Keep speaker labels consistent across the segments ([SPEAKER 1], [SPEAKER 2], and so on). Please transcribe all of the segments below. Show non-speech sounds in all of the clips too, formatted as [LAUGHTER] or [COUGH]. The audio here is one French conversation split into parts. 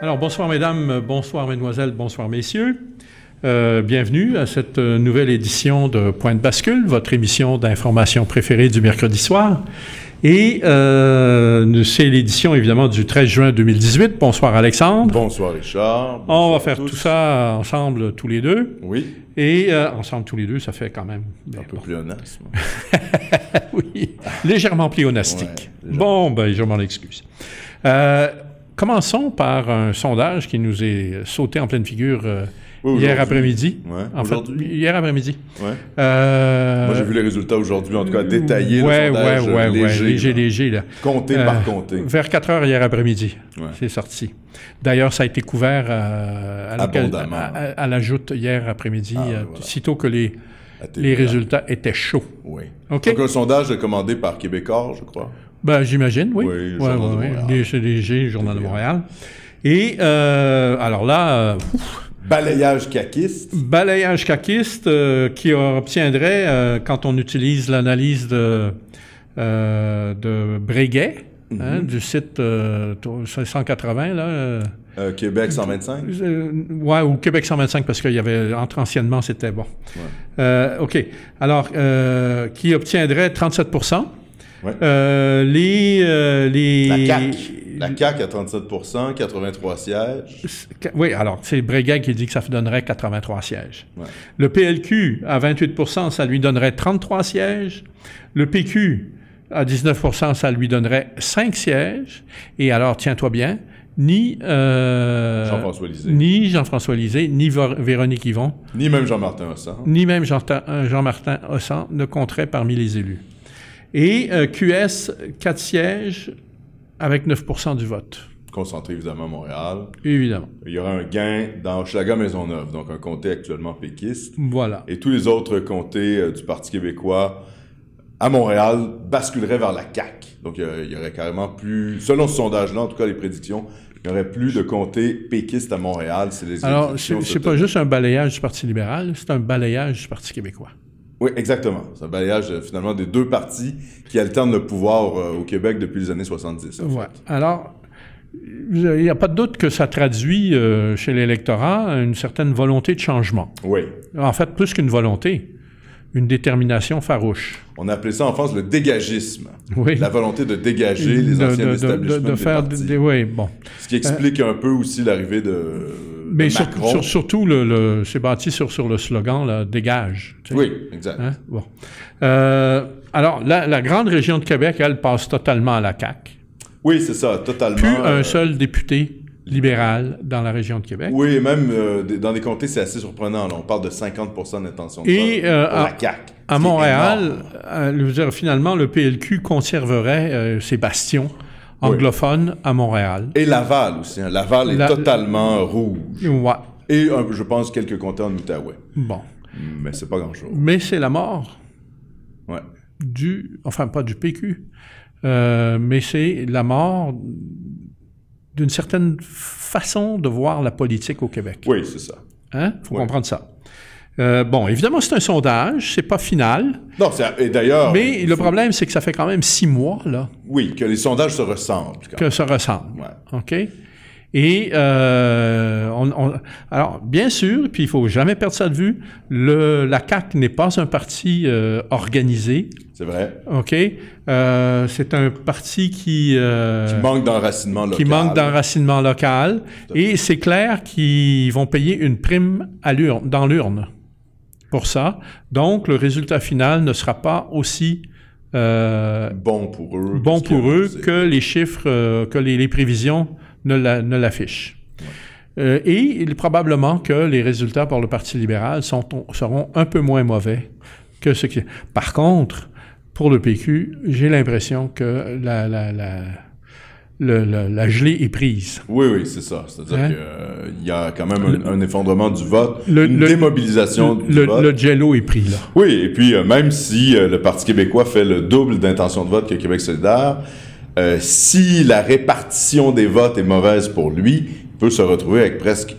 [SPEAKER 1] Alors, bonsoir mesdames, bonsoir mesdemoiselles, bonsoir messieurs. Euh, bienvenue à cette euh, nouvelle édition de Point de bascule, votre émission d'information préférée du mercredi soir. Et euh, c'est l'édition évidemment du 13 juin 2018. Bonsoir Alexandre.
[SPEAKER 2] Bonsoir Richard.
[SPEAKER 1] On va faire tout ça ensemble tous les deux.
[SPEAKER 2] Oui.
[SPEAKER 1] Et euh, ensemble tous les deux, ça fait quand même...
[SPEAKER 2] Un peu pléonasme.
[SPEAKER 1] [LAUGHS] oui, légèrement pléonastique.
[SPEAKER 2] Ouais, légèrement.
[SPEAKER 1] bon, ben je m'en excuse. Euh, commençons par un sondage qui nous est sauté en pleine figure euh,
[SPEAKER 2] Oui, aujourd'hui.
[SPEAKER 1] hier après-midi.
[SPEAKER 2] Ouais,
[SPEAKER 1] En fait,
[SPEAKER 2] aujourd'hui.
[SPEAKER 1] hier après-midi.
[SPEAKER 2] Ouais.
[SPEAKER 1] Euh,
[SPEAKER 2] Moi, j'ai vu les résultats aujourd'hui, en tout cas détaillés.
[SPEAKER 1] Ouais,
[SPEAKER 2] le sondage,
[SPEAKER 1] ouais,
[SPEAKER 2] euh,
[SPEAKER 1] ouais,
[SPEAKER 2] léger,
[SPEAKER 1] ouais, léger,
[SPEAKER 2] là.
[SPEAKER 1] léger, là.
[SPEAKER 2] Compté
[SPEAKER 1] Euh,
[SPEAKER 2] par compté.
[SPEAKER 1] Vers 4 heures hier après-midi,
[SPEAKER 2] Ouais.
[SPEAKER 1] c'est sorti. D'ailleurs, ça a été couvert euh, à, la,
[SPEAKER 2] Abondamment.
[SPEAKER 1] à- à- à la joute hier après-midi,
[SPEAKER 2] Ah,
[SPEAKER 1] euh,
[SPEAKER 2] voilà.
[SPEAKER 1] sitôt que les,
[SPEAKER 2] à tes
[SPEAKER 1] les
[SPEAKER 2] plans.
[SPEAKER 1] résultats étaient chauds.
[SPEAKER 2] Oui.
[SPEAKER 1] OK.
[SPEAKER 2] Donc, un sondage commandé par Québécois, je crois.
[SPEAKER 1] Ben, j'imagine, oui.
[SPEAKER 2] Oui, le Journal de Montréal.
[SPEAKER 1] Des- c'est des G, le Journal de Montréal. Et euh, alors là, euh, ouf,
[SPEAKER 2] Balayage caquiste.
[SPEAKER 1] balayage caquiste euh, qui obtiendrait, euh, quand on utilise l'analyse de, euh, de Breguet,
[SPEAKER 2] Mm-hmm.
[SPEAKER 1] hein, du site euh, 180, là, euh,
[SPEAKER 2] euh, Québec 125.
[SPEAKER 1] euh, ouais, ou Québec 125, parce qu'il y avait, entre anciennement, c'était bon. Euh, OK. Alors, euh, qui obtiendrait 37
[SPEAKER 2] Ouais.
[SPEAKER 1] Euh, les, euh, les...
[SPEAKER 2] La CAQ. La CAQ à 37 83 sièges.
[SPEAKER 1] Qu- Oui, alors, c'est Breguet qui dit que ça donnerait 83 sièges.
[SPEAKER 2] Ouais.
[SPEAKER 1] Le PLQ à 28 ça lui donnerait 33 sièges. Le PQ à 19 ça lui donnerait 5 sièges. Et alors, tiens-toi bien, ni... euh,
[SPEAKER 2] Jean-François Lisée. Ni...
[SPEAKER 1] Ni Jean-François Lisée, ni Vo- Véronique Yvon,
[SPEAKER 2] même Jean-Martin Hossan.
[SPEAKER 1] ni même Jean- euh, Jean-Martin Hossan ne compterait parmi les élus. Et euh, QS, 4 sièges avec 9 du vote,
[SPEAKER 2] Concentré évidemment à Montréal.
[SPEAKER 1] évidemment.
[SPEAKER 2] Il y aura un gain dans Hochelaga Maisonneuve, donc un comté actuellement péquiste.
[SPEAKER 1] Voilà.
[SPEAKER 2] Et tous les autres comtés euh, du Parti québécois à Montréal basculeraient vers la CAQ. Donc, il y aurait- il y, aurait carrément plus, selon ce sondage-là, en tout cas les prédictions, il n'y aurait plus de comtés péquistes à Montréal. C'est les
[SPEAKER 1] Alors,
[SPEAKER 2] élections
[SPEAKER 1] c'est
[SPEAKER 2] se
[SPEAKER 1] c'est pas juste un balayage du Parti libéral, c'est un balayage du Parti québécois.
[SPEAKER 2] Oui, exactement. C'est un balayage, euh, finalement, des deux partis qui alternent le pouvoir euh, au Québec depuis les années 70. en fait.
[SPEAKER 1] Ouais. Alors, il n'y a pas de doute que ça traduit euh, chez l'électorat une certaine volonté de changement.
[SPEAKER 2] Oui.
[SPEAKER 1] En fait, plus qu'une volonté, une détermination farouche.
[SPEAKER 2] On appelait ça en France le dégagisme.
[SPEAKER 1] Oui.
[SPEAKER 2] La volonté de dégager les
[SPEAKER 1] De-
[SPEAKER 2] anciens
[SPEAKER 1] de- de-
[SPEAKER 2] établissements
[SPEAKER 1] de- de
[SPEAKER 2] des
[SPEAKER 1] faire
[SPEAKER 2] partis.
[SPEAKER 1] des- oui, bon.
[SPEAKER 2] Ce qui explique un peu aussi l'arrivée de, de
[SPEAKER 1] Mais sur-
[SPEAKER 2] Macron.
[SPEAKER 1] sur- surtout, le, le- c'est bâti sur, sur le slogan là, dégage. tu sais.
[SPEAKER 2] Oui, exact.
[SPEAKER 1] Hein? Bon. Euh, alors, la, la grande région de Québec, elle passe totalement à la CAQ.
[SPEAKER 2] Oui, c'est ça, totalement.
[SPEAKER 1] plus
[SPEAKER 2] euh,
[SPEAKER 1] un seul député libéral dans la région de Québec.
[SPEAKER 2] Oui, et même euh, des- dans des comtés, c'est assez surprenant. là. On parle de 50 d'intention de
[SPEAKER 1] Et,
[SPEAKER 2] vote
[SPEAKER 1] euh,
[SPEAKER 2] pour
[SPEAKER 1] à-
[SPEAKER 2] la CAQ. ce qui
[SPEAKER 1] À
[SPEAKER 2] est
[SPEAKER 1] Montréal,
[SPEAKER 2] énorme.
[SPEAKER 1] euh, je veux dire, finalement, le PLQ conserverait euh, ses bastions anglophones à Montréal.
[SPEAKER 2] Et Laval aussi. hein. Laval est
[SPEAKER 1] La-
[SPEAKER 2] totalement rouge.
[SPEAKER 1] Ouais.
[SPEAKER 2] Et un- je pense quelques comtés en Outaouais.
[SPEAKER 1] Bon.
[SPEAKER 2] Mais c'est pas grand-chose.
[SPEAKER 1] Mais c'est la mort
[SPEAKER 2] Ouais.
[SPEAKER 1] du... Enfin, pas du PQ, euh, mais c'est la mort d'une certaine façon de voir la politique au Québec.
[SPEAKER 2] Oui, c'est ça.
[SPEAKER 1] Hein? faut
[SPEAKER 2] Oui.
[SPEAKER 1] comprendre ça. Euh, bon, évidemment, c'est un sondage, c'est pas final,
[SPEAKER 2] Non, Ah, c'est- et d'ailleurs,
[SPEAKER 1] mais
[SPEAKER 2] il
[SPEAKER 1] le
[SPEAKER 2] faut-
[SPEAKER 1] problème, c'est que ça fait quand même six mois, là,
[SPEAKER 2] oui, que les sondages se ressemblent. quand
[SPEAKER 1] que ça ressemble.
[SPEAKER 2] même. Ouais.
[SPEAKER 1] OK? Et euh, on- on- alors, bien sûr, puis il faut jamais perdre ça de vue, le, la CAQ n'est pas un parti euh, organisé,
[SPEAKER 2] C'est vrai.
[SPEAKER 1] OK? Euh, c'est un parti qui, euh,
[SPEAKER 2] Qui manque d'enracinement local.
[SPEAKER 1] qui manque d'enracinement local. Et c'est clair qu'ils vont payer une prime à l'urne, dans l'urne pour ça. Donc, le résultat final ne sera pas aussi euh,
[SPEAKER 2] Bon pour eux.
[SPEAKER 1] bon
[SPEAKER 2] parce que
[SPEAKER 1] pour eux
[SPEAKER 2] c'est-
[SPEAKER 1] que les chiffres, euh, que les, les prévisions ne la- ne l'affichent. Euh, et il- probablement que les résultats pour le Parti libéral sont, seront un peu moins mauvais que ce qui... Par contre, pour le PQ, j'ai l'impression que la, la, la, le- le- la gelée est prise.
[SPEAKER 2] Oui, oui, c'est ça. C'est-à-dire
[SPEAKER 1] Hein?
[SPEAKER 2] qu'il y a quand même un, un effondrement du vote,
[SPEAKER 1] Le-
[SPEAKER 2] une
[SPEAKER 1] le-
[SPEAKER 2] démobilisation du
[SPEAKER 1] Le,
[SPEAKER 2] vote.
[SPEAKER 1] le jello est pris, là.
[SPEAKER 2] Oui, et puis euh, même si euh, le Parti québécois fait le double d'intention de vote que Québec solidaire, euh, si la répartition des votes est mauvaise pour lui, il peut se retrouver avec presque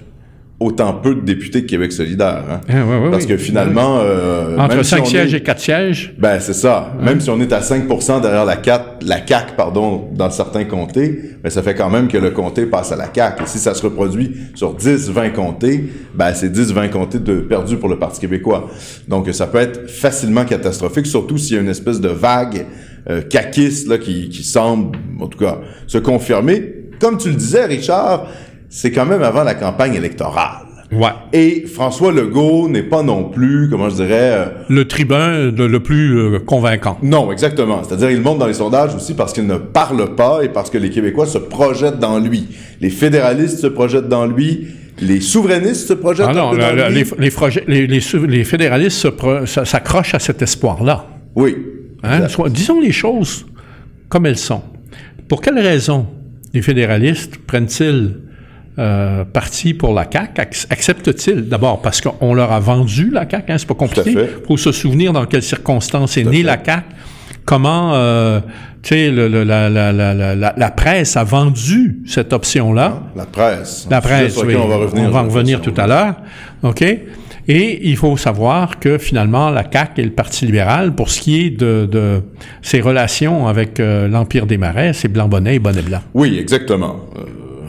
[SPEAKER 2] autant peu de députés de Québec solidaire. Hein?
[SPEAKER 1] Ah, ouais, ouais,
[SPEAKER 2] Parce
[SPEAKER 1] oui.
[SPEAKER 2] que finalement... euh,
[SPEAKER 1] Entre
[SPEAKER 2] même si
[SPEAKER 1] 5
[SPEAKER 2] on est-
[SPEAKER 1] sièges et 4 sièges,
[SPEAKER 2] Ben, c'est ça. Même si on est à 5 derrière la CAC, la CAQ, pardon, dans certains comtés, ben, ça fait quand même que le comté passe à la CAQ. Et si ça se reproduit sur 10, 20 comtés, ben, c'est 10, 20 comtés de perdus pour le Parti québécois. Donc, ça peut être facilement catastrophique, surtout s'il y a une espèce de vague euh, caquiste, là, qui, qui semble, en tout cas, se confirmer. Comme tu le disais, Richard, c'est quand même avant la campagne électorale.
[SPEAKER 1] ouais.
[SPEAKER 2] Et François Legault n'est pas non plus, comment je dirais... euh,
[SPEAKER 1] le tribun le, le plus euh, convaincant.
[SPEAKER 2] non, exactement. C'est-à-dire, il monte dans les sondages aussi parce qu'il ne parle pas et parce que les Québécois se projettent dans lui. Les fédéralistes se projettent dans lui. Les souverainistes se projettent
[SPEAKER 1] Ah non,
[SPEAKER 2] un peu
[SPEAKER 1] le-
[SPEAKER 2] dans
[SPEAKER 1] le-
[SPEAKER 2] lui.
[SPEAKER 1] les, les proje- les- les sou- les fédéralistes se pro- s- s'accrochent à cet espoir-là.
[SPEAKER 2] Oui.
[SPEAKER 1] Hein? Soit- disons les choses comme elles sont. Pour quelles raisons les fédéralistes prennent-ils euh, parti pour la CAQ? Ac- Acceptent-ils? D'abord parce qu'on leur a vendu la CAQ, hein, c'est pas compliqué.
[SPEAKER 2] fait.
[SPEAKER 1] Il faut se souvenir dans quelles circonstances est
[SPEAKER 2] à
[SPEAKER 1] née
[SPEAKER 2] fait.
[SPEAKER 1] la CAQ, comment euh, tu sais, le- le- la, la- la- la- la- la presse a vendu cette option-là.
[SPEAKER 2] La presse.
[SPEAKER 1] La
[SPEAKER 2] Un sujet
[SPEAKER 1] presse,
[SPEAKER 2] sur
[SPEAKER 1] oui.
[SPEAKER 2] lequel On va revenir,
[SPEAKER 1] on va en
[SPEAKER 2] j'ai
[SPEAKER 1] revenir tout
[SPEAKER 2] l'impression.
[SPEAKER 1] à l'heure. OK? Et il faut savoir que finalement, la CAQ et le Parti libéral, pour ce qui est de, de ses relations avec euh, l'Empire des Marais, c'est Blanc-Bonnet et Bonnet-Blanc.
[SPEAKER 2] Oui, exactement. Euh,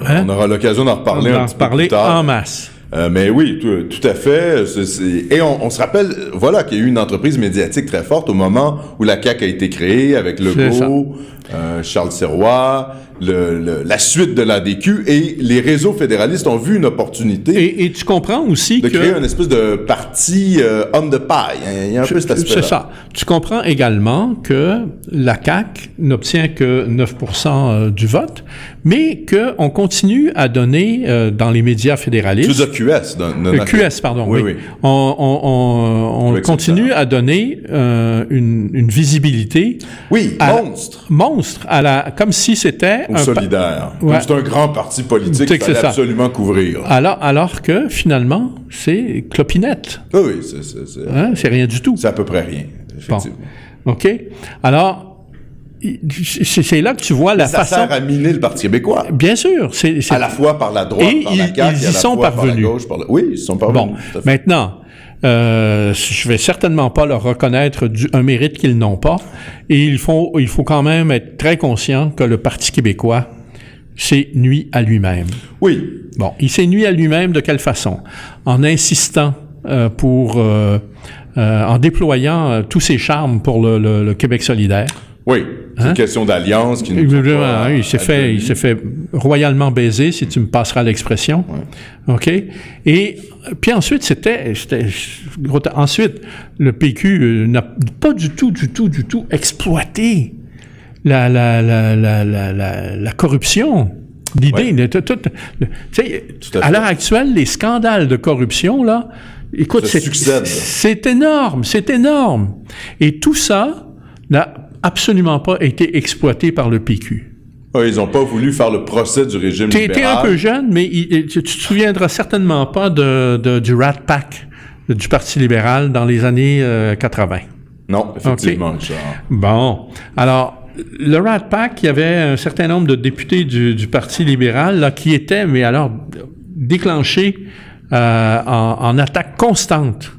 [SPEAKER 1] Hein?
[SPEAKER 2] On aura l'occasion d'en reparler
[SPEAKER 1] On va
[SPEAKER 2] un
[SPEAKER 1] en
[SPEAKER 2] petit peu
[SPEAKER 1] parler
[SPEAKER 2] plus tard.
[SPEAKER 1] en masse.
[SPEAKER 2] Euh, mais oui, tout, tout à fait. C'est- c'est- Et on, on se rappelle, euh, voilà, qu'il y a eu une entreprise médiatique très forte au moment où la CAQ a été créée avec
[SPEAKER 1] ça.
[SPEAKER 2] Legault, euh, Charles Serrois, le- le- la suite de l'ADQ et les réseaux fédéralistes ont vu une opportunité
[SPEAKER 1] Et, et tu comprends aussi
[SPEAKER 2] de
[SPEAKER 1] que...
[SPEAKER 2] créer une espèce de parti euh, homme de paille. Il y a un peu cet aspect-là.
[SPEAKER 1] C'est ça. Tu comprends également que la CAQ n'obtient que 9 euh, du vote, mais qu'on continue à donner euh, dans les médias
[SPEAKER 2] Tu
[SPEAKER 1] fédéralistes...
[SPEAKER 2] veux dire QS. non- non-
[SPEAKER 1] Euh, QS, pardon.
[SPEAKER 2] Oui,
[SPEAKER 1] Oui,
[SPEAKER 2] oui.
[SPEAKER 1] On, on- on- on
[SPEAKER 2] Oui,
[SPEAKER 1] continue à donner euh, une, une visibilité
[SPEAKER 2] Oui,
[SPEAKER 1] à-
[SPEAKER 2] monstre.
[SPEAKER 1] monstre à la, comme si c'était
[SPEAKER 2] Ou
[SPEAKER 1] Ah, un pa-
[SPEAKER 2] solidaire.
[SPEAKER 1] Ouais.
[SPEAKER 2] Comme C'est un grand parti politique
[SPEAKER 1] C'est
[SPEAKER 2] qu'il
[SPEAKER 1] que c'est
[SPEAKER 2] fallait
[SPEAKER 1] ça. Ah.
[SPEAKER 2] absolument couvrir.
[SPEAKER 1] alors, alors que finalement c'est clopinette,
[SPEAKER 2] Oui, Ah oui, c'est- c'est c'est-
[SPEAKER 1] hein, c'est rien du tout.
[SPEAKER 2] c'est à peu près rien,
[SPEAKER 1] Bon.
[SPEAKER 2] effectivement.
[SPEAKER 1] Ok. Alors i- c'est c'est là que tu vois la
[SPEAKER 2] Ça
[SPEAKER 1] façon.
[SPEAKER 2] sert à miner le Parti québécois.
[SPEAKER 1] Bien sûr, c'est c'est-
[SPEAKER 2] À la fois par la droite,
[SPEAKER 1] Et
[SPEAKER 2] par la
[SPEAKER 1] ils-
[SPEAKER 2] CAQ,
[SPEAKER 1] ils y
[SPEAKER 2] à la
[SPEAKER 1] sont
[SPEAKER 2] fois par la
[SPEAKER 1] parvenus.
[SPEAKER 2] gauche, par la- Oui, ils sont parvenus.
[SPEAKER 1] bon.
[SPEAKER 2] tout à fait.
[SPEAKER 1] Maintenant. Euh, je vais certainement pas leur reconnaître du, un mérite qu'ils n'ont pas. Et il faut, il faut quand même être très conscient que le Parti québécois s'est nuit à lui-même.
[SPEAKER 2] Oui,
[SPEAKER 1] Bon, il s'est nuit à lui-même de quelle façon En insistant euh, pour, euh, euh, en déployant euh, tous ses charmes pour le, le- le Québec solidaire.
[SPEAKER 2] oui. C'est
[SPEAKER 1] Hein?
[SPEAKER 2] une question d'alliance qui nous
[SPEAKER 1] Il,
[SPEAKER 2] tient pas
[SPEAKER 1] hein, il s'est
[SPEAKER 2] à
[SPEAKER 1] fait, il
[SPEAKER 2] demi.
[SPEAKER 1] s'est fait royalement baiser, si tu me passeras l'expression. OK? Et puis ensuite, c'était. c'était- gros, Ensuite, le PQ euh, n'a pas du tout, du tout, du tout exploité la, la, la, la, la, la, la corruption. L'idée, de tout- tout- le- tu sais,
[SPEAKER 2] Tout à
[SPEAKER 1] à,
[SPEAKER 2] fait.
[SPEAKER 1] l'heure actuelle, les scandales de corruption, là, écoute,
[SPEAKER 2] Se
[SPEAKER 1] c'est,
[SPEAKER 2] succèdent, là.
[SPEAKER 1] c'est énorme, c'est énorme. Et tout ça n'a absolument pas été exploité par le PQ.
[SPEAKER 2] Ah, ils n'ont pas voulu faire le procès du régime
[SPEAKER 1] T'es, t'es un
[SPEAKER 2] libéral.
[SPEAKER 1] peu jeune, mais il- il- tu, tu te souviendras certainement pas de, de- du Rat Pack du Parti libéral dans les années euh, 80.
[SPEAKER 2] Non, effectivement, Richard.
[SPEAKER 1] Bon. Alors, le Rat Pack, il y avait un certain nombre de députés du, du Parti libéral là, qui étaient, mais alors, déclenchés euh, en, en attaque constante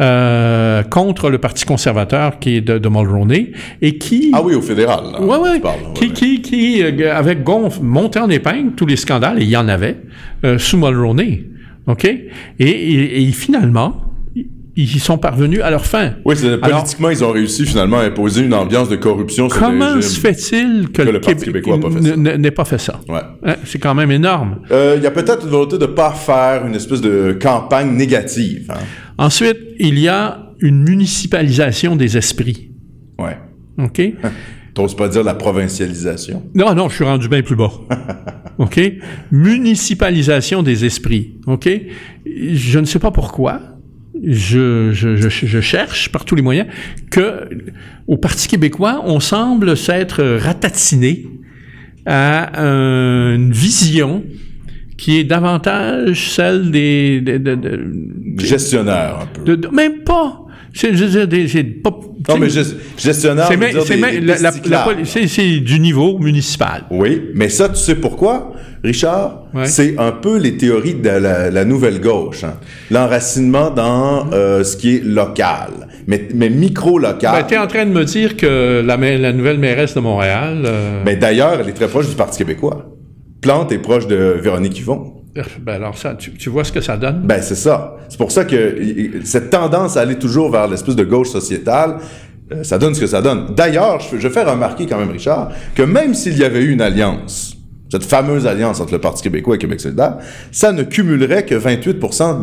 [SPEAKER 1] euh, contre le Parti conservateur qui est de, de Mulroney et qui...
[SPEAKER 2] Ah oui, au fédéral. là,
[SPEAKER 1] Ouais, ouais.
[SPEAKER 2] tu parles, ouais,
[SPEAKER 1] Qui,
[SPEAKER 2] ouais.
[SPEAKER 1] qui, qui euh, g- avait gonf- monté en épingle tous les scandales, et il y en avait, euh, sous Mulroney. OK? Et, et- et finalement, i- ils y sont parvenus à leur fin.
[SPEAKER 2] Oui, c'est-
[SPEAKER 1] Alors-
[SPEAKER 2] politiquement, ils ont réussi finalement à imposer une ambiance de corruption sur le
[SPEAKER 1] Comment
[SPEAKER 2] régime.
[SPEAKER 1] se fait-il que,
[SPEAKER 2] le Parti
[SPEAKER 1] Québec
[SPEAKER 2] québécois a pas fait ça?
[SPEAKER 1] n- n- n'ait pas fait ça?
[SPEAKER 2] Ouais.
[SPEAKER 1] Hein, C'est quand même énorme.
[SPEAKER 2] Euh, Il y a peut-être une volonté de ne pas faire une espèce de campagne négative. Hein?
[SPEAKER 1] Ensuite, il y a une municipalisation des esprits.
[SPEAKER 2] Ouais.
[SPEAKER 1] OK?
[SPEAKER 2] T'oses pas dire la provincialisation.
[SPEAKER 1] Non, non, je suis rendu bien plus
[SPEAKER 2] [LAUGHS]
[SPEAKER 1] bas. OK? Municipalisation des esprits. OK? Je ne sais pas pourquoi. Je, je, je, je cherche par tous les moyens que au Parti québécois, on semble s'être ratatiné à un- une vision qui est davantage celle des, des- de- de-
[SPEAKER 2] Gestionnaire, un peu.
[SPEAKER 1] de- de- même pas. C'est, je veux dire, des- c'est pas-
[SPEAKER 2] Non, mais gest- gestionnaire,
[SPEAKER 1] c'est
[SPEAKER 2] veut
[SPEAKER 1] même-
[SPEAKER 2] dire
[SPEAKER 1] c'est
[SPEAKER 2] des-
[SPEAKER 1] même
[SPEAKER 2] des
[SPEAKER 1] la- la- la
[SPEAKER 2] pistes cyclables.
[SPEAKER 1] poli- c'est- c'est du niveau municipal.
[SPEAKER 2] Oui, mais ça, tu sais pourquoi? Richard,
[SPEAKER 1] Ouais.
[SPEAKER 2] c'est un peu les théories de la, la nouvelle gauche. hein. L'enracinement dans euh, ce qui est local, mais, mais
[SPEAKER 1] Ben,
[SPEAKER 2] micro-local.
[SPEAKER 1] t'es en train de me dire que la, ma- la nouvelle mairesse de Montréal... euh,
[SPEAKER 2] mais Ben, d'ailleurs, elle est très proche du Parti québécois. Plante est proche de Véronique Yvon.
[SPEAKER 1] ben alors ça, tu, tu vois ce que ça donne?
[SPEAKER 2] Ben, c'est ça. C'est pour ça que y- y- cette tendance à aller toujours vers l'espèce de gauche sociétale, euh, ça donne ce que ça donne. D'ailleurs, je, je fais remarquer quand même, Richard, que même s'il y avait eu une alliance, cette fameuse alliance entre le Parti québécois et Québec solidaire, ça ne cumulerait que 28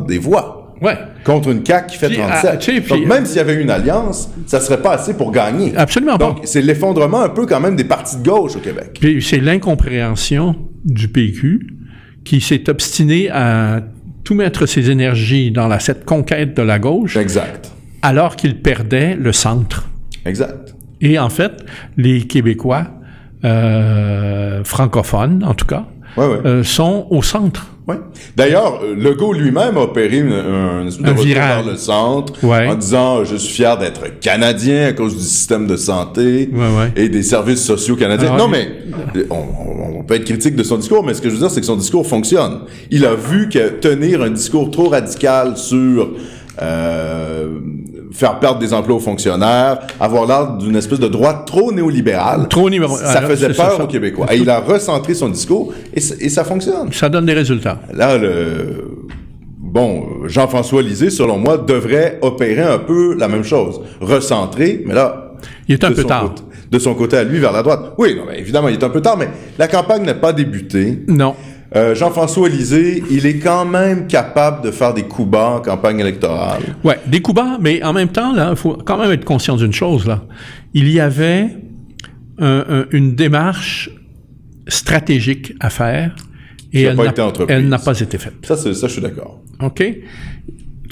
[SPEAKER 2] des voix
[SPEAKER 1] Ouais,
[SPEAKER 2] contre une CAQ qui fait
[SPEAKER 1] Puis, ah,
[SPEAKER 2] 37.
[SPEAKER 1] tu sais, puis-
[SPEAKER 2] Donc, même s'il y avait eu une alliance, ça serait pas assez pour gagner.
[SPEAKER 1] absolument pas.
[SPEAKER 2] Donc, c'est l'effondrement un peu quand même des partis de gauche au Québec.
[SPEAKER 1] Puis c'est l'incompréhension du PQ qui s'est obstiné à tout mettre ses énergies dans la, cette conquête de la gauche,
[SPEAKER 2] Exact.
[SPEAKER 1] alors qu'il perdait le centre.
[SPEAKER 2] Exact.
[SPEAKER 1] Et en fait, les Québécois, euh, francophones en tout cas,
[SPEAKER 2] Ouais, ouais.
[SPEAKER 1] euh, sont au centre.
[SPEAKER 2] Oui. D'ailleurs, euh, Legault lui-même a opéré une, un, espèce de
[SPEAKER 1] Un
[SPEAKER 2] retour
[SPEAKER 1] virage.
[SPEAKER 2] vers le centre
[SPEAKER 1] Ouais.
[SPEAKER 2] en disant euh, je suis fier d'être canadien à cause du système de santé
[SPEAKER 1] Ouais, ouais.
[SPEAKER 2] et des services sociaux canadiens.
[SPEAKER 1] Ah,
[SPEAKER 2] non
[SPEAKER 1] oui.
[SPEAKER 2] mais euh, on, on- on peut être critique de son discours, mais ce que je veux dire c'est que son discours fonctionne. Il a vu que tenir un discours trop radical sur euh, faire perdre des emplois aux fonctionnaires, avoir l'air d'une espèce de droite trop néolibérale,
[SPEAKER 1] Trop néolibérale,
[SPEAKER 2] ça faisait
[SPEAKER 1] c'est ça,
[SPEAKER 2] peur
[SPEAKER 1] ça.
[SPEAKER 2] aux Québécois. Et il a recentré son discours et, c- et ça fonctionne.
[SPEAKER 1] Ça donne des résultats.
[SPEAKER 2] Là, le... bon, Jean-François Lisée, selon moi, devrait opérer un peu la même chose. Recentrer, mais là.
[SPEAKER 1] Il est un
[SPEAKER 2] de
[SPEAKER 1] peu
[SPEAKER 2] son
[SPEAKER 1] tard.
[SPEAKER 2] côté- de son côté à lui, vers la droite. Oui, non, mais évidemment, il est un peu tard, mais la campagne n'a pas débuté.
[SPEAKER 1] Non.
[SPEAKER 2] Euh, Jean-François Lisée, il est quand même capable de faire des coups bas en campagne électorale.
[SPEAKER 1] Ouais, des coups bas, mais en même temps, là, il faut quand même être conscient d'une chose, là. Il y avait un- un- une démarche stratégique à faire et
[SPEAKER 2] Qui n'a
[SPEAKER 1] elle
[SPEAKER 2] pas
[SPEAKER 1] n'a-
[SPEAKER 2] été entreprise.
[SPEAKER 1] elle n'a pas été faite.
[SPEAKER 2] Ça, c'est- ça je suis d'accord.
[SPEAKER 1] OK? Tu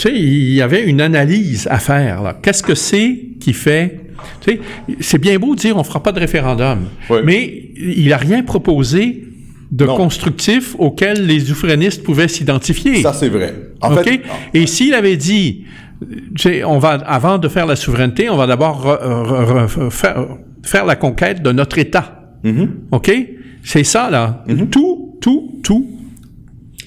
[SPEAKER 1] sais, il y avait une analyse à faire. là. Qu'est-ce que c'est qui fait... Tu sais, c'est bien beau de dire on ne fera pas de référendum,
[SPEAKER 2] Oui.
[SPEAKER 1] mais il n'a rien proposé de
[SPEAKER 2] Non.
[SPEAKER 1] constructif auquel les zoufrénistes pouvaient s'identifier.
[SPEAKER 2] Ça, c'est vrai. En
[SPEAKER 1] OK?
[SPEAKER 2] fait,
[SPEAKER 1] Et s'il avait dit, tu sais, on va, avant de faire la souveraineté, on va d'abord re- re- re- faire, faire la conquête de notre État.
[SPEAKER 2] Mm-hmm.
[SPEAKER 1] OK? C'est ça, là. Tout, tout, tout.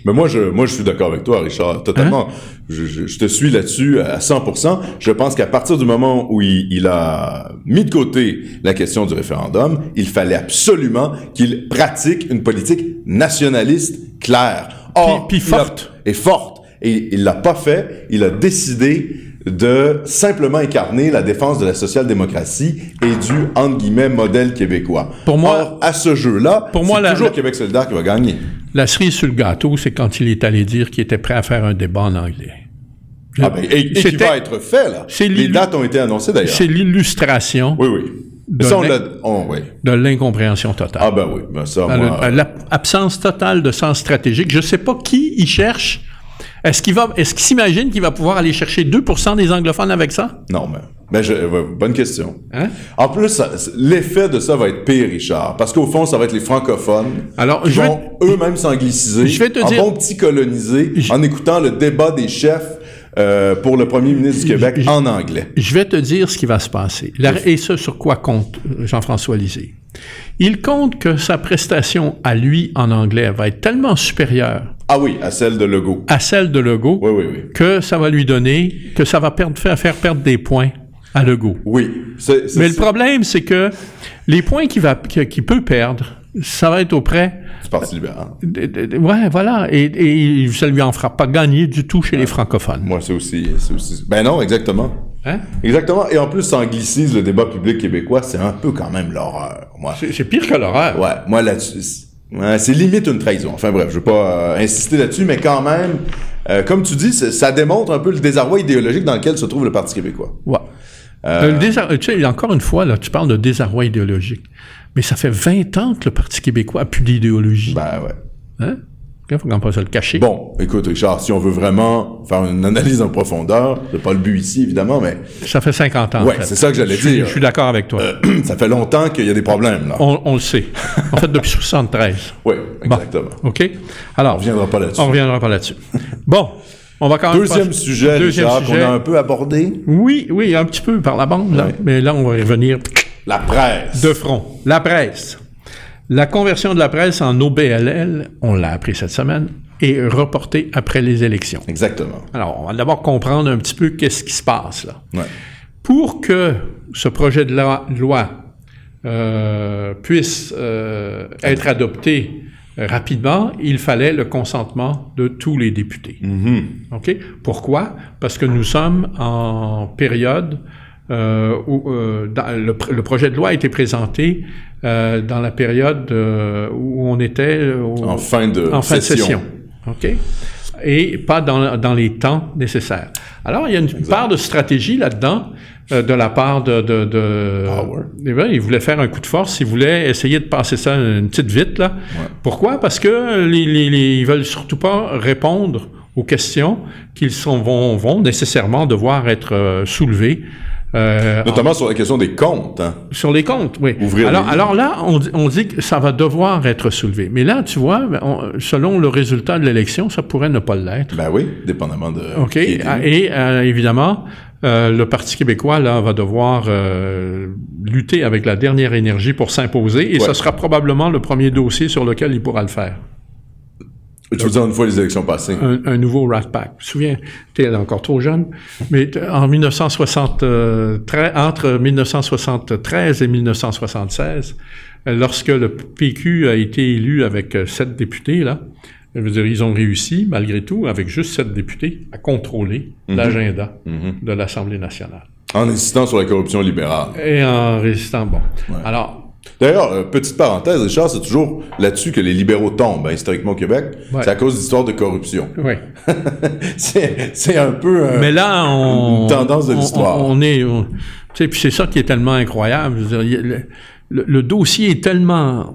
[SPEAKER 2] Mais moi, je, moi, je suis d'accord avec toi, Richard, totalement.
[SPEAKER 1] Hein?
[SPEAKER 2] Je, je- je te suis là-dessus euh, à 100%. Je pense qu'à partir du moment où il, il a mis de côté la question du référendum, il fallait absolument qu'il pratique une politique nationaliste claire.
[SPEAKER 1] Puis- puis
[SPEAKER 2] il a-
[SPEAKER 1] forte.
[SPEAKER 2] Et forte. Et il l'a pas fait. Il a décidé de simplement incarner la défense de la social-démocratie et du, entre guillemets, modèle québécois.
[SPEAKER 1] Pour moi-
[SPEAKER 2] Or, à ce jeu-là,
[SPEAKER 1] Pour moi,
[SPEAKER 2] c'est
[SPEAKER 1] la-
[SPEAKER 2] toujours
[SPEAKER 1] la-
[SPEAKER 2] Québec solidaire qui va gagner.
[SPEAKER 1] La cerise sur le gâteau, c'est quand il est allé dire qu'il était prêt à faire un débat en anglais.
[SPEAKER 2] Ah ben, et, et qui
[SPEAKER 1] Euh, C'était-
[SPEAKER 2] va être fait, là.
[SPEAKER 1] c'est
[SPEAKER 2] Les
[SPEAKER 1] l'illu-
[SPEAKER 2] dates ont été annoncées, d'ailleurs.
[SPEAKER 1] C'est l'illustration
[SPEAKER 2] Oui, oui.
[SPEAKER 1] De
[SPEAKER 2] Ça, on
[SPEAKER 1] l'in-
[SPEAKER 2] l'a... on- oui.
[SPEAKER 1] de l'incompréhension totale.
[SPEAKER 2] Ah ben oui, ben ça,
[SPEAKER 1] Dans
[SPEAKER 2] moi...
[SPEAKER 1] le- l'ab- Absence totale de sens stratégique. Je ne sais pas qui y cherche. Est-ce qu'il va, est-ce qu'il s'imagine qu'il va pouvoir aller chercher 2% des anglophones avec ça?
[SPEAKER 2] Non, mais... mais je- ouais, bonne question.
[SPEAKER 1] Hein?
[SPEAKER 2] En plus, ça- c'est- l'effet de ça va être pire, Richard, parce qu'au fond, ça va être les francophones
[SPEAKER 1] Alors,
[SPEAKER 2] qui
[SPEAKER 1] je vais-
[SPEAKER 2] vont eux-mêmes s'angliciser
[SPEAKER 1] Je vais te
[SPEAKER 2] en
[SPEAKER 1] dire-
[SPEAKER 2] bons petits colonisés,
[SPEAKER 1] Je-
[SPEAKER 2] en écoutant le débat des chefs euh, pour le premier ministre du Québec
[SPEAKER 1] je-
[SPEAKER 2] en anglais.
[SPEAKER 1] Je vais te dire ce qui va se passer. La- et ce sur quoi compte euh, Jean-François Lisée. Il compte que sa prestation à lui en anglais va être tellement supérieure
[SPEAKER 2] Ah oui, à celle de Legault.
[SPEAKER 1] à celle de Legault
[SPEAKER 2] Oui, oui, oui.
[SPEAKER 1] que ça va lui donner, que ça va perdre, faire, faire perdre des points à Legault.
[SPEAKER 2] Oui, c'est... c'est-
[SPEAKER 1] Mais le problème, c'est que les points qu'il va, qu'il qu'il peut perdre, ça va être auprès.
[SPEAKER 2] c'est du Parti libéral.
[SPEAKER 1] de- de- de- ouais, voilà. Et, et ça lui en fera pas gagner du tout chez les francophones.
[SPEAKER 2] Moi, c'est aussi, c'est aussi... Ben non, exactement.
[SPEAKER 1] Hein?
[SPEAKER 2] Exactement. Et en plus, ça anglicise le débat public québécois. C'est un peu quand même l'horreur, moi.
[SPEAKER 1] C'est c'est pire que l'horreur.
[SPEAKER 2] Ouais, moi là-dessus, c'est- ouais, c'est limite une trahison. Enfin bref, je veux pas euh, insister là-dessus, mais quand même, euh, comme tu dis, c'est- ça démontre un peu le désarroi idéologique dans lequel se trouve le Parti québécois.
[SPEAKER 1] Ouais. Euh, le désar- euh, tu sais, encore une fois, là, tu parles de désarroi idéologique. Mais ça fait 20 ans que le Parti québécois a plus d'idéologie.
[SPEAKER 2] Ben ouais.
[SPEAKER 1] Hein? Il faut qu'on pas se le cacher.
[SPEAKER 2] Bon, écoute, Richard, si on veut vraiment faire une analyse en profondeur, c'est pas le but ici, évidemment, mais
[SPEAKER 1] Ça fait 50 ans.
[SPEAKER 2] Ouais,
[SPEAKER 1] en fait.
[SPEAKER 2] c'est ça Euh. que j'allais
[SPEAKER 1] Je suis-
[SPEAKER 2] dire.
[SPEAKER 1] Je suis d'accord avec toi.
[SPEAKER 2] [CLEARS THROAT] ça fait longtemps qu'il y a des problèmes, là.
[SPEAKER 1] On, on le sait. En fait, depuis 73.
[SPEAKER 2] Oui,
[SPEAKER 1] Bon.
[SPEAKER 2] exactement.
[SPEAKER 1] OK? Alors,
[SPEAKER 2] On reviendra pas là-dessus.
[SPEAKER 1] Bah. on reviendra pas là-dessus. bon, on va quand même...
[SPEAKER 2] Deuxième
[SPEAKER 1] passer-
[SPEAKER 2] sujet,
[SPEAKER 1] Deuxième
[SPEAKER 2] Richard,
[SPEAKER 1] sujet.
[SPEAKER 2] qu'on a un peu abordé,
[SPEAKER 1] Oui, oui, un petit peu par la bande, là. mais là, on va y revenir
[SPEAKER 2] la presse.
[SPEAKER 1] de front. La presse. La conversion de la presse en OBLL, on l'a appris cette semaine, est reportée après les élections.
[SPEAKER 2] Exactement.
[SPEAKER 1] Alors, on va d'abord comprendre un petit peu qu'est-ce qui se passe là.
[SPEAKER 2] Ouais.
[SPEAKER 1] Pour que ce projet de loi, loi, euh, puisse euh, être adopté euh, rapidement, il fallait le consentement de tous les députés.
[SPEAKER 2] Mhm.
[SPEAKER 1] OK? Pourquoi? Parce que nous sommes en période euh, où euh, dans- le, pr- le projet de loi a été présenté euh, dans la période euh, où on était euh, au-
[SPEAKER 2] En fin de
[SPEAKER 1] en fin de
[SPEAKER 2] session.
[SPEAKER 1] session. OK? Et pas dans, dans les temps nécessaires. Alors, il y a une part de stratégie là-dedans euh, de la part de... de, de
[SPEAKER 2] Power.
[SPEAKER 1] Eh bien, il voulait faire un coup de force, il voulait essayer de passer ça une petite vite, là.
[SPEAKER 2] Ouais.
[SPEAKER 1] Pourquoi? Parce que les, les, les- ils veulent surtout pas répondre aux questions qu'ils sont, vont, vont nécessairement devoir être euh, soulevées. euh,
[SPEAKER 2] Notamment sur la question des comptes. hein.
[SPEAKER 1] sur les comptes, oui.
[SPEAKER 2] Ouvrir
[SPEAKER 1] alors,
[SPEAKER 2] les-
[SPEAKER 1] alors là, on, dit- on dit que ça va devoir être soulevé. Mais là, tu vois, ben, on- selon le résultat de l'élection, ça pourrait ne pas l'être.
[SPEAKER 2] Ben oui, dépendamment de.
[SPEAKER 1] OK?
[SPEAKER 2] qui est élu.
[SPEAKER 1] Et euh, évidemment, euh, le Parti québécois, là, va devoir euh, lutter avec la dernière énergie pour s'imposer. Et
[SPEAKER 2] Ouais.
[SPEAKER 1] ça sera probablement le premier dossier sur lequel il pourra le faire.
[SPEAKER 2] Tu veux dire une fois les élections passées?
[SPEAKER 1] Un, un nouveau Rat Pack. Je me souviens, tu es encore trop jeune, mais t- en 1973, entre 1973 et 1976, euh, lorsque le PQ a été élu avec euh, sept députés, là, je veux dire, ils ont réussi, malgré tout, avec juste sept députés, à contrôler l'agenda
[SPEAKER 2] Mhm.
[SPEAKER 1] de l'Assemblée nationale.
[SPEAKER 2] En insistant sur la corruption libérale.
[SPEAKER 1] Et en résistant, bon.
[SPEAKER 2] Ouais.
[SPEAKER 1] Alors,
[SPEAKER 2] D'ailleurs, euh, petite parenthèse, Richard, c'est toujours là-dessus que les libéraux tombent, hein, historiquement au Québec.
[SPEAKER 1] Ouais.
[SPEAKER 2] C'est à cause d'histoires de corruption.
[SPEAKER 1] [LAUGHS] oui.
[SPEAKER 2] c'est c'est un peu. euh,
[SPEAKER 1] Mais là, on.
[SPEAKER 2] Une tendance de
[SPEAKER 1] on-
[SPEAKER 2] l'histoire.
[SPEAKER 1] On, on est. on- tu sais, puis c'est ça qui est tellement incroyable. Je veux dire, il y a le, le- le dossier est tellement.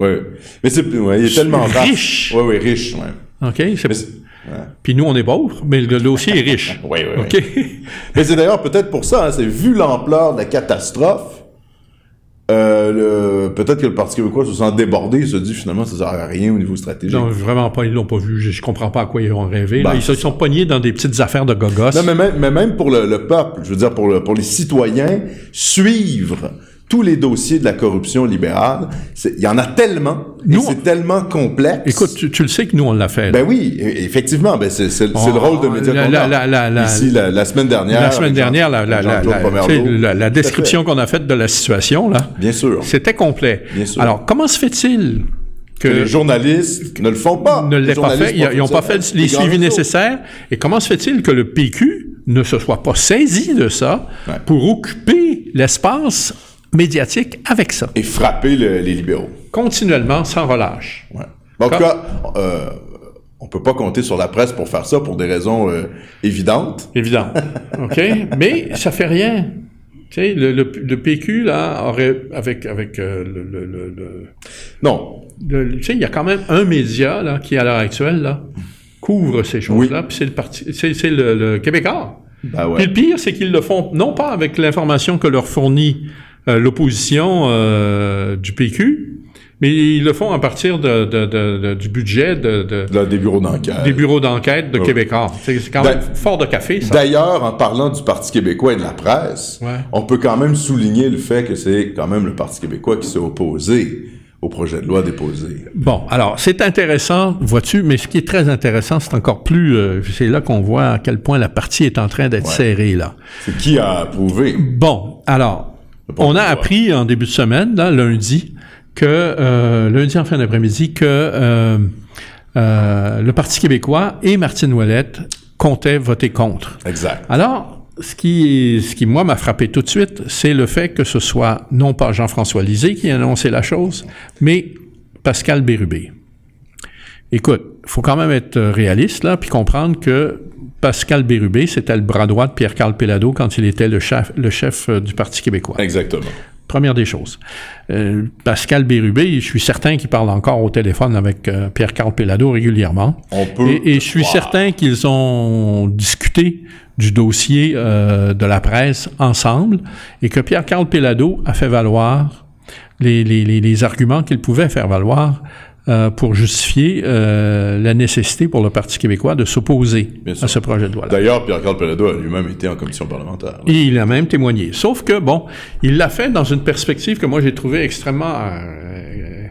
[SPEAKER 2] ouais. Mais c'est ouais, il est tellement
[SPEAKER 1] Riche.
[SPEAKER 2] Oui, oui, riche. Ouais.
[SPEAKER 1] OK? c'est-
[SPEAKER 2] Mais c'est- ouais.
[SPEAKER 1] Puis nous, on est pauvres, mais le dossier est riche.
[SPEAKER 2] [LAUGHS] Oui, oui, oui.
[SPEAKER 1] OK?
[SPEAKER 2] Mais c'est d'ailleurs peut-être pour ça, hein, c'est vu l'ampleur de la catastrophe, euh, le- peut-être que le Parti québécois se sent débordé, il se dit finalement ça sert à rien au niveau stratégique.
[SPEAKER 1] [LAUGHS] Non,
[SPEAKER 2] Non,
[SPEAKER 1] vraiment pas, ils l'ont pas vu. Je, je comprends pas à quoi ils ont rêvé. là.
[SPEAKER 2] Ben,
[SPEAKER 1] ils se sont pognés dans des petites affaires de gogos.
[SPEAKER 2] mais, même, mais même pour le, le peuple, je veux dire pour, le- pour les citoyens, suivre tous les dossiers de la corruption libérale, c'est- il y en a tellement, et
[SPEAKER 1] Nous,
[SPEAKER 2] c'est tellement complexe.
[SPEAKER 1] Écoute, tu, tu le sais que nous, on l'a fait. là.
[SPEAKER 2] ben oui, e- effectivement, ben c'est c'est- c'est
[SPEAKER 1] Oh,
[SPEAKER 2] le rôle de Média
[SPEAKER 1] la-
[SPEAKER 2] Contact.
[SPEAKER 1] la- la- la-
[SPEAKER 2] Ici, la, la semaine dernière.
[SPEAKER 1] la semaine
[SPEAKER 2] avec Jean-
[SPEAKER 1] dernière, la, la- la-
[SPEAKER 2] Jean-Claude
[SPEAKER 1] la-
[SPEAKER 2] Pomerleau.
[SPEAKER 1] tu sais, la- la
[SPEAKER 2] Tout à fait.
[SPEAKER 1] description qu'on a faite de la situation, là,
[SPEAKER 2] Bien sûr.
[SPEAKER 1] c'était complet.
[SPEAKER 2] Bien sûr.
[SPEAKER 1] Alors, comment se fait-il que,
[SPEAKER 2] que les journalistes ne le font pas.
[SPEAKER 1] ne
[SPEAKER 2] Les
[SPEAKER 1] l'est pas
[SPEAKER 2] journalistes
[SPEAKER 1] fait. Ils n'ont pas fait
[SPEAKER 2] ça.
[SPEAKER 1] les
[SPEAKER 2] grands
[SPEAKER 1] suivis
[SPEAKER 2] réseaux.
[SPEAKER 1] nécessaires. Et comment se fait-il que le PQ ne se soit pas saisi de ça
[SPEAKER 2] Ouais.
[SPEAKER 1] pour occuper l'espace médiatique avec ça?
[SPEAKER 2] Et frapper le- les libéraux.
[SPEAKER 1] Continuellement, sans relâche.
[SPEAKER 2] Ouais. Bon, en tout
[SPEAKER 1] Comme-
[SPEAKER 2] cas, euh, on peut pas compter sur la presse pour faire ça pour des raisons euh, évidentes. [LAUGHS]
[SPEAKER 1] Évident. OK? Mais ça fait rien. Tu sais, le, le- le PQ, là, aurait, avec, avec euh, le- le- le- le,
[SPEAKER 2] Non.
[SPEAKER 1] Le- le- tu sais, il y a quand même un média là, qui, à l'heure actuelle, là, couvre ces choses-là, puis c'est le parti, c'est, c'est le, le Québécois.
[SPEAKER 2] Ben ouais.
[SPEAKER 1] Puis le pire, c'est qu'ils le font non pas avec l'information que leur fournit euh, l'opposition euh, du PQ, mais ils le font à partir de, de- de- de- du budget de, de-
[SPEAKER 2] Là, des bureaux d'enquête.
[SPEAKER 1] des bureaux d'enquête de
[SPEAKER 2] Ouais.
[SPEAKER 1] Québécois. C'est, c'est quand
[SPEAKER 2] Ben-
[SPEAKER 1] même fort de café, ça.
[SPEAKER 2] D'ailleurs, en parlant du Parti québécois et de la presse,
[SPEAKER 1] Ouais.
[SPEAKER 2] on peut quand même souligner le fait que c'est quand même le Parti québécois qui s'est opposé au projet de loi déposé.
[SPEAKER 1] Bon, alors, c'est intéressant, vois-tu, mais ce qui est très intéressant, c'est encore plus... euh, c'est là qu'on voit à quel point la partie est en train d'être
[SPEAKER 2] Ouais.
[SPEAKER 1] serrée, là.
[SPEAKER 2] C'est qui a approuvé?
[SPEAKER 1] Bon, alors,
[SPEAKER 2] Le bon
[SPEAKER 1] on a
[SPEAKER 2] pouvoir.
[SPEAKER 1] appris en début de semaine, là, lundi, que euh, lundi en fin d'après-midi, que euh, euh, le Parti québécois et Martine Ouellette comptaient voter contre.
[SPEAKER 2] Exact.
[SPEAKER 1] Alors, ce qui, ce qui moi m'a frappé tout de suite, c'est le fait que ce soit non pas Jean-François Lisée qui a annoncé la chose, mais Pascal Bérubé. Écoute, faut quand même être réaliste là, puis comprendre que Pascal Bérubé, c'était le bras droit de Pierre-Carl Pellado quand il était le chef, le chef euh, du Parti québécois.
[SPEAKER 2] Exactement.
[SPEAKER 1] Première des choses. Euh, Pascal Bérubé, je suis certain qu'il parle encore au téléphone avec euh, Pierre-Carl Pellado régulièrement.
[SPEAKER 2] On peut.
[SPEAKER 1] Et, et je suis
[SPEAKER 2] Wow.
[SPEAKER 1] certain qu'ils ont discuté du dossier euh, de la presse ensemble et que Pierre-Carl Pellado a fait valoir les, les- les- les arguments qu'il pouvait faire valoir euh, pour justifier euh, la nécessité pour le Parti québécois de s'opposer
[SPEAKER 2] Bien sûr.
[SPEAKER 1] à ce projet de loi-là.
[SPEAKER 2] D'ailleurs, Pierre-Carl Pelado a lui-même été en commission parlementaire. là.
[SPEAKER 1] Et il a même témoigné. Sauf que, bon, il l'a fait dans une perspective que moi j'ai trouvée extrêmement euh,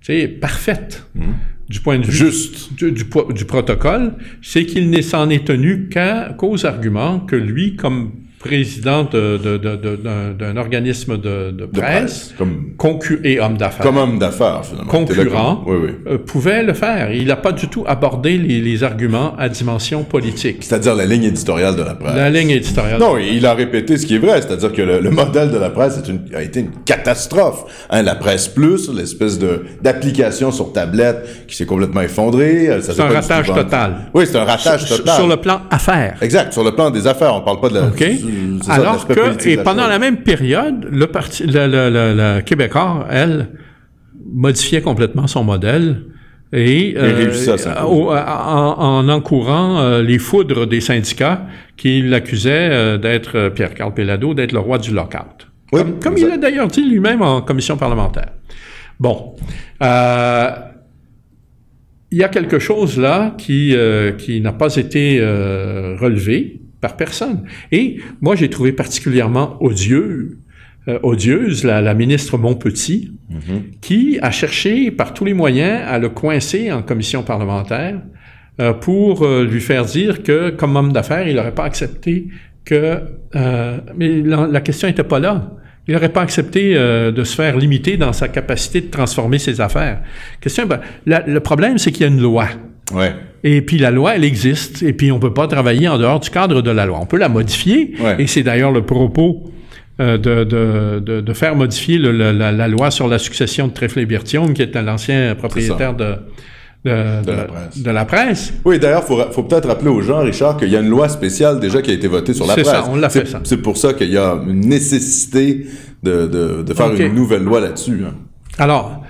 [SPEAKER 1] tu sais, parfaite
[SPEAKER 2] Mhm.
[SPEAKER 1] du point de vue
[SPEAKER 2] Juste.
[SPEAKER 1] du, du po- du protocole, c'est qu'il n'est- s'en est tenu qu'à- qu'aux arguments que lui, comme président de- de- de- de- d'un d'un organisme de, de
[SPEAKER 2] De
[SPEAKER 1] presse,
[SPEAKER 2] Comme,
[SPEAKER 1] concu- et homme d'affaires,
[SPEAKER 2] comme homme d'affaires, finalement.
[SPEAKER 1] Concurrent.
[SPEAKER 2] T'es d'accord. Oui, oui.
[SPEAKER 1] euh, pouvait le faire. Il n'a pas du tout abordé les, les arguments à dimension politique.
[SPEAKER 2] C'est-à-dire la ligne éditoriale de la presse.
[SPEAKER 1] La ligne éditoriale.
[SPEAKER 2] Euh, Non, il a répété ce qui est vrai, c'est-à-dire que le, le modèle de la presse est une- a été une catastrophe. Hein, la presse plus, l'espèce de d'application sur tablette qui s'est complètement effondrée. euh, ça
[SPEAKER 1] C'est
[SPEAKER 2] s'est
[SPEAKER 1] un
[SPEAKER 2] pas du tout
[SPEAKER 1] ratage
[SPEAKER 2] vendu.
[SPEAKER 1] total.
[SPEAKER 2] Oui, c'est un ratage
[SPEAKER 1] Sur-
[SPEAKER 2] total.
[SPEAKER 1] Sur le plan affaires.
[SPEAKER 2] Exact, sur le plan des affaires, on parle pas de la...
[SPEAKER 1] OK?
[SPEAKER 2] du- du- Euh, c'est ça, de
[SPEAKER 1] Alors
[SPEAKER 2] l'aspect politique
[SPEAKER 1] que,
[SPEAKER 2] de
[SPEAKER 1] et pendant
[SPEAKER 2] chose.
[SPEAKER 1] la même période, le parti, le, le- le- le Québécois, elle, modifiait complètement son modèle et euh,
[SPEAKER 2] réussit à s'imposer.
[SPEAKER 1] au- en, euh, en encourant euh, les foudres des syndicats qui l'accusaient euh, d'être, euh, Pierre-Carl Pellado, d'être le roi du lockout.
[SPEAKER 2] Oui,
[SPEAKER 1] comme comme il
[SPEAKER 2] exact.
[SPEAKER 1] l'a d'ailleurs dit lui-même en commission parlementaire. Bon. Euh, il y a quelque chose là qui, euh, qui n'a pas été euh, relevé par personne. Et moi, j'ai trouvé particulièrement odieux, euh, odieuse la, la ministre Montpetit, qui a cherché par tous les moyens à le coincer en commission parlementaire euh, pour euh, lui faire dire que, comme homme d'affaires, il n'aurait pas accepté que... euh, mais la, la question n'était pas là. Il n'aurait pas accepté euh, de se faire limiter dans sa capacité de transformer ses affaires. Question, ben, la- le problème, c'est qu'il y a une loi.
[SPEAKER 2] Ouais.
[SPEAKER 1] Et puis la loi, elle existe. Et puis on ne peut pas travailler en dehors du cadre de la loi. On peut la modifier.
[SPEAKER 2] Ouais.
[SPEAKER 1] Et c'est d'ailleurs le propos euh, de, de- de- de faire modifier le- le- la, la loi sur la succession de Trefflé-Berthiaume, qui est l'ancien propriétaire de, de-
[SPEAKER 2] De la
[SPEAKER 1] de-
[SPEAKER 2] presse.
[SPEAKER 1] de la presse.
[SPEAKER 2] Oui, d'ailleurs, faut, ra- faut peut-être rappeler aux gens, Richard, qu'il y a une loi spéciale déjà qui a été votée sur la
[SPEAKER 1] C'est
[SPEAKER 2] presse.
[SPEAKER 1] ça, on l'a fait,
[SPEAKER 2] C'est-
[SPEAKER 1] ça.
[SPEAKER 2] C'est pour ça qu'il y a une nécessité de, de, de faire
[SPEAKER 1] OK.
[SPEAKER 2] une nouvelle loi là-dessus. hein.
[SPEAKER 1] Alors,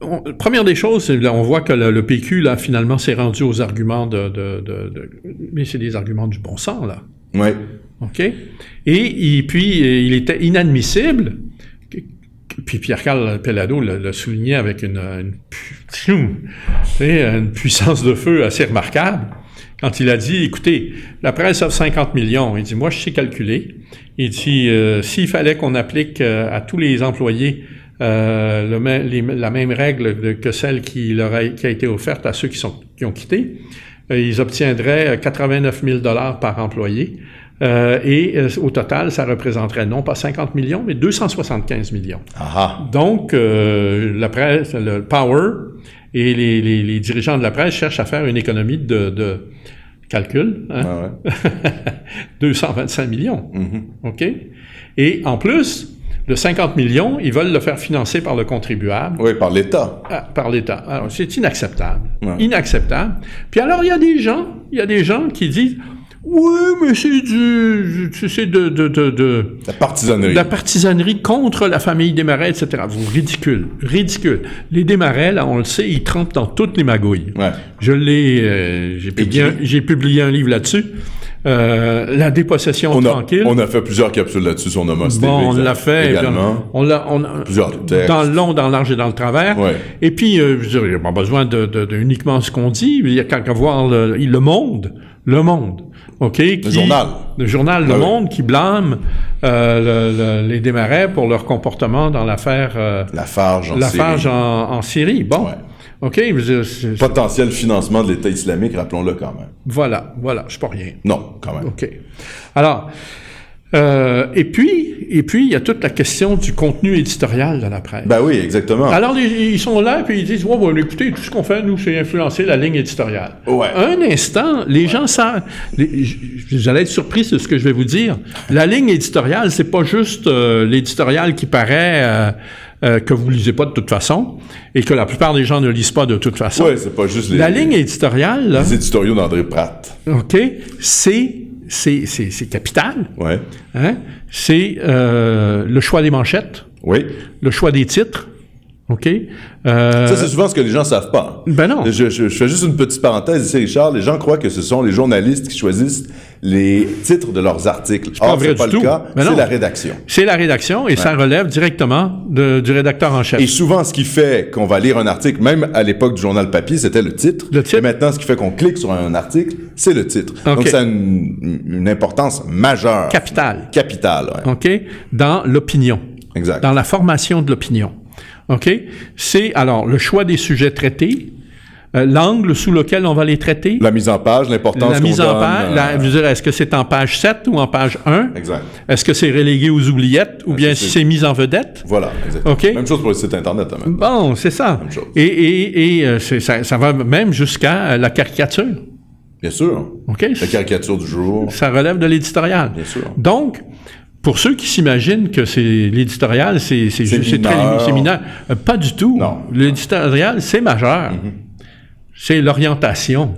[SPEAKER 1] on- première des choses, c'est- là, on voit que le, le PQ, là, finalement, s'est rendu aux arguments de... de- de- de- mais c'est des arguments du bon sens, là.
[SPEAKER 2] Ouais.
[SPEAKER 1] OK? Et, et puis, euh, il était inadmissible, que- que- puis Pierre-Carl Pellado le, le soulignait avec une, une pu- [LAUGHS] tchou, tu sais, une puissance de feu assez remarquable, quand il a dit, écoutez, la presse offre 50 millions. Il dit, moi, je sais calculer. Il dit, euh, s'il fallait qu'on applique euh, à tous les employés euh, le mê- les- la même règle de- que celle qui, leur a, qui a été offerte à ceux qui, sont, qui ont quitté, euh, ils obtiendraient euh, 89 000 dollars par employé. Euh, et euh, au total, ça représenterait non pas 50 millions, mais 275 millions.
[SPEAKER 2] Ah ah.
[SPEAKER 1] Donc, euh, la presse, le Power et les, les- les dirigeants de la presse cherchent à faire une économie de, de calcul, hein,
[SPEAKER 2] Ah ouais.
[SPEAKER 1] 225 millions.
[SPEAKER 2] Mhm.
[SPEAKER 1] OK? Et en plus, le 50 millions, ils veulent le faire financer par le contribuable,
[SPEAKER 2] Oui, par l'État.
[SPEAKER 1] à- Ah, par l'État. Alors, c'est inacceptable.
[SPEAKER 2] Ouais.
[SPEAKER 1] Inacceptable. Puis alors, il y a des gens, il y a des gens qui disent Oui, mais c'est du. du- C'est de- de- de- de
[SPEAKER 2] La partisanerie.
[SPEAKER 1] de la partisanerie contre la famille Desmarais, etc. Vous, ridicule, ridicule. Les Desmarais, là, on le sait, ils trempent dans toutes les magouilles.
[SPEAKER 2] Ouais.
[SPEAKER 1] Je l'ai, euh, j'ai publié, un-
[SPEAKER 2] Écrit.
[SPEAKER 1] j'ai publié un livre là-dessus, euh, la dépossession
[SPEAKER 2] On a,
[SPEAKER 1] tranquille.
[SPEAKER 2] on a fait plusieurs capsules là-dessus sur Nomos TV.
[SPEAKER 1] Bon, on
[SPEAKER 2] exact-
[SPEAKER 1] l'a fait.
[SPEAKER 2] Également.
[SPEAKER 1] On l'a, on a-
[SPEAKER 2] Plusieurs textes.
[SPEAKER 1] Dans le long, dans le large et dans le travers.
[SPEAKER 2] Ouais.
[SPEAKER 1] Et puis, euh, je veux dire, il n'y a pas besoin de, de- de uniquement ce qu'on dit. Il y a qu'à qu'à voir le, le monde. Le monde. OK? qui-
[SPEAKER 2] journal.
[SPEAKER 1] Le journal Le
[SPEAKER 2] Ah oui.
[SPEAKER 1] Monde qui blâme euh, le- le- les démarrais pour leur comportement dans l'affaire, euh,
[SPEAKER 2] La Farge en
[SPEAKER 1] l'affaire
[SPEAKER 2] Syrie.
[SPEAKER 1] en, en Syrie. Bon.
[SPEAKER 2] Ouais.
[SPEAKER 1] OK? je veux dire, c'est-
[SPEAKER 2] Potentiel financement de l'État islamique, rappelons-le quand même.
[SPEAKER 1] voilà. Voilà. Je ne pas rien.
[SPEAKER 2] Non, quand même.
[SPEAKER 1] OK. Alors, euh, et puis, et puis, il y a toute la question du contenu éditorial de la presse.
[SPEAKER 2] Ben oui, exactement.
[SPEAKER 1] Alors, les- ils sont là, puis ils disent, ouais, ouais, écoutez, tout ce qu'on fait, nous, c'est influencer la ligne éditoriale.
[SPEAKER 2] Ouais.
[SPEAKER 1] Un instant, les gens savent... les- j- J'allais être surpris de ce que je vais vous dire. La ligne éditoriale, c'est pas juste euh, l'éditorial qui paraît euh, euh, que vous lisez pas de toute façon et que la plupart des gens ne lisent pas de toute façon.
[SPEAKER 2] Ouais, c'est pas juste les,
[SPEAKER 1] La ligne éditoriale, là,
[SPEAKER 2] les éditoriaux d'André Pratt.
[SPEAKER 1] OK, c'est... C'est, c'est, c'est capital.
[SPEAKER 2] Ouais.
[SPEAKER 1] hein? C'est euh, le choix des manchettes,
[SPEAKER 2] Oui.
[SPEAKER 1] le choix des titres. OK? Euh,
[SPEAKER 2] Ça, c'est souvent ce que les gens savent pas.
[SPEAKER 1] Ben non.
[SPEAKER 2] Je, je- je fais juste une petite parenthèse ici, Richard. Les gens croient que ce sont les journalistes qui choisissent les titres de leurs articles.
[SPEAKER 1] pas
[SPEAKER 2] Or,
[SPEAKER 1] vrai
[SPEAKER 2] c'est pas
[SPEAKER 1] du
[SPEAKER 2] le
[SPEAKER 1] tout.
[SPEAKER 2] cas.
[SPEAKER 1] Ben non.
[SPEAKER 2] c'est la rédaction.
[SPEAKER 1] C'est la rédaction et ça relève directement de- du rédacteur en chef.
[SPEAKER 2] Et souvent, ce qui fait qu'on va lire un article, même à l'époque du journal papier, c'était le titre.
[SPEAKER 1] Le titre.
[SPEAKER 2] Et maintenant, ce qui fait qu'on clique sur un article, c'est le titre.
[SPEAKER 1] Ok.
[SPEAKER 2] Donc, ça a une, une importance majeure.
[SPEAKER 1] Capital.
[SPEAKER 2] Capitale, ouais.
[SPEAKER 1] OK? Dans l'opinion.
[SPEAKER 2] Exact.
[SPEAKER 1] Dans la formation de l'opinion. OK? C'est, alors, le choix des sujets traités, euh, l'angle sous lequel on va les traiter,
[SPEAKER 2] La mise en page, l'importance
[SPEAKER 1] la
[SPEAKER 2] qu'on
[SPEAKER 1] mise en
[SPEAKER 2] donne,
[SPEAKER 1] page,
[SPEAKER 2] euh,
[SPEAKER 1] la- je veux dire, est-ce que c'est en page 7 ou en page 1?
[SPEAKER 2] Exact.
[SPEAKER 1] Est-ce que c'est relégué aux oubliettes ou
[SPEAKER 2] Ah,
[SPEAKER 1] bien
[SPEAKER 2] ça,
[SPEAKER 1] si
[SPEAKER 2] c'est-
[SPEAKER 1] c'est mis en vedette?
[SPEAKER 2] Voilà, exactement.
[SPEAKER 1] OK.
[SPEAKER 2] Même chose pour le site Internet, hein, maintenant.
[SPEAKER 1] Bon, c'est ça.
[SPEAKER 2] Même chose.
[SPEAKER 1] Et, et, et, euh, c'est- ça, ça va même jusqu'à euh, la caricature.
[SPEAKER 2] Bien sûr.
[SPEAKER 1] OK?
[SPEAKER 2] La caricature du jour.
[SPEAKER 1] Ça relève de l'éditorial.
[SPEAKER 2] Bien sûr.
[SPEAKER 1] Donc, pour ceux qui s'imaginent que c'est l'éditorial, c'est c'est
[SPEAKER 2] C'est
[SPEAKER 1] ju- c'est très
[SPEAKER 2] mineur.
[SPEAKER 1] limi- c'est mineur, euh, pas du tout.
[SPEAKER 2] Non. Mm-hmm.
[SPEAKER 1] L'éditorial, c'est majeur. C'est l'orientation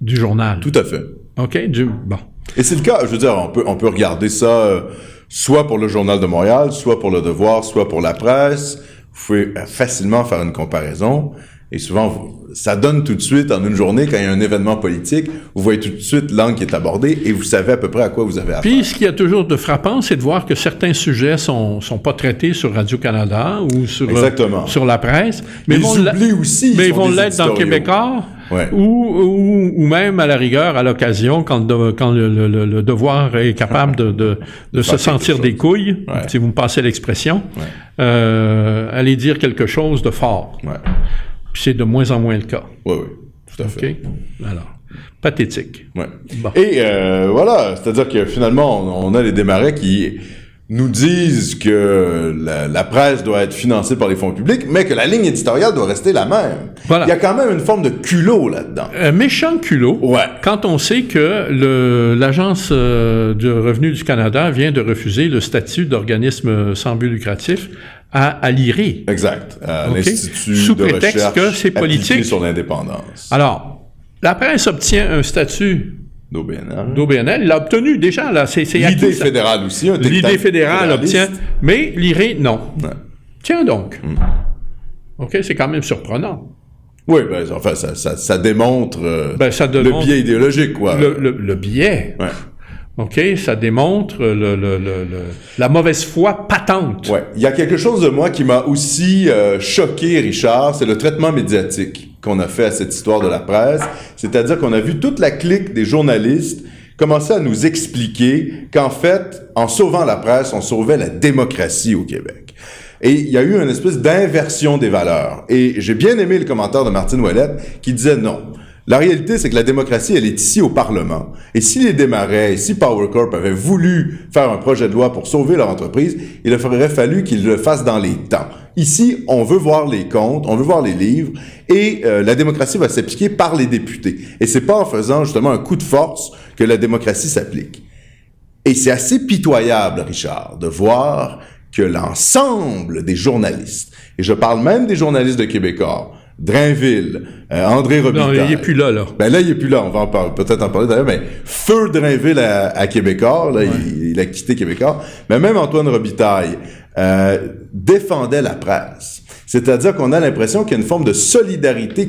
[SPEAKER 1] du journal.
[SPEAKER 2] Tout à fait.
[SPEAKER 1] OK? Du, bon.
[SPEAKER 2] Et c'est le cas, je veux dire, on peut, on peut regarder ça euh, soit pour le Journal de Montréal, soit pour Le Devoir, soit pour la presse. Vous pouvez euh, facilement faire une comparaison. Et souvent, vous- ça donne tout de suite, en une journée, quand il y a un événement politique, vous voyez tout de suite l'angle qui est abordé et vous savez à peu près à quoi vous avez affaire.
[SPEAKER 1] Puis, ce qu'il y a toujours de frappant, c'est de voir que certains sujets sont, sont pas traités sur Radio-Canada ou sur, euh,
[SPEAKER 2] Exactement.
[SPEAKER 1] sur la presse.
[SPEAKER 2] Mais ils
[SPEAKER 1] vont l'a-
[SPEAKER 2] oublient aussi.
[SPEAKER 1] mais ils
[SPEAKER 2] font
[SPEAKER 1] vont
[SPEAKER 2] des
[SPEAKER 1] l'être dans
[SPEAKER 2] éditoriaux.
[SPEAKER 1] Québécois
[SPEAKER 2] Ouais.
[SPEAKER 1] ou, ou, ou même à la rigueur, à l'occasion, quand, le, de- quand le, le- le- le devoir est capable de,
[SPEAKER 2] [LAUGHS]
[SPEAKER 1] de, de se
[SPEAKER 2] faire quelque
[SPEAKER 1] sentir
[SPEAKER 2] chose.
[SPEAKER 1] des couilles,
[SPEAKER 2] Ouais.
[SPEAKER 1] si vous me passez l'expression, euh, aller dire quelque chose de fort.
[SPEAKER 2] Ouais.
[SPEAKER 1] Puis c'est de moins en moins le cas.
[SPEAKER 2] Oui, oui. Tout à fait.
[SPEAKER 1] OK? Alors, pathétique.
[SPEAKER 2] Ouais.
[SPEAKER 1] Bon.
[SPEAKER 2] Et euh, voilà, c'est-à-dire que finalement, on, on a les démarrais qui nous disent que la, la presse doit être financée par les fonds publics, mais que la ligne éditoriale doit rester la même.
[SPEAKER 1] Voilà.
[SPEAKER 2] Il y a quand même une forme de culot là-dedans.
[SPEAKER 1] Un Euh, méchant culot.
[SPEAKER 2] Ouais.
[SPEAKER 1] Quand on sait que le- l'Agence euh, du revenu du Canada vient de refuser le statut d'organisme sans but lucratif à, à l'IRI.
[SPEAKER 2] Exact. À
[SPEAKER 1] Ok.
[SPEAKER 2] L'Institut
[SPEAKER 1] Sous
[SPEAKER 2] de
[SPEAKER 1] prétexte
[SPEAKER 2] recherche
[SPEAKER 1] que c'est
[SPEAKER 2] appliquée
[SPEAKER 1] politique.
[SPEAKER 2] sur l'indépendance.
[SPEAKER 1] Alors, la presse obtient un statut
[SPEAKER 2] D'OBNL.
[SPEAKER 1] d'OBNL. Il l'a obtenu déjà, là. C'est, c'est acquis,
[SPEAKER 2] L'idée
[SPEAKER 1] ça.
[SPEAKER 2] fédérale aussi. un think
[SPEAKER 1] L'idée
[SPEAKER 2] tank
[SPEAKER 1] fédérale
[SPEAKER 2] fédéraliste.
[SPEAKER 1] obtient, mais l'IRI, non.
[SPEAKER 2] Ouais. Hmm.
[SPEAKER 1] Tiens donc. OK, c'est quand même surprenant.
[SPEAKER 2] Oui, ben, enfin, ça, ça, ça démontre euh,
[SPEAKER 1] Ben, ça
[SPEAKER 2] le
[SPEAKER 1] démontre-
[SPEAKER 2] biais idéologique, quoi.
[SPEAKER 1] Le, le- le biais,
[SPEAKER 2] Ouais.
[SPEAKER 1] OK, ça démontre le- le- le- le- la mauvaise foi patente.
[SPEAKER 2] Ouais. Il y a quelque chose de moi qui m'a aussi euh, choqué, Richard, c'est le traitement médiatique qu'on a fait à cette histoire de la presse. C'est-à-dire qu'on a vu toute la clique des journalistes commencer à nous expliquer qu'en fait, en sauvant la presse, on sauvait la démocratie au Québec. Et il y a eu une espèce d'inversion des valeurs. Et j'ai bien aimé le commentaire de Martine Ouellette qui disait non. La réalité, c'est que la démocratie, elle est ici au Parlement. Et si les démarrais, et si Power Corp avait voulu faire un projet de loi pour sauver leur entreprise, il aurait fallu qu'ils le fassent dans les temps. Ici, on veut voir les comptes, on veut voir les livres, et euh, la démocratie va s'appliquer par les députés. Et c'est pas en faisant justement un coup de force que la démocratie s'applique. Et c'est assez pitoyable, Richard, de voir que l'ensemble des journalistes, et je parle même des journalistes de Québécois, Drainville, euh, André
[SPEAKER 1] Non,
[SPEAKER 2] Robitaille.
[SPEAKER 1] il n'est plus là, là.
[SPEAKER 2] Ben là, il est plus là. On va en par- peut-être en parler d'ailleurs, mais Feu Drainville à, à Québécois, là, il, il a quitté Québécois. Mais même Antoine Robitaille euh, défendait la presse. C'est-à-dire qu'on a l'impression qu'il y a une forme de solidarité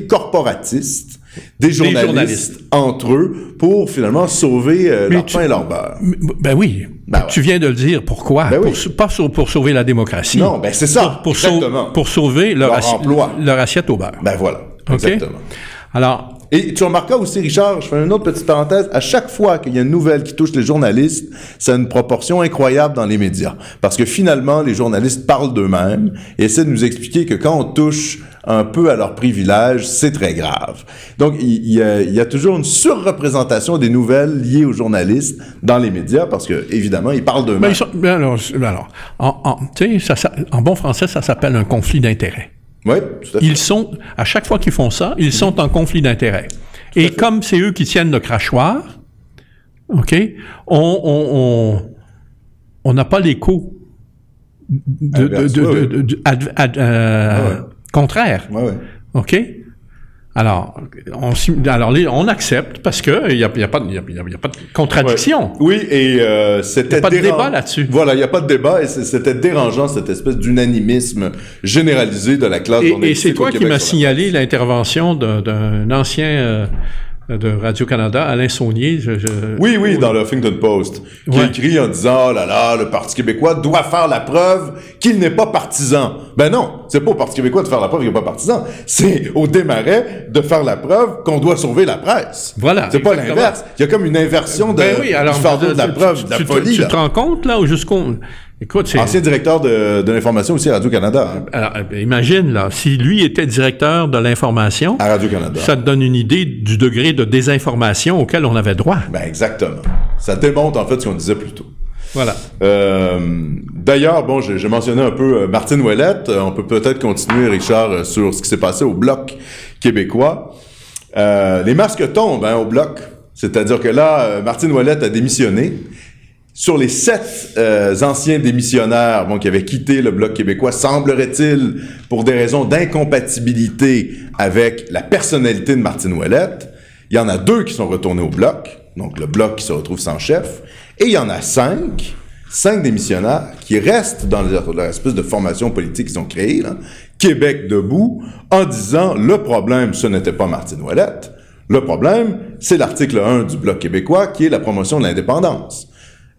[SPEAKER 2] corporatiste des journalistes,
[SPEAKER 1] journalistes.
[SPEAKER 2] entre eux pour finalement sauver euh,
[SPEAKER 1] Mais
[SPEAKER 2] leur
[SPEAKER 1] tu-
[SPEAKER 2] pain et leur beurre.
[SPEAKER 1] Mais- Ben oui.
[SPEAKER 2] Ben ouais.
[SPEAKER 1] Tu viens de le dire. Pourquoi?
[SPEAKER 2] Ben oui.
[SPEAKER 1] Pour sau- pas sau- pour sauver la démocratie.
[SPEAKER 2] Non, ben c'est ça.
[SPEAKER 1] Pour, sau-
[SPEAKER 2] exactement.
[SPEAKER 1] pour sauver leur,
[SPEAKER 2] Leur
[SPEAKER 1] assi-
[SPEAKER 2] emploi.
[SPEAKER 1] leur assiette au beurre.
[SPEAKER 2] Ben voilà,
[SPEAKER 1] OK?
[SPEAKER 2] exactement.
[SPEAKER 1] Alors, ben,
[SPEAKER 2] Et tu remarqueras aussi, Richard, je fais une autre petite parenthèse, à chaque fois qu'il y a une nouvelle qui touche les journalistes, ça a une proportion incroyable dans les médias. Parce que finalement, les journalistes parlent d'eux-mêmes et essaient de nous expliquer que quand on touche un peu à leurs privilèges, c'est très grave. Donc, il il y, a- il y a toujours une surreprésentation des nouvelles liées aux journalistes dans les médias parce que, évidemment, ils parlent
[SPEAKER 1] ben,
[SPEAKER 2] d'eux-mêmes.
[SPEAKER 1] ils sont- ben alors, c'est- ben alors, en, en- tu sais, ça s'a- en bon français, ça s'appelle un conflit d'intérêts.
[SPEAKER 2] Oui, tout à fait.
[SPEAKER 1] Ils sont, à chaque fois qu'ils font ça, ils sont en conflit d'intérêts. Et comme c'est eux qui tiennent le crachoir, OK, on- on on- on n'a pas l'écho de, de-
[SPEAKER 2] Adverse,
[SPEAKER 1] de-
[SPEAKER 2] ouais,
[SPEAKER 1] de- de- adv- ad- euh,
[SPEAKER 2] Ouais, ouais.
[SPEAKER 1] contraire.
[SPEAKER 2] Ouais, ouais.
[SPEAKER 1] OK? Alors, on, s'im- alors les- on accepte parce qu'il n'y a, y a, pas de- y a- y a- y a pas de contradiction.
[SPEAKER 2] Oui, et euh, c'était
[SPEAKER 1] Y a pas de
[SPEAKER 2] dérangeant.
[SPEAKER 1] débat là-dessus.
[SPEAKER 2] Voilà, il n'y a pas de débat et c'est- c'était dérangeant cette espèce d'unanimisme généralisé de la classe
[SPEAKER 1] Et- Et,
[SPEAKER 2] journalistique
[SPEAKER 1] c'est toi
[SPEAKER 2] au
[SPEAKER 1] qui
[SPEAKER 2] Québec
[SPEAKER 1] m'as
[SPEAKER 2] sur la-
[SPEAKER 1] signalé l'intervention d'un- d'un ancien euh, de Radio-Canada, Alain Saunier. je- je-
[SPEAKER 2] Oui, oui, dans le Huffington Post, qui
[SPEAKER 1] Ouais.
[SPEAKER 2] écrit en disant, oh là là, le Parti québécois doit faire la preuve qu'il n'est pas partisan. Ben non, c'est pas au Parti québécois de faire la preuve qu'il n'est pas partisan, c'est au démarret de faire la preuve qu'on doit sauver la presse.
[SPEAKER 1] Voilà,
[SPEAKER 2] C'est pas
[SPEAKER 1] exactement.
[SPEAKER 2] l'inverse. Il y a comme une inversion de,
[SPEAKER 1] Ben oui, alors,
[SPEAKER 2] du fardeau
[SPEAKER 1] tu-
[SPEAKER 2] de la
[SPEAKER 1] tu-
[SPEAKER 2] preuve,
[SPEAKER 1] tu-
[SPEAKER 2] de la
[SPEAKER 1] tu-
[SPEAKER 2] folie.
[SPEAKER 1] Tu
[SPEAKER 2] là. Ah,
[SPEAKER 1] te rends compte, là, où jusqu'où Écoute, c'est...
[SPEAKER 2] Ancien directeur de, de l'information aussi à Radio-Canada. hein,
[SPEAKER 1] Alors, euh, imagine, là, si lui était directeur de l'information,
[SPEAKER 2] à Radio-Canada.
[SPEAKER 1] ça te donne une idée du degré de désinformation auquel on avait droit.
[SPEAKER 2] Ben exactement. Ça démontre en fait ce qu'on disait plus tôt.
[SPEAKER 1] Voilà.
[SPEAKER 2] Euh, D'ailleurs, bon, j'ai j'ai mentionné un peu euh, Martine Ouellette. Euh, on peut peut-être continuer, Richard, euh, sur ce qui s'est passé au Bloc québécois. Euh, les masques tombent hein, au Bloc. C'est-à-dire que là, euh, Martine Ouellette a démissionné. Sur les sept euh, anciens démissionnaires bon, qui avaient quitté le Bloc québécois, semblerait-il, pour des raisons d'incompatibilité avec la personnalité de Martine Ouellette, il y en a deux qui sont retournés au Bloc, donc le Bloc qui se retrouve sans chef, et il y en a cinq, cinq démissionnaires qui restent dans leur, leur espèce de formation politique qu'ils ont créée, là, Québec debout, en disant le problème, ce n'était pas Martine Ouellette, le problème, c'est l'article 1 du Bloc québécois qui est la promotion de l'indépendance.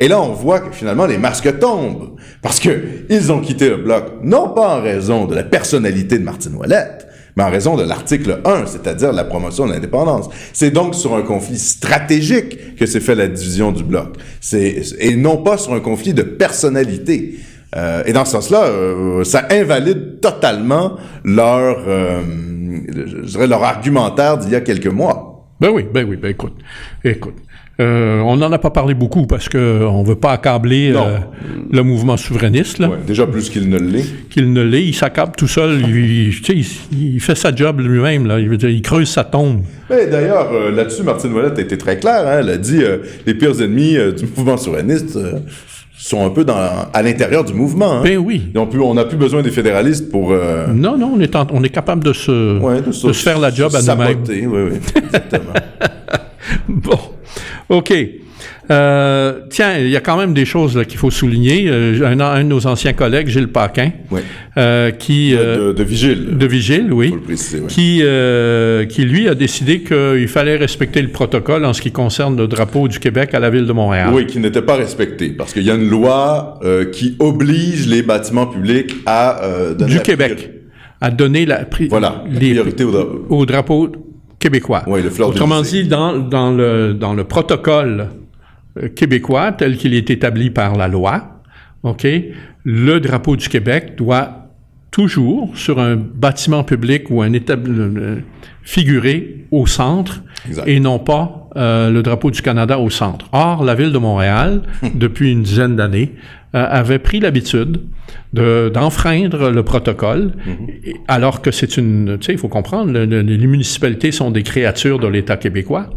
[SPEAKER 2] Et là, on voit que finalement, les masques tombent. Parce que ils ont quitté le bloc, non pas en raison de la personnalité de Martine Ouellette, mais en raison de l'article 1, c'est-à-dire la promotion de l'indépendance. C'est donc sur un conflit stratégique que s'est fait la division du bloc. C'est, et non pas sur un conflit de personnalité. Euh, et dans ce sens-là, euh, ça invalide totalement leur, euh, je dirais leur argumentaire d'il y a quelques mois.
[SPEAKER 1] Ben oui, ben oui, ben écoute, écoute. Euh, on n'en a pas parlé beaucoup parce qu'on ne veut pas accabler
[SPEAKER 2] Non.
[SPEAKER 1] euh, le mouvement souverainiste, là,
[SPEAKER 2] Ouais, déjà plus qu'ils ne l'est.
[SPEAKER 1] qu'il ne l'est. Il s'accable tout seul, il, il- tu sais, il- il fait sa job lui-même, là. Il, veut dire, il creuse sa tombe.
[SPEAKER 2] Mais d'ailleurs, euh, là-dessus, Martine Ouellette a été très claire. hein. elle a dit euh, les pires ennemis euh, du [LAUGHS] mouvement souverainiste euh, sont un peu dans, à l'intérieur du mouvement. hein.
[SPEAKER 1] Ben oui.
[SPEAKER 2] Et on peut- on n'a plus besoin des fédéralistes pour. euh,
[SPEAKER 1] Non, non, on est, en- on est capable de se,
[SPEAKER 2] ouais,
[SPEAKER 1] Mm. de se faire la job à nous-mêmes.
[SPEAKER 2] saboter, Oui, oui, exactement.
[SPEAKER 1] [LAUGHS] Bon, OK. Euh, tiens, il y a quand même des choses là, qu'il faut souligner. Euh, un, un de nos anciens collègues, Gilles Paquin,
[SPEAKER 2] Oui.
[SPEAKER 1] euh, qui... euh,
[SPEAKER 2] de, de vigile.
[SPEAKER 1] de Vigile, oui.
[SPEAKER 2] Faut le préciser, ouais.
[SPEAKER 1] qui, euh, qui, lui, a décidé qu'il fallait respecter le protocole en ce qui concerne le drapeau du Québec à la ville de Montréal.
[SPEAKER 2] Oui, qui n'était pas respecté. Parce qu'il y a une loi euh, qui oblige les bâtiments publics à euh, donner
[SPEAKER 1] Du
[SPEAKER 2] la
[SPEAKER 1] Québec.
[SPEAKER 2] priori-
[SPEAKER 1] A donné la, pri-
[SPEAKER 2] Voilà, la
[SPEAKER 1] les-
[SPEAKER 2] priorité au dra-
[SPEAKER 1] au drapeau québécois.
[SPEAKER 2] Oui, le fleur de
[SPEAKER 1] Autrement
[SPEAKER 2] lys.
[SPEAKER 1] dit, dans, dans, le, dans le protocole euh, québécois tel qu'il est établi par la loi, OK, le drapeau du Québec doit toujours, sur un bâtiment public ou un établissement, figurer au centre
[SPEAKER 2] Exact.
[SPEAKER 1] et non pas euh, le drapeau du Canada au centre. Or, la ville de Montréal, depuis une dizaine d'années, euh, avait pris l'habitude de- d'enfreindre le protocole, et- alors que c'est une... Tu sais, il faut comprendre, le- le- les municipalités sont des créatures de l'État québécois.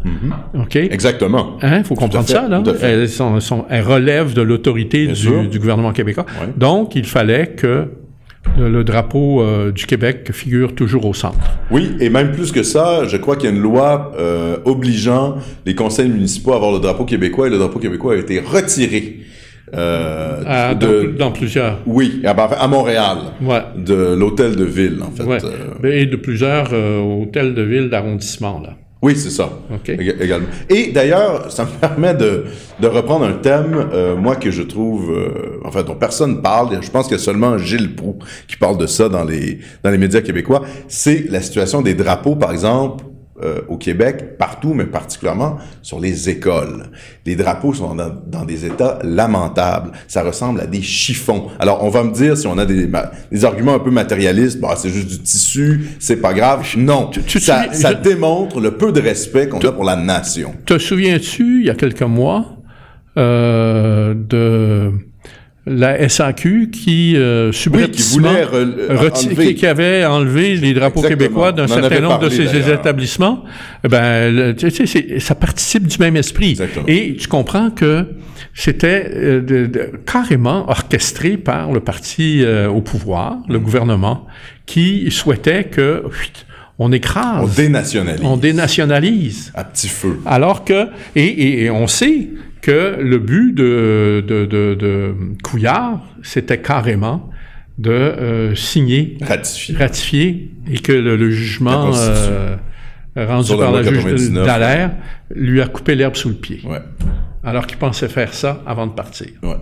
[SPEAKER 1] OK?
[SPEAKER 2] Exactement.
[SPEAKER 1] Il Hein? faut comprendre
[SPEAKER 2] fait,
[SPEAKER 1] ça, là.
[SPEAKER 2] tout à fait.
[SPEAKER 1] Elles, sont- sont- elles relèvent de l'autorité
[SPEAKER 2] sûr.
[SPEAKER 1] du, du gouvernement québécois.
[SPEAKER 2] Ouais.
[SPEAKER 1] Donc, il fallait que le, le drapeau euh, du Québec figure toujours au centre.
[SPEAKER 2] Oui, et même plus que ça, je crois qu'il y a une loi euh, obligeant les conseils municipaux à avoir le drapeau québécois et le drapeau québécois a été retiré. euh,
[SPEAKER 1] À- dans
[SPEAKER 2] de-
[SPEAKER 1] pl- dans plusieurs...
[SPEAKER 2] oui, ah, à, à Montréal,
[SPEAKER 1] Ouais.
[SPEAKER 2] de l'hôtel de ville, en fait.
[SPEAKER 1] Ouais.
[SPEAKER 2] Euh,
[SPEAKER 1] Ben, Et de plusieurs euh, hôtels de ville d'arrondissement, là.
[SPEAKER 2] Oui, c'est ça.
[SPEAKER 1] OK.
[SPEAKER 2] Ég- Également. Et d'ailleurs, ça me [LAUGHS] permet de, de reprendre un thème, euh, moi, que je trouve, euh, en fait, dont personne parle. Je pense qu'il y a seulement Gilles Proux qui parle de ça dans les, dans les médias québécois. C'est la situation des drapeaux, par exemple, euh, au Québec, partout, mais particulièrement sur les écoles. Les drapeaux sont dans, dans des états lamentables. Ça ressemble à des chiffons. Alors, on va me dire si on a des, ma- des arguments un peu matérialistes, bah, c'est juste du tissu, c'est pas grave. Non,
[SPEAKER 1] tu-
[SPEAKER 2] ça,
[SPEAKER 1] tu-
[SPEAKER 2] ça
[SPEAKER 1] je-
[SPEAKER 2] démontre le peu de respect qu'on a pour la nation.
[SPEAKER 1] Te souviens-tu, il y a quelques mois, euh, de la SAQ qui euh,
[SPEAKER 2] Oui, qui
[SPEAKER 1] subrepticement
[SPEAKER 2] voulait re- euh,
[SPEAKER 1] reti-
[SPEAKER 2] enlever.
[SPEAKER 1] qui- qui avait enlevé les drapeaux
[SPEAKER 2] Exactement.
[SPEAKER 1] québécois d'un
[SPEAKER 2] On en
[SPEAKER 1] certain
[SPEAKER 2] avait
[SPEAKER 1] nombre de
[SPEAKER 2] parlé,
[SPEAKER 1] ces
[SPEAKER 2] d'ailleurs.
[SPEAKER 1] établissements, eh ben, le- tu sais, c'est- ça participe du même esprit.
[SPEAKER 2] Exactement.
[SPEAKER 1] Et tu comprends que c'était euh, de- de- carrément orchestré par le parti euh, au pouvoir, le
[SPEAKER 2] Mm.
[SPEAKER 1] gouvernement, qui souhaitait que phuit, on
[SPEAKER 2] On
[SPEAKER 1] écrase,
[SPEAKER 2] dénationalise.
[SPEAKER 1] on dénationalise.
[SPEAKER 2] À petit feu.
[SPEAKER 1] Alors que, et, et- et on sait que le but de, de, de- de Couillard, c'était carrément de euh, signer,
[SPEAKER 2] Ratifié.
[SPEAKER 1] ratifier, et que le, le jugement
[SPEAKER 2] La Constitution.
[SPEAKER 1] euh, rendu
[SPEAKER 2] Sur la
[SPEAKER 1] par
[SPEAKER 2] loi
[SPEAKER 1] le juge
[SPEAKER 2] 99.
[SPEAKER 1] d'Alaire lui a coupé l'herbe sous le pied,
[SPEAKER 2] Ouais.
[SPEAKER 1] alors qu'il pensait faire ça avant de partir.
[SPEAKER 2] Ouais.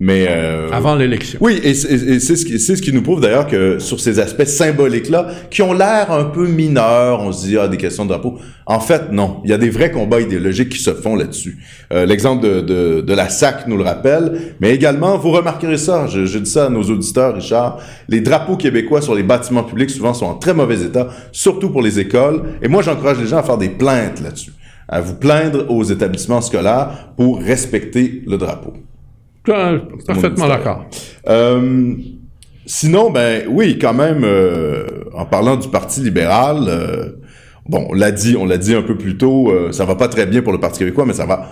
[SPEAKER 2] Mais euh,
[SPEAKER 1] avant l'élection.
[SPEAKER 2] oui, et, c'est- et c'est ce, qui- c'est ce qui nous prouve d'ailleurs que sur ces aspects symboliques-là, qui ont l'air un peu mineurs, on se dit, ah, des questions de drapeau. En fait, non. Il y a des vrais combats idéologiques qui se font là-dessus. Euh, L'exemple de, de- de la SAC nous le rappelle, mais également, vous remarquerez ça, je, je dis ça à nos auditeurs, Richard, les drapeaux québécois sur les bâtiments publics souvent sont en très mauvais état, surtout pour les écoles, et moi j'encourage les gens à faire des plaintes là-dessus, à vous plaindre aux établissements scolaires pour respecter le drapeau.
[SPEAKER 1] Euh, Parfaitement
[SPEAKER 2] histoire.
[SPEAKER 1] d'accord.
[SPEAKER 2] Euh, sinon, ben oui, quand même, euh, en parlant du Parti libéral, euh, bon, on l'a dit, on l'a dit un peu plus tôt, euh, ça va pas très bien pour le Parti québécois, mais ça va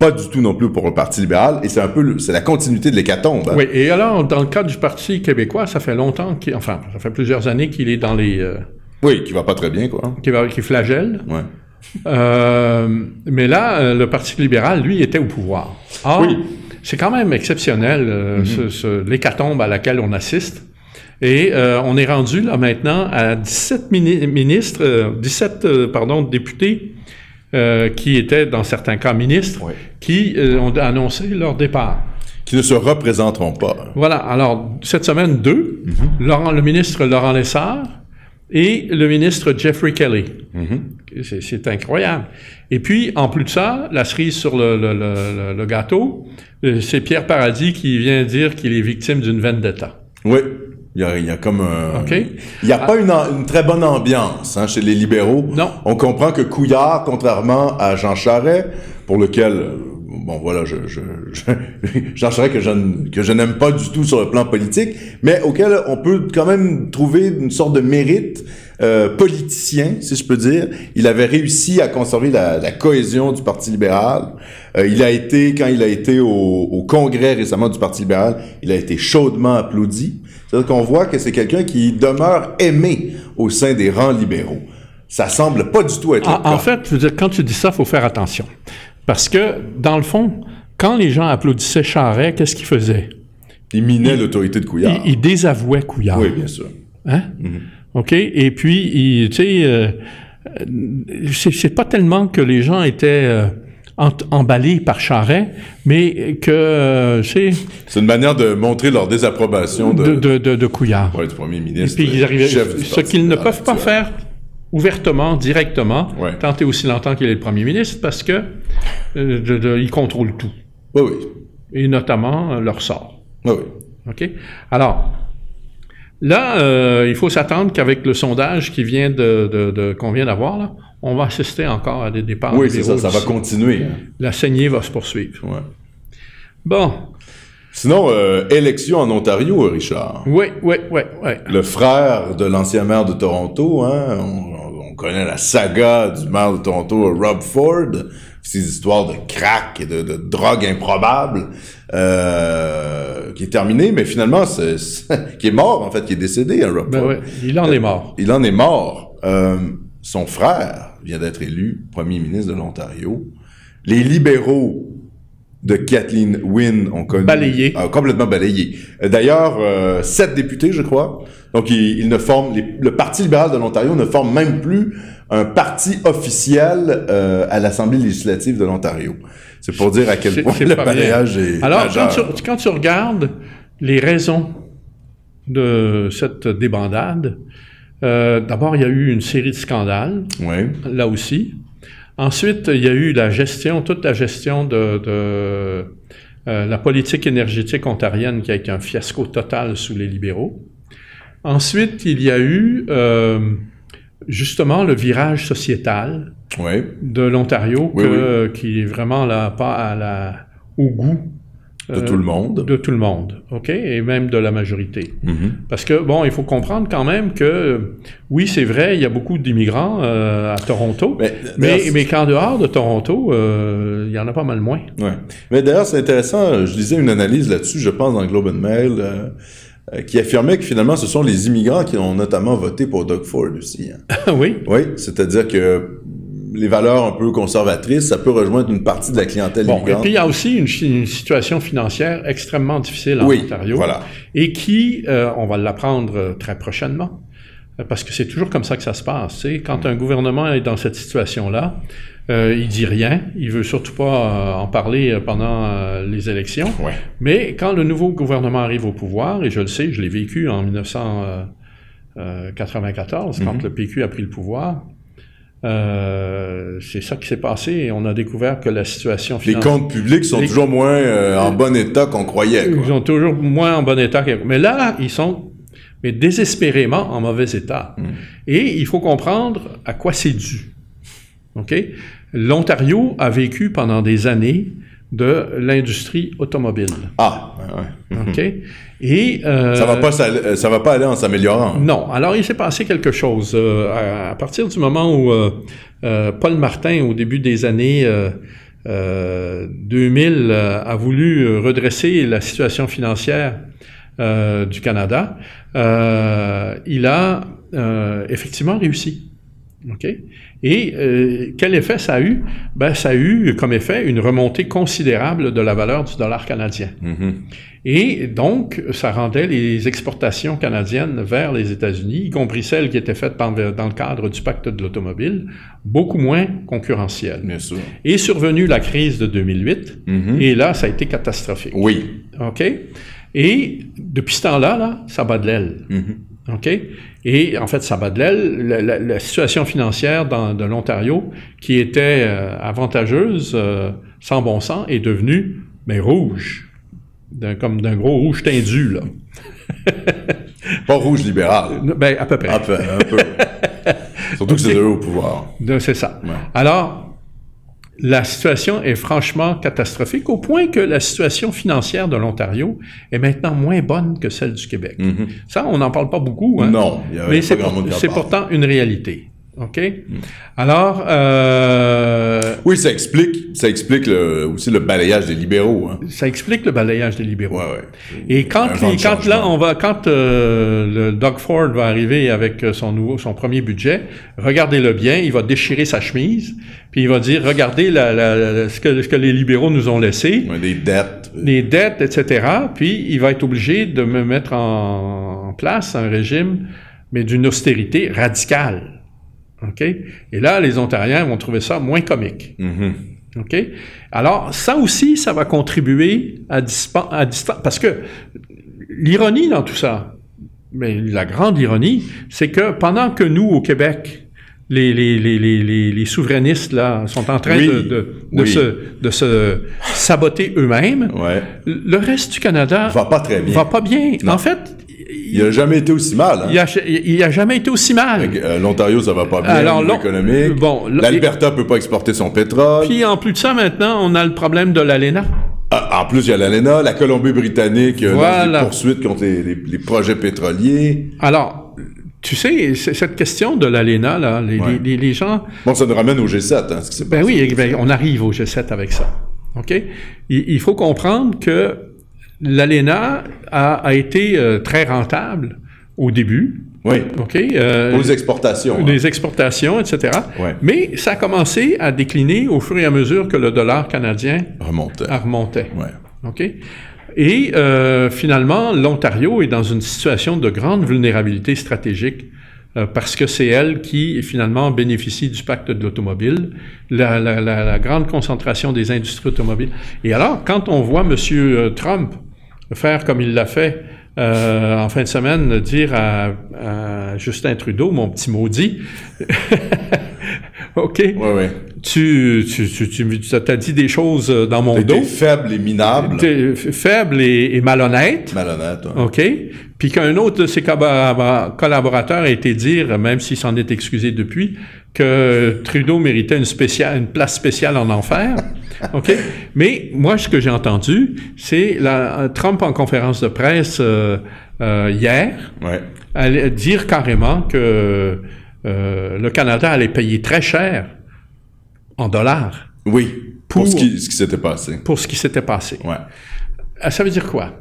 [SPEAKER 2] pas du tout non plus pour le Parti libéral, et c'est un peu, le- c'est la continuité de l'hécatombe. hein.
[SPEAKER 1] Oui, et alors, dans le cadre du Parti québécois, ça fait longtemps, qu'il, enfin, ça fait plusieurs années qu'il est dans les... euh,
[SPEAKER 2] Oui, qui va pas très bien, quoi.
[SPEAKER 1] qu'il va- qu'il flagelle.
[SPEAKER 2] Ouais.
[SPEAKER 1] Euh, mais là, euh, le Parti libéral, lui, était au pouvoir. Or,
[SPEAKER 2] Oui.
[SPEAKER 1] c'est quand même exceptionnel, euh, ce- ce- l'hécatombe à laquelle on assiste. Et euh, on est rendu, là, maintenant, à 17 mini- ministres, euh, 17, euh, pardon, députés euh, qui étaient, dans certains cas, ministres,
[SPEAKER 2] Oui.
[SPEAKER 1] qui euh, ont annoncé leur départ.
[SPEAKER 2] Qui ne se représenteront pas. hein.
[SPEAKER 1] Voilà. Alors, cette semaine, deux, Laurent, le ministre Laurent Lessard et le ministre Jeffrey Kelly. Mm-hmm. C'est- C'est incroyable. Et puis, en plus de ça, la cerise sur le, le- le- le- le gâteau, euh, c'est Pierre Paradis qui vient dire qu'il est victime d'une vendetta.
[SPEAKER 2] Oui. Il y, a, il y a comme un...
[SPEAKER 1] OK.
[SPEAKER 2] Il n'y a pas une, en- une très bonne ambiance hein, chez les libéraux.
[SPEAKER 1] Non.
[SPEAKER 2] On comprend que Couillard, contrairement à Jean Charest, pour lequel, euh, bon voilà, je, je, [LAUGHS] je- Jean Charest que je, n- que je n'aime pas du tout sur le plan politique, mais auquel on peut quand même trouver une sorte de mérite euh, politicien, si je peux dire. Il avait réussi à conserver la, la cohésion du Parti libéral. Euh, il a été, quand il a été au, au congrès récemment du Parti libéral, il a été chaudement applaudi. C'est-à-dire qu'on voit que c'est quelqu'un qui demeure aimé au sein des rangs libéraux. Ça semble pas du tout être le
[SPEAKER 1] En, en
[SPEAKER 2] cas.
[SPEAKER 1] fait, je veux dire, quand tu dis ça, il faut faire attention. Parce que, dans le fond, quand les gens applaudissaient Charret, qu'est-ce qu'ils faisaient?
[SPEAKER 2] Il minait l'autorité de Couillard.
[SPEAKER 1] Ils, ils désavouaient Couillard.
[SPEAKER 2] Oui, bien sûr.
[SPEAKER 1] Hein? OK? Et puis, il- tu sais, euh, euh, c'est- c'est pas tellement que les gens étaient euh, en- emballés par Charret, mais que, euh, tu sais,
[SPEAKER 2] C'est une manière de montrer leur désapprobation de,
[SPEAKER 1] de, de, de, de Couillard.
[SPEAKER 2] Ouais, du premier
[SPEAKER 1] Et
[SPEAKER 2] ministre. euh,
[SPEAKER 1] puis, ils arrivaient,
[SPEAKER 2] chef du
[SPEAKER 1] ce
[SPEAKER 2] Parti
[SPEAKER 1] qu'ils ne
[SPEAKER 2] libéral
[SPEAKER 1] peuvent pas
[SPEAKER 2] actuel.
[SPEAKER 1] faire ouvertement, directement,
[SPEAKER 2] Ouais.
[SPEAKER 1] tant et aussi longtemps qu'il est le premier ministre, parce que euh, de- de- ils contrôlent tout,
[SPEAKER 2] Oui, oui.
[SPEAKER 1] et notamment euh, leur sort.
[SPEAKER 2] Oui, oui.
[SPEAKER 1] OK? Alors, là, euh, il faut s'attendre qu'avec le sondage qui vient de, de- de- qu'on vient d'avoir, là, on va assister encore à des départs.
[SPEAKER 2] Oui, c'est ça,
[SPEAKER 1] libéraux
[SPEAKER 2] ça va
[SPEAKER 1] d'ici.
[SPEAKER 2] continuer. hein.
[SPEAKER 1] La saignée va se poursuivre.
[SPEAKER 2] Ouais.
[SPEAKER 1] Bon,
[SPEAKER 2] Sinon, euh, élection en Ontario, euh, Richard.
[SPEAKER 1] oui, oui, oui, oui.
[SPEAKER 2] Le frère de l'ancien maire de Toronto, hein, on, on connaît la saga du maire de Toronto, Rob Ford, ses histoires de crack et de, de drogue improbable, euh, qui est terminée, mais finalement, c'est, c'est- [LAUGHS] qui est mort, en fait, qui est décédé, hein, Rob
[SPEAKER 1] Ben
[SPEAKER 2] Ford.
[SPEAKER 1] ouais, il en est mort.
[SPEAKER 2] Il en est mort. Euh, son frère vient d'être élu premier ministre de l'Ontario. Les libéraux de Kathleen Wynne ont connu-
[SPEAKER 1] Balayé.
[SPEAKER 2] Ah, complètement balayé. Euh, D'ailleurs, euh, sept députés, je crois. Donc, ils, ils ne forment les- le Parti libéral de l'Ontario ne forme même plus un parti officiel euh, à l'Assemblée législative de l'Ontario. C'est pour dire à
[SPEAKER 1] C'est-
[SPEAKER 2] quel point
[SPEAKER 1] c'est
[SPEAKER 2] le
[SPEAKER 1] pas bien.
[SPEAKER 2] balayage est
[SPEAKER 1] Alors, quand
[SPEAKER 2] majeur.
[SPEAKER 1] tu, quand tu regardes les raisons de cette débandade, euh, d'abord, il y a eu une série de scandales.
[SPEAKER 2] Ouais.
[SPEAKER 1] là aussi. Ensuite, il y a eu la gestion, toute la gestion de, de, euh, la politique énergétique ontarienne qui a été un fiasco total sous les libéraux. Ensuite, il y a eu euh, justement le virage sociétal
[SPEAKER 2] Ouais.
[SPEAKER 1] de l'Ontario
[SPEAKER 2] Oui,
[SPEAKER 1] que- qui est vraiment là, pas à la, au goût
[SPEAKER 2] De
[SPEAKER 1] Euh,
[SPEAKER 2] tout le monde.
[SPEAKER 1] de tout le monde, OK? Et même de la majorité.
[SPEAKER 2] Mhm.
[SPEAKER 1] Parce que, bon, il faut comprendre quand même que, euh, oui, c'est vrai, il y a beaucoup d'immigrants euh, à Toronto,
[SPEAKER 2] Mais-
[SPEAKER 1] mais, mais qu'en dehors de Toronto, euh, il y en a pas mal moins. [LAUGHS]
[SPEAKER 2] Ouais. Mais d'ailleurs, c'est intéressant. euh, Je lisais une analyse là-dessus, je pense, dans Globe and Mail, euh, euh, qui affirmait que finalement, ce sont les immigrants qui ont notamment voté pour Doug Ford aussi. hein.
[SPEAKER 1] Ah oui.
[SPEAKER 2] Oui, c'est-à-dire que les valeurs un peu conservatrices, ça peut rejoindre une partie de la clientèle
[SPEAKER 1] Bon, et
[SPEAKER 2] immigrante.
[SPEAKER 1] puis il y a aussi une, chi- une situation financière extrêmement difficile en
[SPEAKER 2] oui,
[SPEAKER 1] Ontario
[SPEAKER 2] voilà.
[SPEAKER 1] et qui, euh, on va l'apprendre euh, très prochainement, euh, parce que c'est toujours comme ça que ça se passe. tu sais. Quand un gouvernement est dans cette situation-là, Euh, il dit rien. Il veut surtout pas euh, en parler euh, pendant euh, les élections.
[SPEAKER 2] Ouais.
[SPEAKER 1] Mais quand le nouveau gouvernement arrive au pouvoir, et je le sais, je l'ai vécu en 1994, euh, quand
[SPEAKER 2] Mhm.
[SPEAKER 1] le PQ a pris le pouvoir, euh, c'est ça qui s'est passé. Et on a découvert que la situation
[SPEAKER 2] Les
[SPEAKER 1] financière...
[SPEAKER 2] comptes publics sont
[SPEAKER 1] Les-
[SPEAKER 2] toujours moins euh, en bon état qu'on croyait.
[SPEAKER 1] Ils
[SPEAKER 2] Quoi.
[SPEAKER 1] sont toujours moins en bon état. que- Mais là, ils sont mais désespérément en mauvais état.
[SPEAKER 2] Mm.
[SPEAKER 1] Et il faut comprendre à quoi c'est dû. OK? L'Ontario a vécu pendant des années de l'industrie automobile.
[SPEAKER 2] Ah, ouais, ouais.
[SPEAKER 1] OK? Et, euh, Mm.
[SPEAKER 2] ça va pas s'al- euh, ça va pas aller en s'améliorant.
[SPEAKER 1] non. Alors, il s'est passé quelque chose. Euh, à, à partir du moment où euh, euh, Paul Martin, au début des années euh, euh, 2000, euh, a voulu euh, redresser la situation financière euh, du Canada, euh, il a euh, effectivement réussi. OK? Et euh, quel effet ça a eu? Ben, ça a eu comme effet une remontée considérable de la valeur du dollar canadien.
[SPEAKER 2] Mhm.
[SPEAKER 1] Et donc, ça rendait les exportations canadiennes vers les États-Unis, y compris celles qui étaient faites par- dans le cadre du pacte de l'automobile, beaucoup moins concurrentielles.
[SPEAKER 2] Bien sûr.
[SPEAKER 1] Est survenue la crise de 2008,
[SPEAKER 2] Mhm.
[SPEAKER 1] et là, ça a été catastrophique.
[SPEAKER 2] Oui.
[SPEAKER 1] OK? Et depuis ce temps-là, là, ça bat de l'aile.
[SPEAKER 2] Mhm.
[SPEAKER 1] OK? Et en fait, ça bat de l'aile. La, la- la situation financière dans- de l'Ontario, qui était euh, avantageuse, euh, sans bon sens, est devenue, mais rouge. D'un- comme d'un gros rouge tendu, là.
[SPEAKER 2] Pas rouge libéral.
[SPEAKER 1] Ben, à peu près.
[SPEAKER 2] Un peu. un
[SPEAKER 1] [LAUGHS]
[SPEAKER 2] peu. Surtout que c'est eux au pouvoir.
[SPEAKER 1] De- C'est ça.
[SPEAKER 2] Ouais.
[SPEAKER 1] Alors, la situation est franchement catastrophique au point que la situation financière de l'Ontario est maintenant moins bonne que celle du Québec.
[SPEAKER 2] Mhm.
[SPEAKER 1] Ça, on n'en parle pas beaucoup. Hein?
[SPEAKER 2] Non, il y
[SPEAKER 1] Mm-hmm.
[SPEAKER 2] avait
[SPEAKER 1] Mais
[SPEAKER 2] pas
[SPEAKER 1] c'est
[SPEAKER 2] grand
[SPEAKER 1] pour-
[SPEAKER 2] monde qui en
[SPEAKER 1] c'est
[SPEAKER 2] parle. Mm.
[SPEAKER 1] pourtant une réalité. OK? Alors, euh,
[SPEAKER 2] Oui, ça explique, ça explique le- aussi le balayage des libéraux. Hein.
[SPEAKER 1] ça explique le balayage des libéraux.
[SPEAKER 2] Ouais, ouais.
[SPEAKER 1] Et quand,
[SPEAKER 2] Euh, Un vent
[SPEAKER 1] les-
[SPEAKER 2] de
[SPEAKER 1] quand là,
[SPEAKER 2] changement.
[SPEAKER 1] on va, quand euh, le Doug Ford va arriver avec euh, son nouveau, son premier budget, regardez-le bien, il va déchirer sa chemise, puis il va dire, regardez la- la- la- ce, que, ce que les libéraux nous ont laissé,
[SPEAKER 2] Ouais, des dettes.
[SPEAKER 1] les dettes, etc. Puis il va être obligé de me mettre en, en place un régime, mais d'une austérité radicale. OK? Et là, les Ontariens vont trouver ça moins comique.
[SPEAKER 2] Mhm.
[SPEAKER 1] OK? Alors, ça aussi, ça va contribuer à, dispa- à distance. Parce que l'ironie dans tout ça, mais la grande ironie, c'est que pendant que nous, au Québec, les, les, les, les, les, les souverainistes là, sont en train
[SPEAKER 2] Oui,
[SPEAKER 1] de, de, de
[SPEAKER 2] oui.
[SPEAKER 1] se, de se saboter eux-mêmes,
[SPEAKER 2] Ouais.
[SPEAKER 1] le reste du Canada
[SPEAKER 2] Va pas très bien.
[SPEAKER 1] va pas bien. En fait,
[SPEAKER 2] Il a jamais été aussi mal. Hein.
[SPEAKER 1] il a, il a jamais été aussi mal.
[SPEAKER 2] Euh, L'Ontario, ça va pas bien
[SPEAKER 1] Alors,
[SPEAKER 2] au niveau
[SPEAKER 1] l'on-
[SPEAKER 2] économique.
[SPEAKER 1] bon, l-
[SPEAKER 2] L'Alberta peut pas exporter son pétrole.
[SPEAKER 1] Puis en plus de ça, maintenant, on a le problème de l'ALENA.
[SPEAKER 2] Ah, en plus, il y a l'ALENA, la Colombie-Britannique, euh, lance
[SPEAKER 1] Voilà.
[SPEAKER 2] des poursuites contre les, les- les projets pétroliers.
[SPEAKER 1] Alors, tu sais, c'est- cette question de l'ALENA, là, les,
[SPEAKER 2] Ouais.
[SPEAKER 1] les- les- les gens...
[SPEAKER 2] Bon, ça nous ramène au G7, hein, ce qui s'est
[SPEAKER 1] Ben
[SPEAKER 2] passé.
[SPEAKER 1] oui, ben, on arrive au G7 avec ça. OK? Il, il faut comprendre que l'ALENA a, a été euh, très rentable au début.
[SPEAKER 2] Oui,
[SPEAKER 1] OK? Euh,
[SPEAKER 2] pour les exportations. hein.
[SPEAKER 1] les exportations, etc.
[SPEAKER 2] Ouais.
[SPEAKER 1] Mais ça a commencé à décliner au fur et à mesure que le dollar canadien
[SPEAKER 2] Remontent.
[SPEAKER 1] a remonté.
[SPEAKER 2] Ouais.
[SPEAKER 1] OK? Et euh, finalement, l'Ontario est dans une situation de grande vulnérabilité stratégique euh, parce que c'est elle qui, finalement, bénéficie du pacte de l'automobile, la, la- la- la grande concentration des industries automobiles. Et alors, quand on voit M. Trump faire comme il l'a fait euh, en fin de semaine, dire à, à Justin Trudeau, mon petit maudit, [LAUGHS] OK,
[SPEAKER 2] Ouais, ouais.
[SPEAKER 1] tu, tu, tu, tu- tu t'as dit des choses euh, dans mon
[SPEAKER 2] T'as
[SPEAKER 1] dos
[SPEAKER 2] été faible et minable.
[SPEAKER 1] t'es f- faible et, et malhonnête,
[SPEAKER 2] Malhonnête. hein.
[SPEAKER 1] OK? Puis qu'un autre de ses collabora- collaborateurs a été dire, même s'il s'en est excusé depuis, que Trudeau méritait une, spéciale, une place spéciale en enfer. [LAUGHS] OK? Mais moi, ce que j'ai entendu, c'est la- Trump en conférence de presse euh, euh, hier
[SPEAKER 2] Ouais.
[SPEAKER 1] allait dire carrément que euh, le Canada allait payer très cher en dollars
[SPEAKER 2] Oui.
[SPEAKER 1] Pour-
[SPEAKER 2] Pour, ce qui, ce qui s'était passé.
[SPEAKER 1] pour ce qui s'était passé.
[SPEAKER 2] Ouais.
[SPEAKER 1] Ah, Ça veut dire quoi?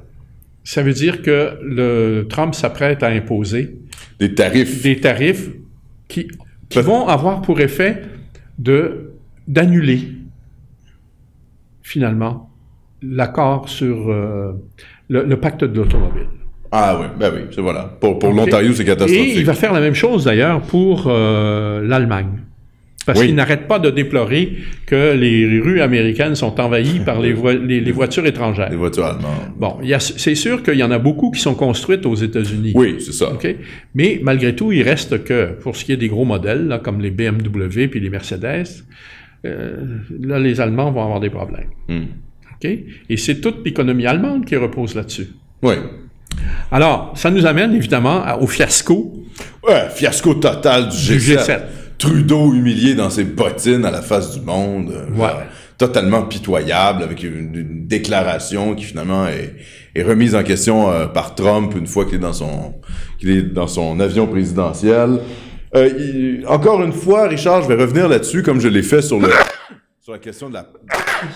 [SPEAKER 1] Ça veut dire que le Trump s'apprête à imposer
[SPEAKER 2] Des tarifs.
[SPEAKER 1] des tarifs qui, qui
[SPEAKER 2] Peut-
[SPEAKER 1] vont avoir pour effet de d'annuler finalement l'accord sur euh, le, le pacte de l'automobile.
[SPEAKER 2] Ah oui, ben oui, c'est voilà. Pour, pour
[SPEAKER 1] Ok.
[SPEAKER 2] l'Ontario, c'est
[SPEAKER 1] Et il
[SPEAKER 2] catastrophique.
[SPEAKER 1] va faire la même chose d'ailleurs pour euh, l'Allemagne. Parce
[SPEAKER 2] Oui.
[SPEAKER 1] qu'ils n'arrêtent pas de déplorer que les rues américaines sont envahies par les, voi- les- les voitures étrangères.
[SPEAKER 2] Les voitures allemandes.
[SPEAKER 1] Bon, il y a- c'est sûr qu'il y en a beaucoup qui sont construites aux États-Unis.
[SPEAKER 2] Oui, c'est ça.
[SPEAKER 1] OK? Mais malgré tout, il reste que, pour ce qui est des gros modèles, là, comme les BMW puis les Mercedes, euh, là, les Allemands vont avoir des problèmes.
[SPEAKER 2] Hmm.
[SPEAKER 1] OK? Et c'est toute l'économie allemande qui repose là-dessus.
[SPEAKER 2] Oui.
[SPEAKER 1] Alors, ça nous amène évidemment à- au fiasco.
[SPEAKER 2] Ouais, fiasco total du
[SPEAKER 1] Du
[SPEAKER 2] G7.
[SPEAKER 1] G7.
[SPEAKER 2] Trudeau humilié dans ses bottines à la face du monde. euh,
[SPEAKER 1] Ouais.
[SPEAKER 2] genre, Totalement pitoyable, avec une, une déclaration qui finalement est, est remise en question euh, par Trump une fois qu'il est dans son, qu'il est dans son avion présidentiel. Euh, il- encore une fois, Richard, je vais revenir là-dessus, comme je l'ai fait sur le, sur la question de la,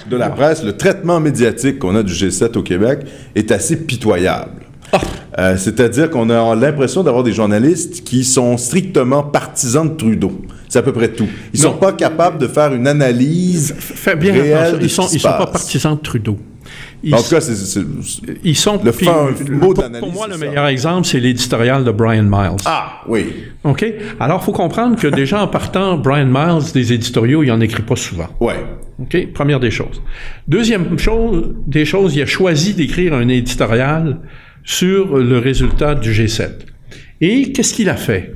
[SPEAKER 2] de la presse. Le traitement médiatique qu'on a du G7 au Québec est assez pitoyable.
[SPEAKER 1] Ah!
[SPEAKER 2] Euh, C'est-à-dire qu'on a l'impression d'avoir des journalistes qui sont strictement partisans de Trudeau. C'est à peu près tout. Ils
[SPEAKER 1] Non.
[SPEAKER 2] sont pas capables de faire une analyse.
[SPEAKER 1] Fais bien
[SPEAKER 2] réelle
[SPEAKER 1] attention,
[SPEAKER 2] de
[SPEAKER 1] ils
[SPEAKER 2] ce
[SPEAKER 1] sont,
[SPEAKER 2] qui
[SPEAKER 1] ils
[SPEAKER 2] se
[SPEAKER 1] sont pas
[SPEAKER 2] passe.
[SPEAKER 1] partisans de Trudeau. Ils,
[SPEAKER 2] En tout cas, c'est- c'est- c'est-
[SPEAKER 1] ils sont...
[SPEAKER 2] le
[SPEAKER 1] puis,
[SPEAKER 2] fin mot
[SPEAKER 1] pour,
[SPEAKER 2] d'analyse,
[SPEAKER 1] pour moi,
[SPEAKER 2] c'est
[SPEAKER 1] le
[SPEAKER 2] ça.
[SPEAKER 1] meilleur exemple, c'est l'éditorial de Brian Miles.
[SPEAKER 2] Ah, oui.
[SPEAKER 1] OK? Alors, il faut comprendre que déjà en partant, Brian Miles, des éditoriaux, il n'en écrit pas souvent.
[SPEAKER 2] Ouais.
[SPEAKER 1] OK? Première des choses. Deuxième chose, des choses, il a choisi d'écrire un éditorial sur le résultat du G7. Et qu'est-ce qu'il a fait?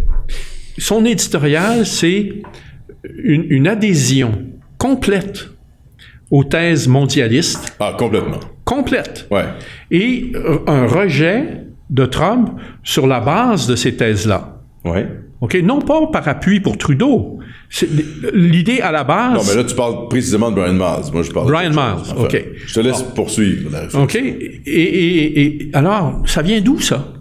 [SPEAKER 1] Son éditorial, c'est une, une adhésion complète aux thèses mondialistes,
[SPEAKER 2] Ah, complètement.
[SPEAKER 1] complète,
[SPEAKER 2] Ouais.
[SPEAKER 1] et euh, un rejet de Trump sur la base de ces thèses-là.
[SPEAKER 2] Ouais.
[SPEAKER 1] OK? Non pas par appui pour Trudeau. C'est- L'idée à la
[SPEAKER 2] Non, mais
[SPEAKER 1] base.
[SPEAKER 2] là, tu parles précisément de Brian Miles. Moi, je parle. de
[SPEAKER 1] Brian
[SPEAKER 2] quelque chose.
[SPEAKER 1] Miles, OK.
[SPEAKER 2] Je te laisse poursuivre. la réflexion.
[SPEAKER 1] OK? Et, et- et- alors, ça vient d'où, ça?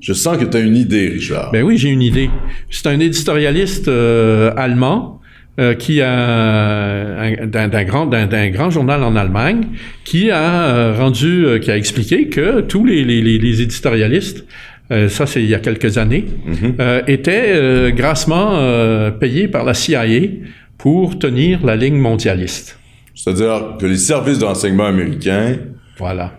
[SPEAKER 2] Je sens que tu as une idée, Richard.
[SPEAKER 1] Ben oui, j'ai une idée. C'est un éditorialiste euh, allemand. euh, qui a un- d'un d'un grand d'un d'un grand journal en Allemagne qui a euh, rendu euh, qui a expliqué que tous les les, les- les éditorialistes euh, ça c'est il y a quelques années euh, étaient euh, grassement euh, payés par la CIA pour tenir la ligne mondialiste.
[SPEAKER 2] C'est-à-dire que les services d'enseignement américains
[SPEAKER 1] Voilà.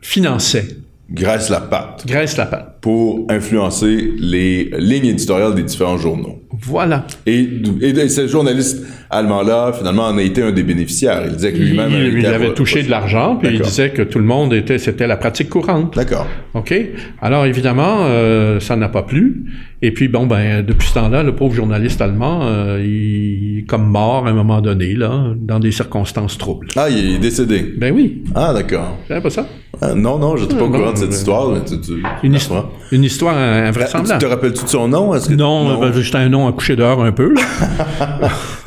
[SPEAKER 1] Finançait.
[SPEAKER 2] graissent la patte
[SPEAKER 1] Graisse la patte.
[SPEAKER 2] pour influencer les lignes éditoriales des différents journaux.
[SPEAKER 1] Voilà.
[SPEAKER 2] Et, et, et ce journaliste allemand-là, finalement, en a été un des bénéficiaires. Il disait que
[SPEAKER 1] Il,
[SPEAKER 2] lui-même
[SPEAKER 1] il
[SPEAKER 2] été
[SPEAKER 1] avait
[SPEAKER 2] appro-
[SPEAKER 1] touché de l'argent, puis il
[SPEAKER 2] D'accord.
[SPEAKER 1] disait que tout le monde était, c'était la pratique courante.
[SPEAKER 2] D'accord.
[SPEAKER 1] OK? Alors, évidemment, euh, ça n'a pas plu. Et puis, bon, ben, depuis ce temps-là, le pauvre journaliste allemand, euh, il est comme mort à un moment donné, là, dans des circonstances troubles.
[SPEAKER 2] Ah, il est décédé.
[SPEAKER 1] Ben oui,
[SPEAKER 2] Ah, d'accord.
[SPEAKER 1] c'est pas ça?
[SPEAKER 2] Ah, non, non, je n'étais pas
[SPEAKER 1] Ah,
[SPEAKER 2] au
[SPEAKER 1] non,
[SPEAKER 2] courant de cette
[SPEAKER 1] mais-
[SPEAKER 2] histoire. mais tu, tu-
[SPEAKER 1] Une,
[SPEAKER 2] Ah,
[SPEAKER 1] histo- une histoire in-
[SPEAKER 2] Tu te
[SPEAKER 1] invraisemblable.
[SPEAKER 2] rappelles-tu de son nom? Est-ce que-
[SPEAKER 1] Non, ben, j'étais un nom à coucher dehors un peu. là.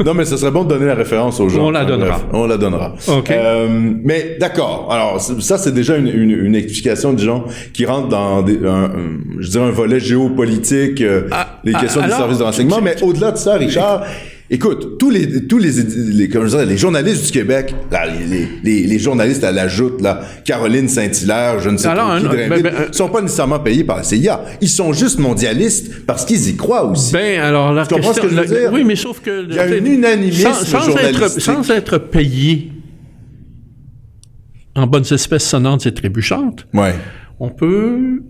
[SPEAKER 2] Non, mais ce serait bon de donner la référence aux gens.
[SPEAKER 1] On la
[SPEAKER 2] Enfin,
[SPEAKER 1] donnera.
[SPEAKER 2] bref, on la donnera.
[SPEAKER 1] OK.
[SPEAKER 2] Euh, mais d'accord. Alors, c- ça, c'est déjà une, une, une explication, disons, qui rentre dans, des- un, un- je dirais, un volet géopolitique, euh,
[SPEAKER 1] Ah,
[SPEAKER 2] les
[SPEAKER 1] ah,
[SPEAKER 2] questions
[SPEAKER 1] alors-
[SPEAKER 2] du service de renseignement. Mais au-delà de ça, Richard, écoute, tous les, tous les, les, comment je dirais, les journalistes du Québec, là, les, les, les, les journalistes à la joute, là, Caroline Saint-Hilaire, je ne sais
[SPEAKER 1] Alors,
[SPEAKER 2] pas qui,
[SPEAKER 1] un-
[SPEAKER 2] Drainville,
[SPEAKER 1] ben, ben, un-
[SPEAKER 2] sont pas nécessairement payés par la CIA. Ils sont juste mondialistes parce qu'ils y croient aussi.
[SPEAKER 1] Ben, alors, la
[SPEAKER 2] comprends
[SPEAKER 1] question-
[SPEAKER 2] ce que je veux
[SPEAKER 1] la-
[SPEAKER 2] dire?
[SPEAKER 1] Oui, mais sauf que...
[SPEAKER 2] y a un unanimisme
[SPEAKER 1] sans, sans être,
[SPEAKER 2] journalistique.
[SPEAKER 1] sans être payé en bonnes espèces sonnantes et trébuchantes,
[SPEAKER 2] ouais.
[SPEAKER 1] on peut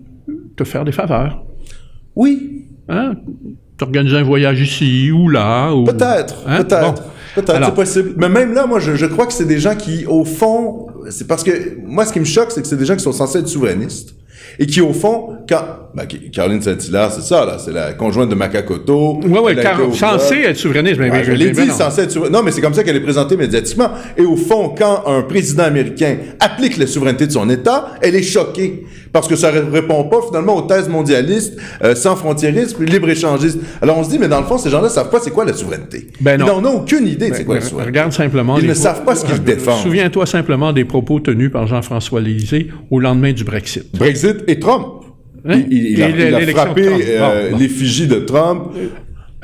[SPEAKER 1] te faire des faveurs.
[SPEAKER 2] Oui,
[SPEAKER 1] Hein? T'organiser un voyage ici ou là. Ou...
[SPEAKER 2] Peut-être,
[SPEAKER 1] Hein?
[SPEAKER 2] peut-être.
[SPEAKER 1] Bon.
[SPEAKER 2] Peut-être,
[SPEAKER 1] Alors-
[SPEAKER 2] c'est possible. Mais même là, moi, je, je crois que c'est des gens qui, au fond, c'est parce que moi, ce qui me choque, c'est que c'est des gens qui sont censés être souverainistes et qui, au fond, quand. ben, qui- Caroline Saint-Hilaire, c'est ça, là, c'est la conjointe de Macacoto.
[SPEAKER 1] Oui, oui,
[SPEAKER 2] Elle a
[SPEAKER 1] car
[SPEAKER 2] été au
[SPEAKER 1] censé
[SPEAKER 2] bloc.
[SPEAKER 1] être souverainiste. ben, Mais,
[SPEAKER 2] Ouais,
[SPEAKER 1] mais-
[SPEAKER 2] je l'ai
[SPEAKER 1] mais-
[SPEAKER 2] dit,
[SPEAKER 1] mais non.
[SPEAKER 2] censé être souverain. Non, mais c'est comme ça qu'elle est présentée médiatiquement. Et au fond, quand un président américain applique la souveraineté de son État, elle est choquée. Parce que ça ne répond pas finalement aux thèses mondialistes, euh, sans frontiérisme, libre-échangistes. Alors on se dit, mais dans le fond, ces gens-là savent pas c'est quoi la souveraineté.
[SPEAKER 1] Ben non.
[SPEAKER 2] Ils n'en ont aucune idée de c'est quoi la
[SPEAKER 1] Mais
[SPEAKER 2] souveraineté.
[SPEAKER 1] Regarde simplement...
[SPEAKER 2] Ils
[SPEAKER 1] les
[SPEAKER 2] ne
[SPEAKER 1] pro-
[SPEAKER 2] savent pas ce qu'ils
[SPEAKER 1] euh,
[SPEAKER 2] défendent.
[SPEAKER 1] Souviens-toi simplement des propos tenus par Jean-François Lisée au lendemain du Brexit.
[SPEAKER 2] Brexit et Trump.
[SPEAKER 1] Hein?
[SPEAKER 2] Il, il- il a,
[SPEAKER 1] Et
[SPEAKER 2] il a
[SPEAKER 1] l'élection
[SPEAKER 2] frappé
[SPEAKER 1] de Trump.
[SPEAKER 2] euh,
[SPEAKER 1] Bon, bon.
[SPEAKER 2] l'effigie de Trump.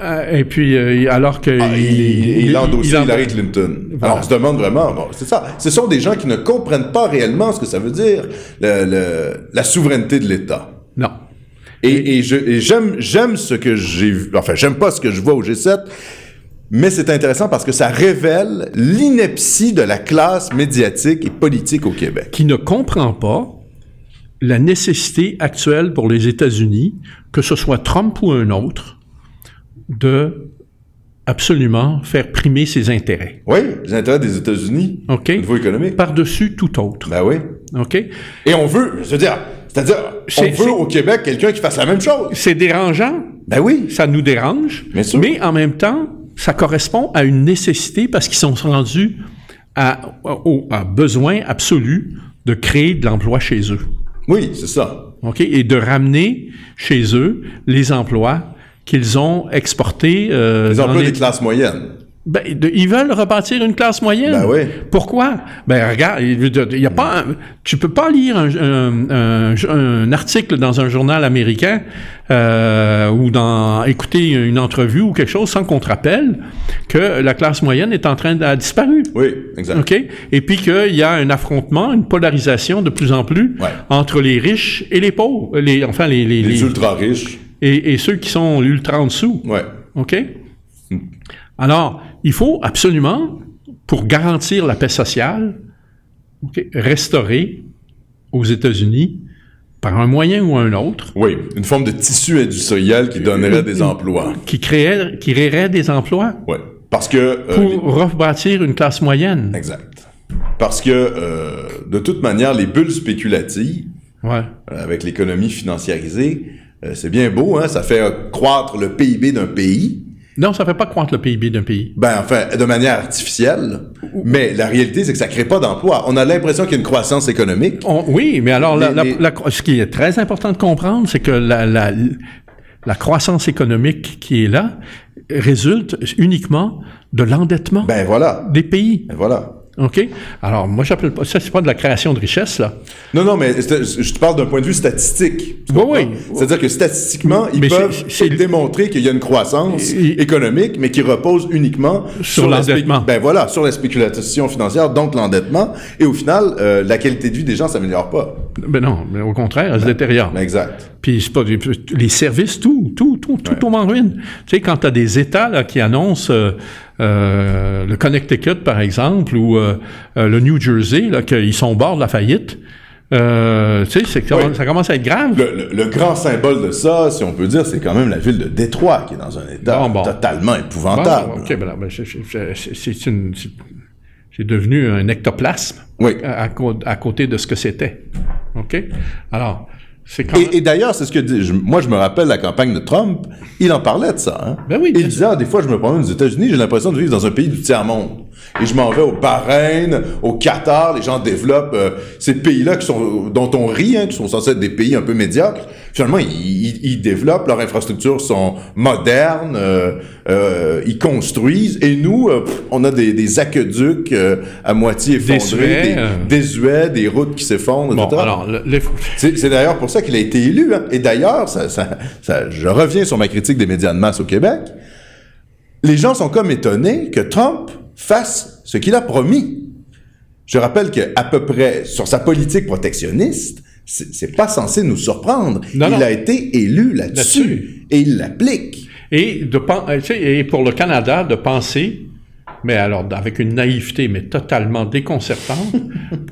[SPEAKER 1] Ah, Et puis, euh, alors que...
[SPEAKER 2] Ah, il, il- il a endossé
[SPEAKER 1] il en-
[SPEAKER 2] Hillary Clinton.
[SPEAKER 1] Voilà.
[SPEAKER 2] Alors, on se demande vraiment, bon, c'est ça. Ce sont des gens qui ne comprennent pas réellement ce que ça veut dire, le- le- la souveraineté de l'État.
[SPEAKER 1] Non.
[SPEAKER 2] Et, et je- et j'aime, j'aime ce que j'ai vu, enfin, j'aime pas ce que je vois au G7, mais c'est intéressant parce que ça révèle l'ineptie de la classe médiatique et politique au Québec.
[SPEAKER 1] Qui ne comprend pas la nécessité actuelle pour les États-Unis, que ce soit Trump ou un autre, de absolument faire primer ses intérêts.
[SPEAKER 2] Oui, les intérêts des États-Unis
[SPEAKER 1] OK?
[SPEAKER 2] au niveau économique.
[SPEAKER 1] Par-dessus tout autre.
[SPEAKER 2] Ben oui.
[SPEAKER 1] OK?
[SPEAKER 2] Et on veut, je veux dire, c'est-à-dire, on
[SPEAKER 1] C'est- c'est-
[SPEAKER 2] veut au Québec quelqu'un qui fasse la même chose.
[SPEAKER 1] C'est dérangeant,
[SPEAKER 2] Ben oui.
[SPEAKER 1] ça nous dérange,
[SPEAKER 2] Bien sûr.
[SPEAKER 1] mais en même temps, ça correspond à une nécessité parce qu'ils sont rendus à, au à besoin absolu de créer de l'emploi chez eux.
[SPEAKER 2] Oui, c'est ça.
[SPEAKER 1] OK? Et de ramener chez eux les emplois qu'ils ont exportés. euh,
[SPEAKER 2] Les
[SPEAKER 1] dans
[SPEAKER 2] emplois
[SPEAKER 1] les-
[SPEAKER 2] des classes moyennes.
[SPEAKER 1] Ben, de- ils veulent rebâtir une classe moyenne.
[SPEAKER 2] Ben oui.
[SPEAKER 1] Pourquoi? Ben, regarde, il il y a pas un- tu peux pas lire un, un- un- un article dans un journal américain euh, ou dans écouter une entrevue ou quelque chose sans qu'on te rappelle que la classe moyenne est en train de a disparu.
[SPEAKER 2] Oui, exact.
[SPEAKER 1] OK? Et puis qu'il y a un affrontement, une polarisation de plus en plus
[SPEAKER 2] Ouais.
[SPEAKER 1] entre les riches et les pauvres. euh, Les, enfin, les, les-
[SPEAKER 2] Les
[SPEAKER 1] les-
[SPEAKER 2] ultra-riches.
[SPEAKER 1] et, et ceux qui sont ultra en dessous.
[SPEAKER 2] Ouais.
[SPEAKER 1] OK? Mm. Alors, il faut absolument, pour garantir la paix sociale, OK, restaurer aux États-Unis, par un moyen ou un autre,
[SPEAKER 2] Oui, une forme de tissu industriel qui donnerait des emplois.
[SPEAKER 1] qui créerait, qui créerait des emplois
[SPEAKER 2] Oui. Parce que... euh,
[SPEAKER 1] pour rebâtir une classe moyenne.
[SPEAKER 2] les- Exact. Parce que, euh, de toute manière, les bulles spéculatives,
[SPEAKER 1] Ouais.
[SPEAKER 2] euh, avec l'économie financiarisée, euh, c'est bien beau, hein, ça fait euh, croître le PIB d'un pays,
[SPEAKER 1] Non, ça ne fait pas croître le PIB d'un pays.
[SPEAKER 2] ben enfin, de manière artificielle, mais la réalité, c'est que ça crée pas d'emplois. On a l'impression qu'il y a une croissance économique.
[SPEAKER 1] On- oui, mais alors, la-
[SPEAKER 2] Les-
[SPEAKER 1] la-
[SPEAKER 2] les-
[SPEAKER 1] la cro- ce qui est très important de comprendre, c'est que la, la- la croissance économique qui est là résulte uniquement de l'endettement
[SPEAKER 2] Ben voilà,
[SPEAKER 1] des pays.
[SPEAKER 2] ben voilà.
[SPEAKER 1] OK? Alors, moi, j'appelle pas ça, c'est pas de la création de richesse, là.
[SPEAKER 2] Non, non, mais c'est- je je te parle d'un point de vue statistique. Tu
[SPEAKER 1] Oui,
[SPEAKER 2] comprends?
[SPEAKER 1] oui.
[SPEAKER 2] C'est-à-dire que statistiquement, ils
[SPEAKER 1] Mais c'est-
[SPEAKER 2] peuvent
[SPEAKER 1] c'est-
[SPEAKER 2] démontrer qu'il y a une croissance
[SPEAKER 1] Et-
[SPEAKER 2] économique, mais qui repose uniquement
[SPEAKER 1] Sur
[SPEAKER 2] la
[SPEAKER 1] l'endettement.
[SPEAKER 2] spé- Ben voilà, sur la spéculation financière, donc l'endettement. Et au final, euh, la qualité de vie des gens s'améliore pas.
[SPEAKER 1] Ben non, mais au contraire, elle se détériore.
[SPEAKER 2] Ben, Exact.
[SPEAKER 1] Puis c'est pas du- les services, tout, tout, tout, tout tombe en ruine. Tu sais, quand t'as des États là, qui annoncent euh, euh, le Connecticut, par exemple, ou euh, euh, le New Jersey, là, qu'ils sont au bord de la faillite, euh, tu sais, c'est que ça,
[SPEAKER 2] Oui.
[SPEAKER 1] ça commence à être grave.
[SPEAKER 2] Le, le- le grand symbole de ça, si on peut dire, c'est quand même la ville de Détroit qui est dans un état
[SPEAKER 1] Bon, bon.
[SPEAKER 2] totalement
[SPEAKER 1] Bon,
[SPEAKER 2] épouvantable.
[SPEAKER 1] OK, ben non, ben, c'est- c'est- c'est c'est une... c'est- C'est devenu un ectoplasme
[SPEAKER 2] Oui.
[SPEAKER 1] à, à cô- à côté de ce que c'était. OK? Alors, c'est quand même...
[SPEAKER 2] Et, et d'ailleurs, c'est ce que dit, je- moi je me rappelle la campagne de Trump, il en parlait de ça. hein.
[SPEAKER 1] Ben oui,
[SPEAKER 2] il
[SPEAKER 1] bien
[SPEAKER 2] disait, ah, des fois je me promène aux États-Unis, j'ai l'impression de vivre dans un pays du tiers-monde. Et je m'en vais au Bahreïn, au Qatar, les gens développent euh, ces pays-là qui sont dont on rit, hein, qui sont censés être des pays un peu médiocres. Finalement, ils, ils- ils développent, leurs infrastructures sont modernes, euh, euh, ils construisent. Et nous, euh, pff, on a des, des aqueducs euh, à moitié effondrés,
[SPEAKER 1] Désuets,
[SPEAKER 2] des,
[SPEAKER 1] euh.
[SPEAKER 2] désuets, des routes qui s'effondrent,
[SPEAKER 1] Bon,
[SPEAKER 2] etc.
[SPEAKER 1] alors, le- les-
[SPEAKER 2] C'est c'est d'ailleurs pour ça qu'il a été élu. hein. Et d'ailleurs, ça, ça- ça- je reviens sur ma critique des médias de masse au Québec. Les gens sont comme étonnés que Trump fasse ce qu'il a promis. Je rappelle que à peu près sur sa politique protectionniste, c'est c'est pas censé nous surprendre.
[SPEAKER 1] Non,
[SPEAKER 2] il
[SPEAKER 1] non.
[SPEAKER 2] a été élu là-dessus
[SPEAKER 1] Là-dessus.
[SPEAKER 2] et il l'applique.
[SPEAKER 1] et, de, pen- euh, tu sais, et pour le Canada, de penser, mais alors avec une naïveté, mais totalement déconcertante,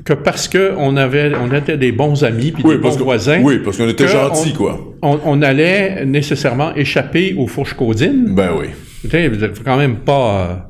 [SPEAKER 1] que parce qu'on avait, on était des bons amis puis des bons voisins,
[SPEAKER 2] qu'on était
[SPEAKER 1] que on- On, on allait nécessairement échapper aux fourches caudines.
[SPEAKER 2] Ben oui.
[SPEAKER 1] Tu sais, je veux dire, faut quand même pas...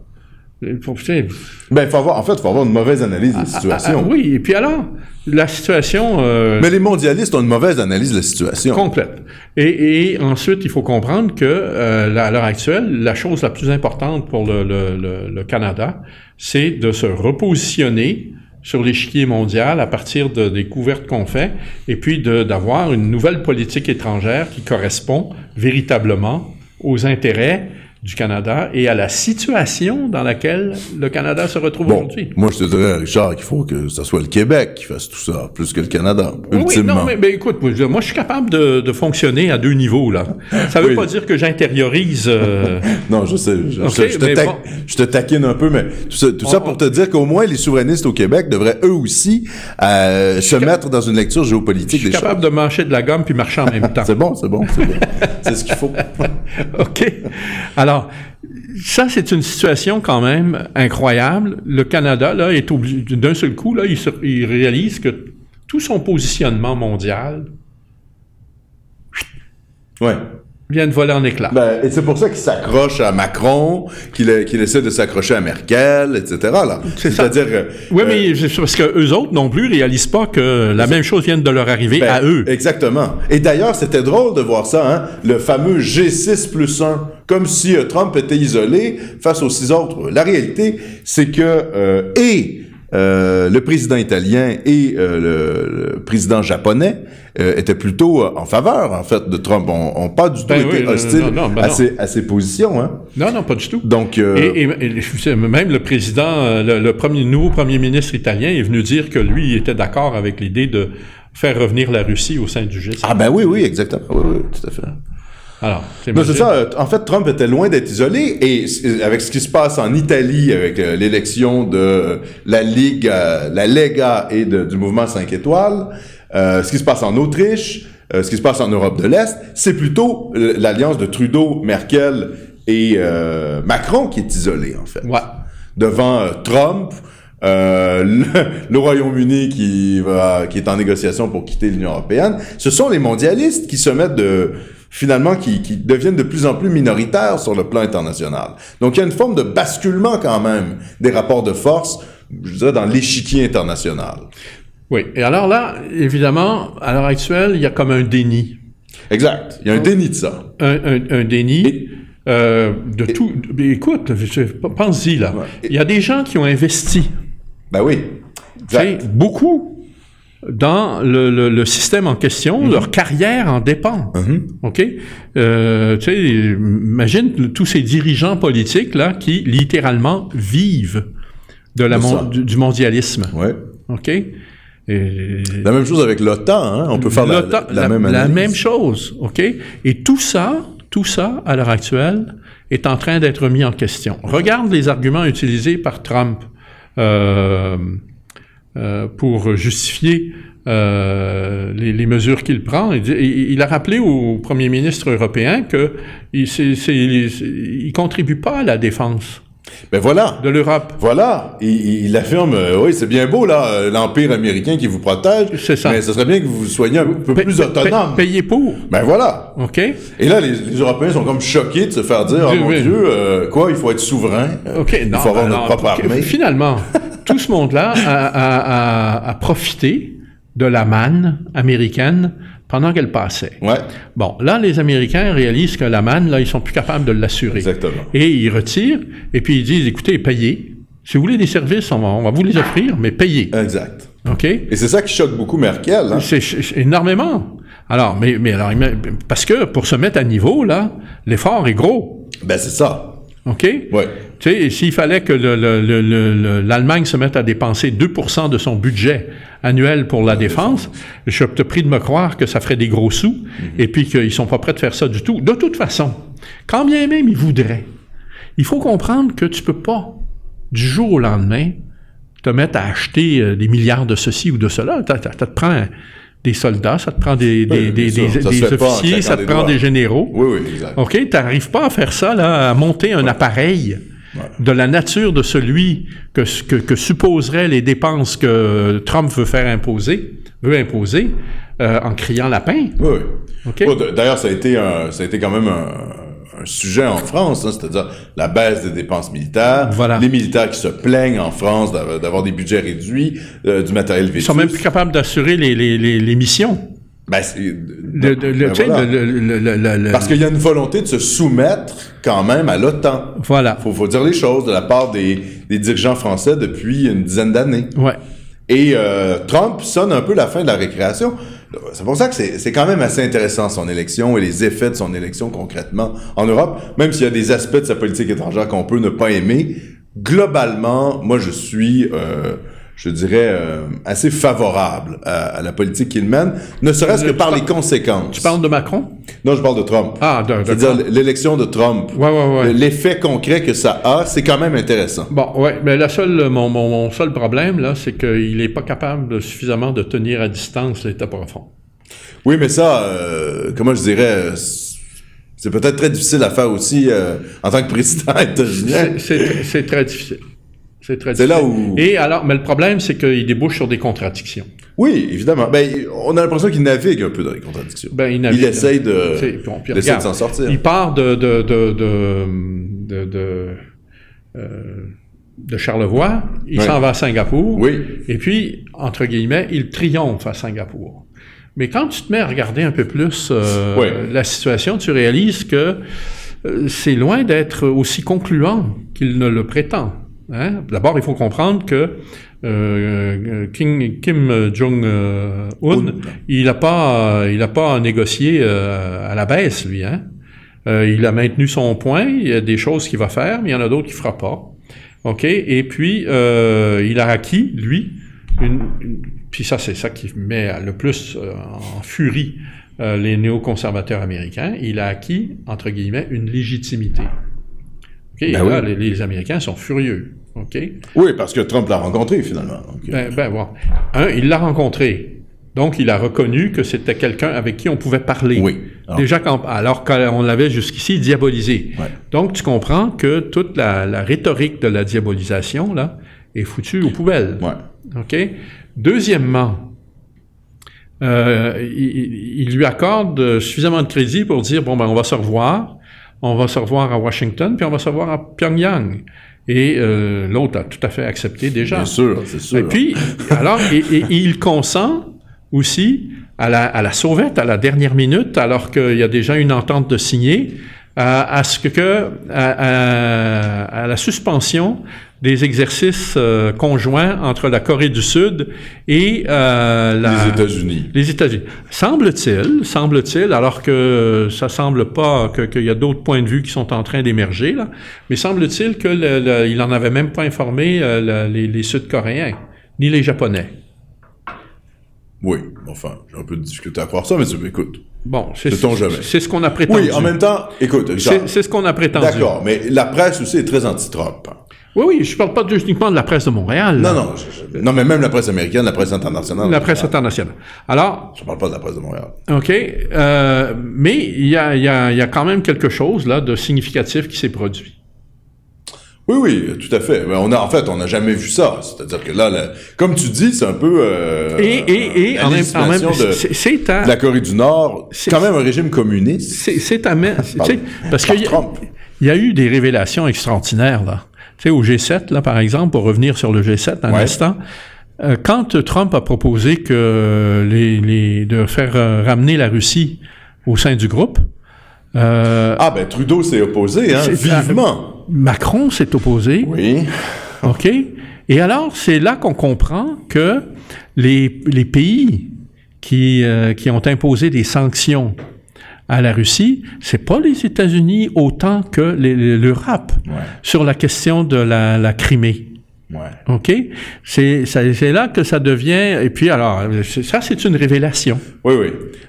[SPEAKER 1] euh, faut- tu sais,
[SPEAKER 2] Ben faut avoir, en fait, faut avoir une mauvaise analyse de la
[SPEAKER 1] ah,
[SPEAKER 2] situation.
[SPEAKER 1] oui, et puis alors, la situation... euh,
[SPEAKER 2] Mais les mondialistes ont une mauvaise analyse de la situation.
[SPEAKER 1] Complète. Et, et ensuite, il faut comprendre que euh, là, à l'heure actuelle, la chose la plus importante pour le, le- le- le Canada, c'est de se repositionner sur l'échiquier mondial à partir de- des couvertes qu'on fait, et puis de- d'avoir une nouvelle politique étrangère qui correspond véritablement aux intérêts du Canada et à la situation dans laquelle le Canada se retrouve
[SPEAKER 2] Bon,
[SPEAKER 1] aujourd'hui.
[SPEAKER 2] moi, je te dirais, Richard, qu'il faut que ce soit le Québec qui fasse tout ça, plus que le Canada,
[SPEAKER 1] Oui,
[SPEAKER 2] ultimement.
[SPEAKER 1] non, mais, mais écoute, moi, je moi, je suis capable de, de fonctionner à deux niveaux, là. Ça veut
[SPEAKER 2] Oui.
[SPEAKER 1] pas dire que j'intériorise... euh,
[SPEAKER 2] [LAUGHS] Non, je sais, je, je-
[SPEAKER 1] Ok,
[SPEAKER 2] je te
[SPEAKER 1] mais
[SPEAKER 2] ta-
[SPEAKER 1] bon.
[SPEAKER 2] je te taquine un peu, mais tout ça, tout ça
[SPEAKER 1] On-
[SPEAKER 2] pour te dire qu'au moins, les souverainistes au Québec devraient eux aussi euh, se mettre dans une lecture géopolitique
[SPEAKER 1] je suis
[SPEAKER 2] des choses.
[SPEAKER 1] capable de mâcher de la gomme puis marcher en même
[SPEAKER 2] [LAUGHS]
[SPEAKER 1] temps.
[SPEAKER 2] C'est bon, c'est bon,
[SPEAKER 1] [LAUGHS]
[SPEAKER 2] c'est bon. c'est ce qu'il faut.
[SPEAKER 1] OK. Alors, ça, c'est une situation quand même incroyable. Le Canada, là, est obligé, d'un seul coup, là, il, se- il réalise que tout son positionnement mondial
[SPEAKER 2] Ouais.
[SPEAKER 1] viennent voler en éclats.
[SPEAKER 2] Ben, et c'est pour ça qu'il s'accroche à Macron, qu'il qu'il essaie de s'accrocher à Merkel, etc. Là.
[SPEAKER 1] C'est ça.
[SPEAKER 2] C'est-à-dire... euh,
[SPEAKER 1] oui,
[SPEAKER 2] euh,
[SPEAKER 1] mais c'est parce que eux autres non plus réalisent pas que la même chose vienne de leur arriver
[SPEAKER 2] ben,
[SPEAKER 1] à eux.
[SPEAKER 2] Exactement. Et d'ailleurs, c'était drôle de voir ça, hein, le fameux G6 plus 1, comme si euh, Trump était isolé face aux six autres. La réalité, c'est que euh, et euh, le président italien et euh, le, le président japonais euh, étaient plutôt euh, en faveur, en fait, de Trump. On, on pas du tout
[SPEAKER 1] Ben
[SPEAKER 2] été
[SPEAKER 1] oui, non,
[SPEAKER 2] hostile
[SPEAKER 1] non, non, ben
[SPEAKER 2] à,
[SPEAKER 1] non.
[SPEAKER 2] ses, à ses positions. Hein.
[SPEAKER 1] Non, non, pas du tout.
[SPEAKER 2] Donc, euh,
[SPEAKER 1] Et, et- et je sais, même le président, euh, le, le premier, nouveau premier ministre italien est venu dire que lui il était d'accord avec l'idée de faire revenir la Russie au sein du G7.
[SPEAKER 2] ah ben oui, oui, exactement. Oui, oui, tout à fait.
[SPEAKER 1] Alors, c'est
[SPEAKER 2] Non, c'est
[SPEAKER 1] imagine-
[SPEAKER 2] ça. Euh, En fait, Trump était loin d'être isolé et c- avec ce qui se passe en Italie, avec euh, l'élection de euh, la Ligue, euh, la Lega et de- du mouvement 5 étoiles, euh, ce qui se passe en Autriche, euh, ce qui se passe en Europe de l'Est, c'est plutôt euh, l'alliance de Trudeau, Merkel et euh, Macron qui est isolée, en fait.
[SPEAKER 1] Ouais.
[SPEAKER 2] Devant euh, Trump, euh, le, le Royaume-Uni qui va, qui est en négociation pour quitter l'Union européenne, ce sont les mondialistes qui se mettent de finalement qui, qui deviennent de plus en plus minoritaires sur le plan international. Donc il y a une forme de basculement quand même des rapports de force, je dirais dans l'échiquier international.
[SPEAKER 1] Oui. Et alors là, évidemment, à l'heure actuelle, il y a comme un déni.
[SPEAKER 2] Exact. Il y a un déni de ça.
[SPEAKER 1] Un, un- un déni.
[SPEAKER 2] Et-
[SPEAKER 1] euh, de tout. Mais Écoute, je- je- pense-y là.
[SPEAKER 2] Ouais. Et-
[SPEAKER 1] Il y a des gens qui ont investi
[SPEAKER 2] Ben oui.
[SPEAKER 1] C'est
[SPEAKER 2] Exact.
[SPEAKER 1] beaucoup dans le, le- le système en question,
[SPEAKER 2] Mm-hmm.
[SPEAKER 1] leur carrière en dépend.
[SPEAKER 2] Mhm.
[SPEAKER 1] OK? Euh, tu sais, imagine le- tous ces dirigeants politiques là qui littéralement vivent de la
[SPEAKER 2] De
[SPEAKER 1] mon-
[SPEAKER 2] ça.
[SPEAKER 1] du, du mondialisme.
[SPEAKER 2] Ouais.
[SPEAKER 1] OK? Et-
[SPEAKER 2] La même chose avec l'OTAN. Hein? On peut faire la,
[SPEAKER 1] l'OTAN-
[SPEAKER 2] la- la même analyse.
[SPEAKER 1] même chose, OK? Et tout ça, tout ça, à l'heure actuelle, est en train d'être mis en question. Regarde les arguments utilisés par Trump euh, euh, pour justifier euh, les, les mesures qu'il prend. Il, dit- il- il a rappelé au premier ministre européen que il ne contribue pas à la défense
[SPEAKER 2] Ben voilà.
[SPEAKER 1] de l'Europe.
[SPEAKER 2] Voilà, il- il, il affirme, euh, oui, c'est bien beau, là, euh, l'Empire américain qui vous protège,
[SPEAKER 1] C'est ça.
[SPEAKER 2] mais ce serait bien que vous soyez un peu
[SPEAKER 1] Pa-
[SPEAKER 2] plus
[SPEAKER 1] pa- pa-
[SPEAKER 2] autonome.
[SPEAKER 1] Payez pour,
[SPEAKER 2] Ben voilà.
[SPEAKER 1] OK?
[SPEAKER 2] Et là, les, les Européens sont comme choqués de se faire dire, oh
[SPEAKER 1] Dieu,
[SPEAKER 2] mon
[SPEAKER 1] oui.
[SPEAKER 2] Dieu, euh, quoi, il faut être souverain, euh,
[SPEAKER 1] OK,
[SPEAKER 2] il
[SPEAKER 1] non,
[SPEAKER 2] faut avoir
[SPEAKER 1] ben
[SPEAKER 2] notre
[SPEAKER 1] non,
[SPEAKER 2] propre
[SPEAKER 1] ok,
[SPEAKER 2] armée. [LAUGHS]
[SPEAKER 1] Finalement, tout ce monde-là a, a- a- a profité de la manne américaine pendant qu'elle passait.
[SPEAKER 2] Ouais,
[SPEAKER 1] Bon, là, les Américains réalisent que la manne, là, ils sont plus capables de l'assurer.
[SPEAKER 2] exactement.
[SPEAKER 1] Et ils retirent, et puis ils disent, écoutez, payez. Si vous voulez des services, on va, on va vous les offrir, mais payez.
[SPEAKER 2] Exact.
[SPEAKER 1] OK?
[SPEAKER 2] Et c'est ça qui choque beaucoup Merkel. hein.
[SPEAKER 1] C'est c'est énormément. Alors, mais, mais alors, ima- parce que pour se mettre à niveau, là, l'effort est gros.
[SPEAKER 2] Ben c'est ça.
[SPEAKER 1] OK?
[SPEAKER 2] Ouais.
[SPEAKER 1] Tu sais, s'il fallait que le- le- le- le- le- l'Allemagne se mette à dépenser 2 de son budget annuel pour la défense, je te prie de me croire que ça ferait des gros sous
[SPEAKER 2] Mm-hmm.
[SPEAKER 1] et puis qu'ils sont pas prêts de faire ça du tout. De toute façon, quand bien même ils voudraient, il faut comprendre que tu peux pas, du jour au lendemain, te mettre à acheter euh, des milliards de ceci ou de cela. Ça, ça- ça te prend des soldats, ça te prend des, des-
[SPEAKER 2] Oui, bien
[SPEAKER 1] des-
[SPEAKER 2] sûr.
[SPEAKER 1] des-
[SPEAKER 2] Ça se
[SPEAKER 1] des
[SPEAKER 2] fait pas en
[SPEAKER 1] officiers,
[SPEAKER 2] claquant
[SPEAKER 1] ça te
[SPEAKER 2] des
[SPEAKER 1] prend
[SPEAKER 2] doigts.
[SPEAKER 1] des généraux.
[SPEAKER 2] Oui, oui, exact.
[SPEAKER 1] OK, tu n'arrives pas à faire ça, là, à monter un appareil de la nature de celui que, que, que supposeraient les dépenses que Trump veut faire imposer, veut imposer, euh, en criant lapin.
[SPEAKER 2] Oui, oui.
[SPEAKER 1] OK.
[SPEAKER 2] Oh, d- D'ailleurs, ça a été un- ça a été quand même un, un sujet en France, hein, c'est-à-dire la baisse des dépenses militaires,
[SPEAKER 1] Voilà.
[SPEAKER 2] les militaires qui se plaignent en France d'av- d'avoir des budgets réduits, euh, du matériel vécu.
[SPEAKER 1] Ils sont même plus capables d'assurer les, les, les, les missions.
[SPEAKER 2] Ben, c'est-
[SPEAKER 1] Le- le- le-
[SPEAKER 2] ben,
[SPEAKER 1] tu sais,
[SPEAKER 2] voilà.
[SPEAKER 1] le- le- le- le- le-
[SPEAKER 2] Parce qu'il y a une volonté de se soumettre quand même à l'OTAN.
[SPEAKER 1] Voilà.
[SPEAKER 2] Faut, faut dire les choses de la part des, des dirigeants français depuis une dizaine d'années.
[SPEAKER 1] Ouais.
[SPEAKER 2] Et euh, Trump sonne un peu la fin de la récréation. C'est pour ça que c'est c'est quand même assez intéressant son élection et les effets de son élection concrètement en Europe, même s'il y a des aspects de sa politique étrangère qu'on peut ne pas aimer. Globalement, moi je suis, euh, je dirais, euh, assez favorable à, à la politique qu'il mène, ne serait-ce que
[SPEAKER 1] Tu
[SPEAKER 2] par
[SPEAKER 1] parles-
[SPEAKER 2] les conséquences.
[SPEAKER 1] Tu parles de Macron?
[SPEAKER 2] Non, je parle de Trump.
[SPEAKER 1] Ah, de, de
[SPEAKER 2] C'est-à-dire
[SPEAKER 1] Trump.
[SPEAKER 2] l'élection de Trump.
[SPEAKER 1] Ouais, ouais, ouais.
[SPEAKER 2] L'effet concret que ça a, c'est quand même intéressant.
[SPEAKER 1] Bon, ouais, mais la seule, mon, mon, mon seul problème, là, c'est qu'il n'est pas capable de- suffisamment de tenir à distance l'État profond.
[SPEAKER 2] Oui, mais ça, euh, comment je dirais, euh, c'est peut-être très difficile à faire aussi euh, en tant que président [LAUGHS] états-unien.
[SPEAKER 1] C'est- C'est c'est très difficile. C'est très
[SPEAKER 2] Euh. C'est
[SPEAKER 1] difficile.
[SPEAKER 2] là où-
[SPEAKER 1] Et alors, mais le problème, c'est qu'il débouche sur des contradictions.
[SPEAKER 2] Oui, évidemment. Ben, on a l'impression qu'il navigue un peu dans les contradictions.
[SPEAKER 1] Ben, il,
[SPEAKER 2] il
[SPEAKER 1] navigue-
[SPEAKER 2] essaye
[SPEAKER 1] Tu sais,
[SPEAKER 2] de,
[SPEAKER 1] puis on- puis
[SPEAKER 2] il essaie de
[SPEAKER 1] regarde,
[SPEAKER 2] s'en sortir.
[SPEAKER 1] Il part de de de de de, de, euh, de Charlevoix, il
[SPEAKER 2] Ouais.
[SPEAKER 1] s'en va à Singapour,
[SPEAKER 2] Oui.
[SPEAKER 1] et puis entre guillemets, il triomphe à Singapour. Mais quand tu te mets à regarder un peu plus euh,
[SPEAKER 2] Ouais.
[SPEAKER 1] la situation, tu réalises que euh, c'est loin d'être aussi concluant qu'il ne le prétend. hein. D'abord, il faut comprendre que euh, King- Kim Jong-un,
[SPEAKER 2] Un.
[SPEAKER 1] il n'a pas, euh, il a pas négocié euh, à la baisse, lui. Hein? Euh, il a maintenu son point. Il y a des choses qu'il va faire, mais il y en a d'autres qu'il fera pas. OK? Et puis, euh, il a acquis, lui, une, une- puis ça, c'est ça qui met le plus euh, en furie euh, les néoconservateurs américains. Il a acquis, entre guillemets, une légitimité. OK? Et
[SPEAKER 2] Ben
[SPEAKER 1] là,
[SPEAKER 2] oui.
[SPEAKER 1] les, les Américains sont furieux. OK?
[SPEAKER 2] Oui, parce que Trump l'a rencontré finalement. Donc, euh,
[SPEAKER 1] Ben, ben, bon. Un, il l'a rencontré. Donc, il a reconnu que c'était quelqu'un avec qui on pouvait parler.
[SPEAKER 2] oui. Ah, Alors,
[SPEAKER 1] Déjà, quand, alors qu'on l'avait jusqu'ici diabolisé.
[SPEAKER 2] Ouais.
[SPEAKER 1] Donc, tu comprends que toute la, la rhétorique de la diabolisation, là, est foutue aux poubelles.
[SPEAKER 2] ouais.
[SPEAKER 1] OK? Deuxièmement, euh, il- il, il lui accorde suffisamment de crédit pour dire, bon, ben, on va se revoir, on va se revoir à Washington, puis on va se revoir à Pyongyang. Et euh, l'autre a tout à fait accepté déjà.
[SPEAKER 2] Bien sûr, c'est sûr. hein.
[SPEAKER 1] Et puis, [LAUGHS] alors, et, et- et il consent aussi à la, à la sauvette, à la dernière minute, alors qu'il y a déjà une entente de signer, à, à ce que, à, à- à la suspension des exercices euh, conjoints entre la Corée du Sud et euh, la,
[SPEAKER 2] les États-Unis.
[SPEAKER 1] les États-Unis. Semble-t-il, semble-t-il, alors que ça semble pas que- qu'il y a d'autres points de vue qui sont en train d'émerger, là, mais semble-t-il que le- le- il en avait même pas informé euh, le- les, les Sud-Coréens, ni les Japonais.
[SPEAKER 2] Oui, enfin, j'ai un peu de difficulté à croire ça, mais c'est- écoute.
[SPEAKER 1] Bon, c'est
[SPEAKER 2] Sait-on jamais.
[SPEAKER 1] c'est ce qu'on a prétendu.
[SPEAKER 2] Oui, en même temps, écoute, Richard,
[SPEAKER 1] C'est c'est ce qu'on a prétendu.
[SPEAKER 2] d'accord, mais la presse aussi est très anti-Trump. hein.
[SPEAKER 1] Oui, oui, je parle pas uniquement de la presse de Montréal. là.
[SPEAKER 2] Non, non, je- je- non, mais même la presse américaine, la presse internationale.
[SPEAKER 1] La presse internationale. Alors,
[SPEAKER 2] Je parle pas de la presse de Montréal.
[SPEAKER 1] OK. euh, mais il y a, il y a- il y a quand même quelque chose là de significatif qui s'est produit.
[SPEAKER 2] Oui, oui, tout à fait. Mais on a, en fait, on n'a jamais vu ça. C'est-à-dire que là, la- comme tu dis, c'est un peu. euh,
[SPEAKER 1] Et, et, et
[SPEAKER 2] la
[SPEAKER 1] en même, en même-
[SPEAKER 2] législation de,
[SPEAKER 1] c'est- c'est à-
[SPEAKER 2] de la Corée du Nord,
[SPEAKER 1] C'est-
[SPEAKER 2] quand même un régime communiste.
[SPEAKER 1] C'est, c'est à mettre- tu sais, parce
[SPEAKER 2] Par
[SPEAKER 1] qu'il y, a-
[SPEAKER 2] Trump.
[SPEAKER 1] il y a eu des révélations extraordinaires, là. Tu sais, au G7, là, par exemple, pour revenir sur le G7 un
[SPEAKER 2] Ouais.
[SPEAKER 1] instant, euh, quand Trump a proposé que les, les- de faire euh, ramener la Russie au sein du groupe, euh,
[SPEAKER 2] Ah ben Trudeau s'est opposé, hein,
[SPEAKER 1] C'est-
[SPEAKER 2] vivement.
[SPEAKER 1] Macron s'est opposé.
[SPEAKER 2] Oui.
[SPEAKER 1] OK? Et alors, c'est là qu'on comprend que les, les pays qui, euh, qui ont imposé des sanctions à la Russie, c'est pas les États-Unis autant que les- les- l'Europe
[SPEAKER 2] Ouais.
[SPEAKER 1] sur la question de la, la Crimée.
[SPEAKER 2] Ouais.
[SPEAKER 1] OK? C'est ça- c'est là que ça devient. Et puis, alors, c'est- ça, c'est une révélation.
[SPEAKER 2] Oui, oui.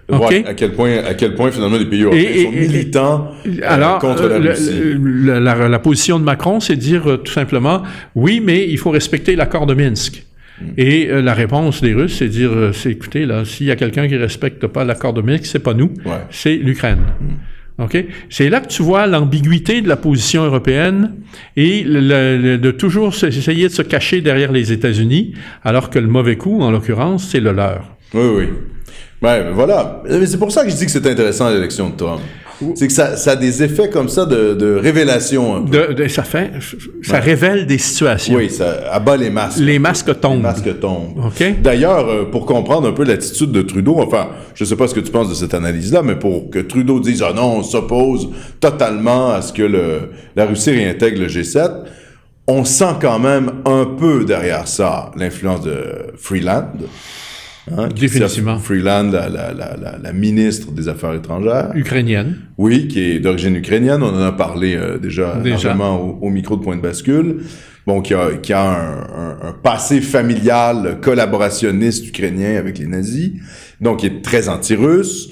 [SPEAKER 2] De voir
[SPEAKER 1] Ok.
[SPEAKER 2] à quel point, à quel point finalement les pays européens
[SPEAKER 1] et-
[SPEAKER 2] sont
[SPEAKER 1] et-
[SPEAKER 2] militants euh,
[SPEAKER 1] Alors,
[SPEAKER 2] contre la
[SPEAKER 1] euh, le-
[SPEAKER 2] Russie.
[SPEAKER 1] le- la, la- la position de Macron, c'est de dire euh, tout simplement oui, mais il faut respecter l'accord de Minsk.
[SPEAKER 2] Mm.
[SPEAKER 1] Et euh, la réponse des Russes, c'est de dire euh, c'est écoutez, là, s'il y a quelqu'un qui respecte pas l'accord de Minsk, c'est pas nous,
[SPEAKER 2] Ouais. Mm.
[SPEAKER 1] c'est l'Ukraine. OK? C'est là que tu vois l'ambiguïté de la position européenne et le- le- le- de toujours se- essayer de se cacher derrière les États-Unis, alors que le mauvais coup, en l'occurrence, c'est le leur.
[SPEAKER 2] Oui, oui. Ouais, mais voilà. Euh, Mais c'est pour ça que je dis que c'est intéressant l'élection de Trump. C'est que ça, ça a des effets comme ça de, de révélation. un
[SPEAKER 1] De-
[SPEAKER 2] peu.
[SPEAKER 1] de- ça fait, ça révèle des situations.
[SPEAKER 2] Oui, ça abat les masques.
[SPEAKER 1] Les masques tombent.
[SPEAKER 2] Les masques tombent.
[SPEAKER 1] OK.
[SPEAKER 2] D'ailleurs, euh, pour comprendre un peu l'attitude de Trudeau, enfin, je ne sais pas ce que tu penses de cette analyse-là, mais pour que Trudeau dise ah non, on s'oppose totalement à ce que le, la Russie réintègre le G7, on sent quand même un peu derrière ça l'influence de Freeland. hein,
[SPEAKER 1] Définitivement.
[SPEAKER 2] Freeland, la, la- la- la- la ministre des Affaires étrangères.
[SPEAKER 1] Ukrainienne.
[SPEAKER 2] Oui, qui est d'origine ukrainienne. On en a parlé euh, déjà,
[SPEAKER 1] Déjà.
[SPEAKER 2] largement au, au micro de Point de Bascule. Bon, qui a, qui a un, un- un passé familial collaborationniste ukrainien avec les nazis. Donc, qui est très anti-russe.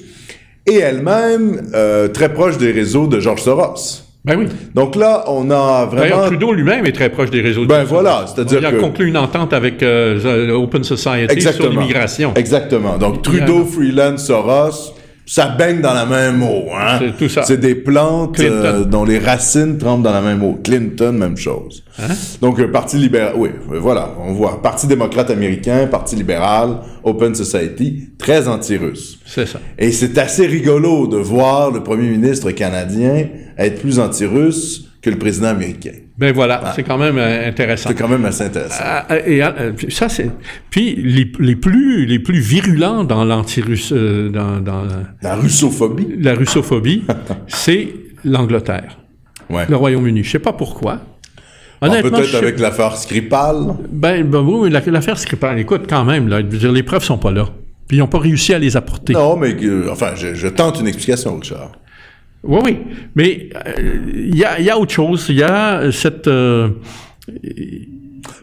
[SPEAKER 2] Et elle-même, euh, très proche des réseaux de George Soros.
[SPEAKER 1] Ben oui.
[SPEAKER 2] Donc là, on
[SPEAKER 1] D'ailleurs,
[SPEAKER 2] a vraiment...
[SPEAKER 1] Trudeau lui-même est très proche des réseaux. de
[SPEAKER 2] Ben
[SPEAKER 1] Trudeau.
[SPEAKER 2] voilà,
[SPEAKER 1] Il
[SPEAKER 2] c'est-à-dire
[SPEAKER 1] a
[SPEAKER 2] que...
[SPEAKER 1] conclu une entente avec euh, Open Society sur
[SPEAKER 2] Exactement.
[SPEAKER 1] l'immigration.
[SPEAKER 2] Exactement. Donc, Trudeau, Freeland, Soros ça baigne dans la même eau. Hein?
[SPEAKER 1] C'est tout ça.
[SPEAKER 2] C'est des plantes
[SPEAKER 1] Clinton.
[SPEAKER 2] euh, dont les racines trempent dans la même eau. Clinton, même chose.
[SPEAKER 1] Hein?
[SPEAKER 2] Donc, euh, Parti libéral, oui, euh, voilà, on voit. Parti démocrate américain, Parti libéral, Open Society, très anti-russe.
[SPEAKER 1] C'est ça.
[SPEAKER 2] Et c'est assez rigolo de voir le premier ministre canadien être plus anti-russe que le président américain.
[SPEAKER 1] Ben voilà, c'est quand même euh, intéressant.
[SPEAKER 2] Ah. C'est quand même assez intéressant.
[SPEAKER 1] Ah, ah, et ah, euh, puis ça c'est puis les, les plus les plus virulents dans l'antirusse euh, dans, dans
[SPEAKER 2] La russophobie.
[SPEAKER 1] la
[SPEAKER 2] [LAUGHS]
[SPEAKER 1] russophobie, c'est l'Angleterre,
[SPEAKER 2] Ouais.
[SPEAKER 1] le Royaume-Uni. Je sais pas pourquoi.
[SPEAKER 2] Bon,
[SPEAKER 1] Honnêtement, je
[SPEAKER 2] Peut-être
[SPEAKER 1] sais-
[SPEAKER 2] avec l'affaire Skripal.
[SPEAKER 1] ben, ben oui, oui, la- l'affaire Skripal, écoute quand même là, je veux dire, les preuves sont pas là. Puis ils n'ont pas réussi à les apporter.
[SPEAKER 2] Non, mais que- enfin, je, je tente une explication, Richard.
[SPEAKER 1] Oui, oui. Mais euh, il y, a, il y a autre chose. Il y a euh, cette. euh,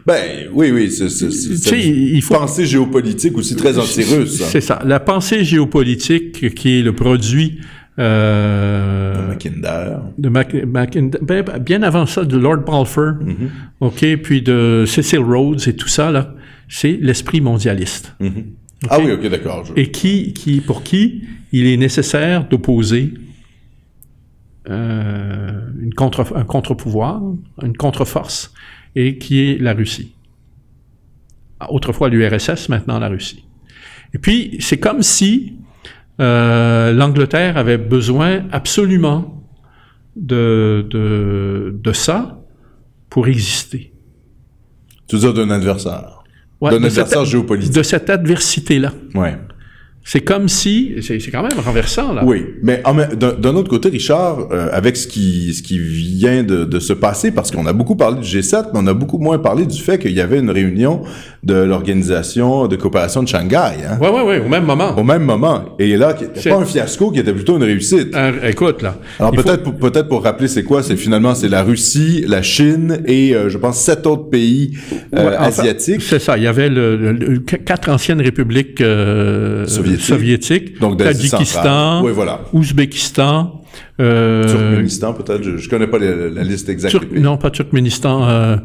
[SPEAKER 2] Ben oui, oui, c'est c'est- c'est-
[SPEAKER 1] Tu sais, il faut-
[SPEAKER 2] pensée géopolitique aussi très hein. anti-russe.
[SPEAKER 1] c'est ça. La pensée géopolitique qui est le produit.
[SPEAKER 2] hein.
[SPEAKER 1] euh,
[SPEAKER 2] Mackinder.
[SPEAKER 1] de Mac- Mac- ben, ben, bien avant ça, de Lord Balfour, OK, puis de Cecil Rhodes et tout ça, là, c'est l'esprit mondialiste.
[SPEAKER 2] Ah oui, ok, d'accord. je-
[SPEAKER 1] Et qui, qui, pour qui il est nécessaire d'opposer euh, une contre, un contre-pouvoir, une contre-force, et qui est la Russie. Autrefois l'URSS, maintenant la Russie. Et puis, c'est comme si euh, l'Angleterre avait besoin absolument de, de, de ça pour exister.
[SPEAKER 2] Tu veux dire d'un adversaire.
[SPEAKER 1] Ouais,
[SPEAKER 2] d'un
[SPEAKER 1] de, cette,
[SPEAKER 2] adversaire géopolitique.
[SPEAKER 1] de cette adversité-là.
[SPEAKER 2] Ouais.
[SPEAKER 1] C'est comme si... C'est c'est quand même renversant, là.
[SPEAKER 2] Oui, mais en même- d'un d'un autre côté, Richard, euh, avec ce qui, ce qui vient de, de se passer, parce qu'on a beaucoup parlé du G7, mais on a beaucoup moins parlé du fait qu'il y avait une réunion de l'organisation de coopération de Shanghai, hein,
[SPEAKER 1] Oui, oui, oui, au même moment.
[SPEAKER 2] au même moment. Et là, qui était
[SPEAKER 1] C'est-
[SPEAKER 2] pas un fiasco, qui était plutôt une réussite.
[SPEAKER 1] Un- Euh, écoute, là.
[SPEAKER 2] Alors
[SPEAKER 1] il faut-
[SPEAKER 2] peut-être pour, peut-être pour rappeler c'est quoi, c'est finalement c'est la Russie, la Chine et euh, je pense sept autres pays euh,
[SPEAKER 1] Ouais, enfin,
[SPEAKER 2] asiatiques.
[SPEAKER 1] C'est ça. Il y avait le, le- le- qu- quatre anciennes républiques euh,
[SPEAKER 2] Soviétiques.
[SPEAKER 1] soviétiques.
[SPEAKER 2] Donc d'Asie
[SPEAKER 1] Tadjikistan,
[SPEAKER 2] centrale. Oui, voilà.
[SPEAKER 1] Ouzbékistan, euh,
[SPEAKER 2] Turkménistan peut-être, je, je connais pas la, la liste exacte.
[SPEAKER 1] Tur-
[SPEAKER 2] des pays.
[SPEAKER 1] non pas Turkménistan, euh,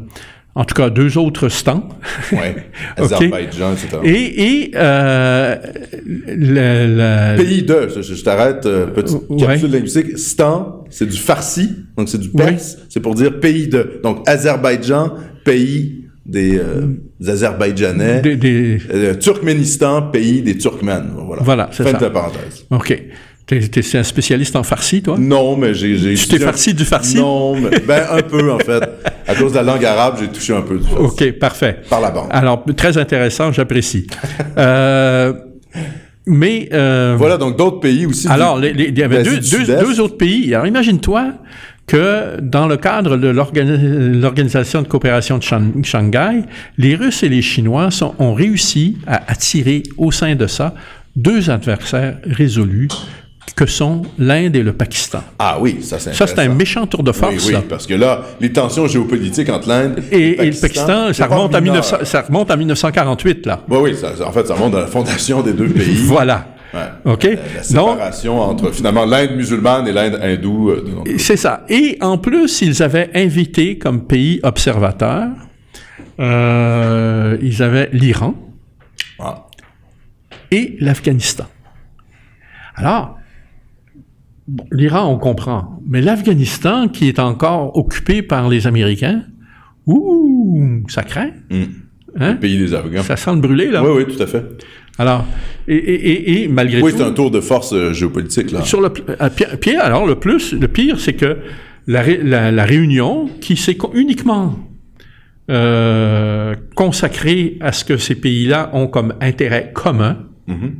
[SPEAKER 1] en tout cas deux autres stans.
[SPEAKER 2] Ouais.
[SPEAKER 1] [LAUGHS] Ok.
[SPEAKER 2] Azerbaïdjan, etc.
[SPEAKER 1] Et, et euh, le- la-
[SPEAKER 2] Pays de, je, je t'arrête, euh, petite
[SPEAKER 1] Ouais.
[SPEAKER 2] capsule linguistique. Stan, c'est du farsi, donc c'est du
[SPEAKER 1] Ouais.
[SPEAKER 2] perse, c'est pour dire pays de. Donc Azerbaïdjan, pays des, euh, des Azerbaïdjanais.
[SPEAKER 1] des- des-
[SPEAKER 2] Euh, Turkménistan, pays des Turkmènes. Voilà,
[SPEAKER 1] Voilà, c'est
[SPEAKER 2] Fin
[SPEAKER 1] ça.
[SPEAKER 2] de la parenthèse.
[SPEAKER 1] OK. T'es, t'es- c'est un spécialiste en farci, toi?
[SPEAKER 2] Non, mais j'ai. j'ai-
[SPEAKER 1] Tu t'es farci du farci?
[SPEAKER 2] Non, mais, ben un peu en fait. À cause de la langue arabe, j'ai touché un peu du farci.
[SPEAKER 1] OK, parfait.
[SPEAKER 2] Par la bande.
[SPEAKER 1] Alors, très intéressant, j'apprécie. Euh, mais... euh,
[SPEAKER 2] Voilà donc d'autres pays aussi. du-
[SPEAKER 1] Alors, les- les- il y avait
[SPEAKER 2] l'Asie
[SPEAKER 1] deux,
[SPEAKER 2] du
[SPEAKER 1] deux-
[SPEAKER 2] Sud-Est.
[SPEAKER 1] deux autres pays. Alors, imagine-toi que dans le cadre de l'organi- l'Organisation de coopération de Shan- Shanghai, les Russes et les Chinois sont- ont réussi à attirer au sein de ça deux adversaires résolus que sont l'Inde et le Pakistan.
[SPEAKER 2] Ah oui, ça c'est
[SPEAKER 1] Ça, c'est un
[SPEAKER 2] intéressant.
[SPEAKER 1] méchant tour de
[SPEAKER 2] Oui,
[SPEAKER 1] force.
[SPEAKER 2] oui,
[SPEAKER 1] là.
[SPEAKER 2] parce que là, les tensions géopolitiques entre l'Inde
[SPEAKER 1] Et, et le Pakistan, ça
[SPEAKER 2] c'est pas
[SPEAKER 1] remonte, à
[SPEAKER 2] mineur.
[SPEAKER 1] 1900 ça remonte à 1948, là.
[SPEAKER 2] Oui, oui, ça- ça- en fait, ça remonte à la fondation des deux pays.
[SPEAKER 1] [LAUGHS] Voilà.
[SPEAKER 2] Ouais.
[SPEAKER 1] OK?
[SPEAKER 2] La, la
[SPEAKER 1] Donc,
[SPEAKER 2] séparation entre finalement l'Inde musulmane et l'Inde hindoue. euh, de notre-
[SPEAKER 1] C'est ça. Et en plus, ils avaient invité comme pays observateur, euh, ils avaient l'Iran
[SPEAKER 2] Ah.
[SPEAKER 1] et l'Afghanistan. Alors, bon, l'Iran, on comprend, mais l'Afghanistan, qui est encore occupé par les Américains, ouh, ça craint,
[SPEAKER 2] Mm.
[SPEAKER 1] hein?
[SPEAKER 2] Le pays des Afghans.
[SPEAKER 1] Ça sent le brûler, là.
[SPEAKER 2] Oui, oui, tout à fait.
[SPEAKER 1] Alors, et, et- et- et malgré
[SPEAKER 2] Oui,
[SPEAKER 1] tout...
[SPEAKER 2] c'est un tour de force euh, géopolitique, là.
[SPEAKER 1] Sur le pl- à pi- puis alors le plus, le pire, c'est que la, ré- la- la réunion qui s'est con- uniquement euh, consacrée à ce que ces pays-là ont comme intérêt commun
[SPEAKER 2] Mhm.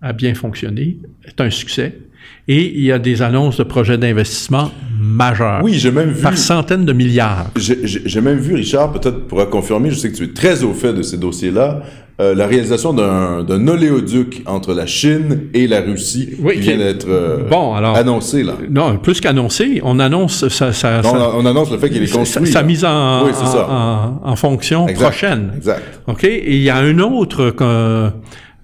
[SPEAKER 1] à bien fonctionner est un succès. Et il y a des annonces de projets d'investissement majeurs
[SPEAKER 2] Oui, j'ai même vu.
[SPEAKER 1] par centaines de milliards.
[SPEAKER 2] J'ai- J'ai j'ai même vu, Richard, peut-être pourra confirmer, je sais que tu es très au fait de ces dossiers-là, euh, la réalisation d'un d'un oléoduc entre la Chine et la Russie
[SPEAKER 1] Oui,
[SPEAKER 2] qui vient
[SPEAKER 1] qui-
[SPEAKER 2] d'être euh,
[SPEAKER 1] Bon, alors-
[SPEAKER 2] annoncé. Là.
[SPEAKER 1] Non, plus qu'annoncé, on annonce sa, sa-
[SPEAKER 2] On,
[SPEAKER 1] sa-
[SPEAKER 2] on annonce le fait qu'il est
[SPEAKER 1] sa-
[SPEAKER 2] construit.
[SPEAKER 1] sa
[SPEAKER 2] là.
[SPEAKER 1] mise en,
[SPEAKER 2] Oui, c'est ça.
[SPEAKER 1] en- en- en fonction
[SPEAKER 2] Exact.
[SPEAKER 1] prochaine.
[SPEAKER 2] Exact.
[SPEAKER 1] OK? Et il y a un autre que-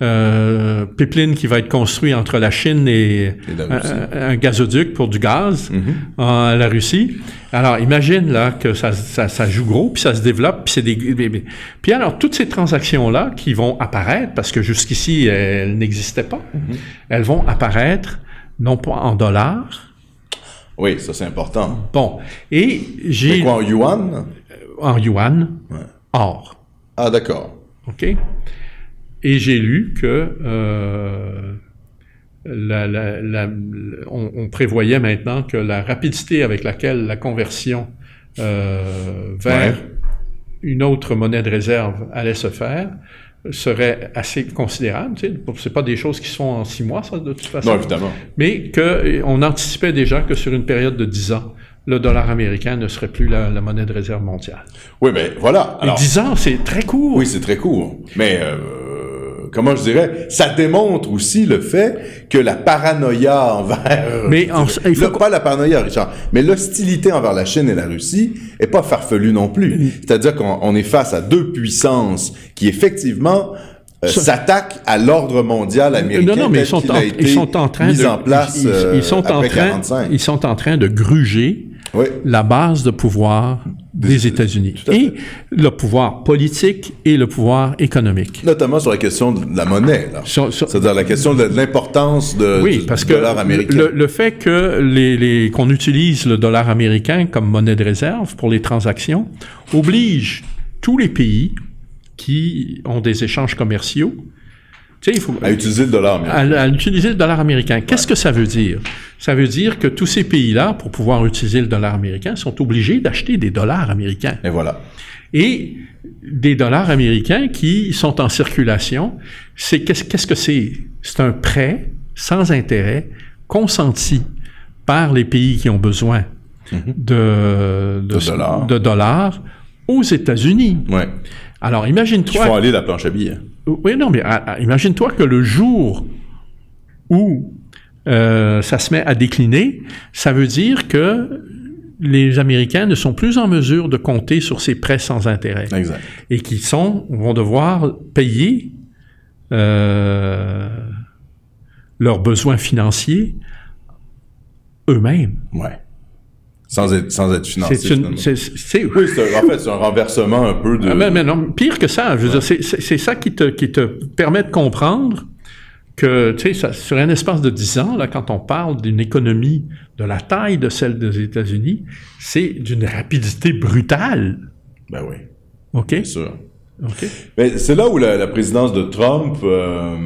[SPEAKER 1] euh, pipeline qui va être construit entre la Chine et, euh,
[SPEAKER 2] Et la Russie. Mhm.
[SPEAKER 1] un, un gazoduc pour du gaz en la Russie. Alors imagine là que ça, ça, ça joue gros, puis ça se développe, puis c'est des... des- des- Puis alors toutes ces transactions-là qui vont apparaître, parce que jusqu'ici elles n'existaient pas,
[SPEAKER 2] Mhm.
[SPEAKER 1] elles vont apparaître non pas en dollars.
[SPEAKER 2] Oui, ça, c'est important.
[SPEAKER 1] Bon, et
[SPEAKER 2] C'est
[SPEAKER 1] j'ai
[SPEAKER 2] quoi, en yuan?
[SPEAKER 1] en yuan,
[SPEAKER 2] Ouais.
[SPEAKER 1] or.
[SPEAKER 2] Ah, d'accord.
[SPEAKER 1] OK? Et j'ai lu que euh, la- la- la- on, on prévoyait maintenant que la rapidité avec laquelle la conversion euh, vers
[SPEAKER 2] Ouais.
[SPEAKER 1] une autre monnaie de réserve allait se faire serait assez considérable. Tu sais, c'est pas des choses qui se font en six mois, ça, de toute façon.
[SPEAKER 2] Non, évidemment.
[SPEAKER 1] Mais qu'on anticipait déjà que sur une période de dix ans, le dollar américain ne serait plus la, la monnaie de réserve mondiale.
[SPEAKER 2] Oui, mais voilà.
[SPEAKER 1] Et
[SPEAKER 2] Alors,
[SPEAKER 1] dix ans, c'est très court.
[SPEAKER 2] Oui, c'est très court. Mais euh, comment je dirais, ça démontre aussi le fait que la paranoïa envers...
[SPEAKER 1] Mais en- il faut
[SPEAKER 2] Là, pas la paranoïa, Richard, mais l'hostilité envers la Chine et la Russie est pas farfelue non plus. C'est-à-dire qu'on on est face à deux puissances qui, effectivement... euh,
[SPEAKER 1] Ça-
[SPEAKER 2] s'attaquent à l'ordre mondial Ben, américain.
[SPEAKER 1] Euh, Non, non, mais ils
[SPEAKER 2] tel
[SPEAKER 1] sont,
[SPEAKER 2] qu'il
[SPEAKER 1] en,
[SPEAKER 2] a été
[SPEAKER 1] ils sont en train
[SPEAKER 2] mis
[SPEAKER 1] de
[SPEAKER 2] en place
[SPEAKER 1] ils, ils-
[SPEAKER 2] euh,
[SPEAKER 1] ils sont en
[SPEAKER 2] après
[SPEAKER 1] train
[SPEAKER 2] 45.
[SPEAKER 1] ils sont en train de gruger
[SPEAKER 2] Oui.
[SPEAKER 1] la base de pouvoir des, États-Unis
[SPEAKER 2] tout à fait.
[SPEAKER 1] et le pouvoir politique et le pouvoir économique.
[SPEAKER 2] Notamment sur la question de la monnaie, là.
[SPEAKER 1] Sur- sur-
[SPEAKER 2] C'est-à-dire la question de l'importance de,
[SPEAKER 1] oui,
[SPEAKER 2] du
[SPEAKER 1] parce que
[SPEAKER 2] dollar américain.
[SPEAKER 1] le, le fait que les, les- qu'on utilise le dollar américain comme monnaie de réserve pour les transactions oblige tous les pays qui ont des échanges commerciaux. Tu sais, il faut
[SPEAKER 2] à utiliser le dollar américain.
[SPEAKER 1] à, à utiliser le dollar américain. Qu'est-ce que ça veut dire? Ça veut dire que tous ces pays-là, pour pouvoir utiliser le dollar américain, sont obligés d'acheter des dollars américains.
[SPEAKER 2] Et voilà.
[SPEAKER 1] Et des dollars américains qui sont en circulation, c'est qu'est-ce qu'est-ce que c'est? C'est un prêt sans intérêt consenti par les pays qui ont besoin de, de-
[SPEAKER 2] Mhm. De dollars.
[SPEAKER 1] de dollars aux États-Unis.
[SPEAKER 2] Ouais.
[SPEAKER 1] Alors
[SPEAKER 2] Qui
[SPEAKER 1] imagine-toi
[SPEAKER 2] font aller la planche à billets.
[SPEAKER 1] oui, non, mais à- à- imagine-toi que le jour où euh, ça se met à décliner, ça veut dire que les Américains ne sont plus en mesure de compter sur ces prêts sans intérêt
[SPEAKER 2] Exact.
[SPEAKER 1] et qui sont vont devoir payer euh, leurs besoins financiers eux-mêmes.
[SPEAKER 2] Ouais. Sans être, sans être financé.
[SPEAKER 1] C'est une,
[SPEAKER 2] finalement.
[SPEAKER 1] c'est- c'est-
[SPEAKER 2] Oui, c'est un- en fait, c'est un renversement un peu de.
[SPEAKER 1] Ah, mais, mais non, pire que ça. Je veux dire, c'est- c'est c'est ça qui te, qui te permet de comprendre que, tu sais, ça- sur un espace de 10 ans, là, quand on parle d'une économie de la taille de celle des États-Unis, c'est d'une rapidité brutale.
[SPEAKER 2] Ben oui,
[SPEAKER 1] OK?
[SPEAKER 2] bien sûr.
[SPEAKER 1] OK?
[SPEAKER 2] Mais c'est là où la, la présidence de Trump euh,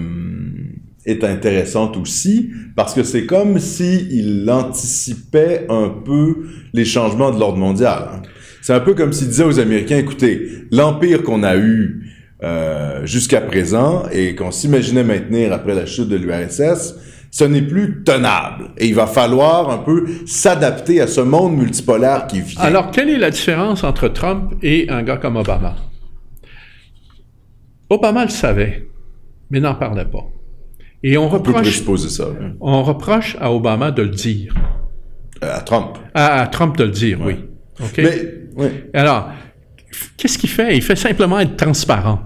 [SPEAKER 2] est intéressante aussi, parce que c'est comme si il anticipait un peu les changements de l'ordre mondial. hein. C'est un peu comme s'il disait aux Américains, écoutez, l'empire qu'on a eu euh, jusqu'à présent et qu'on s'imaginait maintenir après la chute de l'URSS, ce n'est plus tenable. Et il va falloir un peu s'adapter à ce monde multipolaire qui vient.
[SPEAKER 1] Alors, quelle est la différence entre Trump et un gars comme Obama? Obama le savait, mais n'en parlait pas. Et on
[SPEAKER 2] on peut
[SPEAKER 1] reproche,
[SPEAKER 2] présupposer ça hein,
[SPEAKER 1] on reproche à Obama de le dire.
[SPEAKER 2] Euh, à Trump.
[SPEAKER 1] À, à Trump de le dire, oui. OK?
[SPEAKER 2] Mais, ouais,
[SPEAKER 1] Alors, qu'est-ce qu'il fait? Il fait simplement être transparent.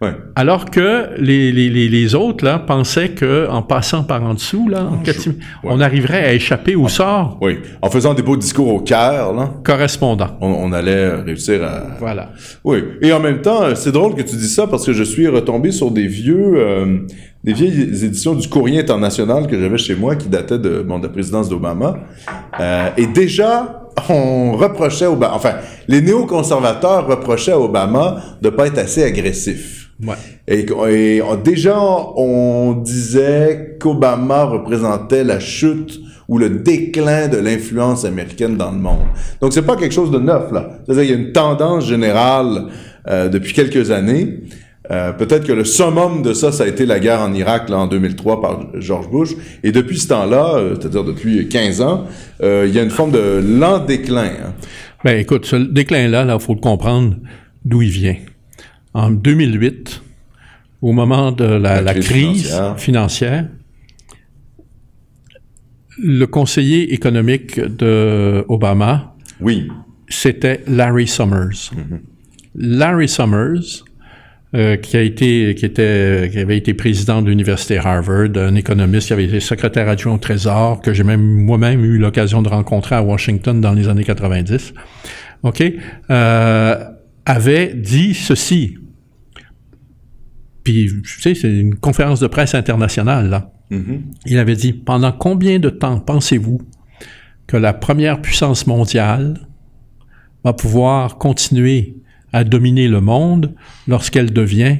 [SPEAKER 2] ouais.
[SPEAKER 1] Alors que les, les- les- les autres, là, pensaient que en passant par en dessous, là, en catim- on arriverait à échapper au sort
[SPEAKER 2] Oui. En faisant des beaux discours au Caire, là,
[SPEAKER 1] correspondant.
[SPEAKER 2] on, on allait euh, réussir à...
[SPEAKER 1] Voilà.
[SPEAKER 2] Oui. Et en même temps, euh, c'est drôle que tu dis ça parce que je suis retombé sur des vieux... euh, des vieilles éditions du Courrier international que j'avais chez moi qui dataient de, bon, de la présidence d'Obama. Euh, et déjà, on reprochait Obama... Enfin, les néoconservateurs reprochaient à Obama de pas être assez agressif.
[SPEAKER 1] Ouais.
[SPEAKER 2] Et, qu'on- et on- déjà, on disait qu'Obama représentait la chute ou le déclin de l'influence américaine dans le monde. Donc, c'est pas quelque chose de neuf, là. C'est-à-dire qu'il y a une tendance générale euh, depuis quelques années. Euh, Peut-être que le summum de ça, ça a été la guerre en Irak là, en 2003 par George Bush. Et depuis ce temps-là, euh, c'est-à-dire depuis 15 ans, euh, il y a une forme de lent déclin. hein.
[SPEAKER 1] Ben écoute, ce déclin-là, il faut le comprendre d'où il vient. En 2008, au moment de la,
[SPEAKER 2] La
[SPEAKER 1] la
[SPEAKER 2] crise
[SPEAKER 1] crise
[SPEAKER 2] financière.
[SPEAKER 1] financière. le conseiller économique de Obama,
[SPEAKER 2] Oui,
[SPEAKER 1] c'était Larry Summers. Larry Summers euh, qui a été, qui était, qui avait été président de l'université Harvard, un économiste qui avait été secrétaire adjoint au Trésor, que j'ai même moi-même eu l'occasion de rencontrer à Washington dans les années 90. Ok, euh, avait dit ceci. Puis, tu sais, c'est une conférence de presse internationale là.
[SPEAKER 2] Mhm.
[SPEAKER 1] Il avait dit Pendant combien de temps pensez-vous que la première puissance mondiale va pouvoir continuer à dominer le monde lorsqu'elle devient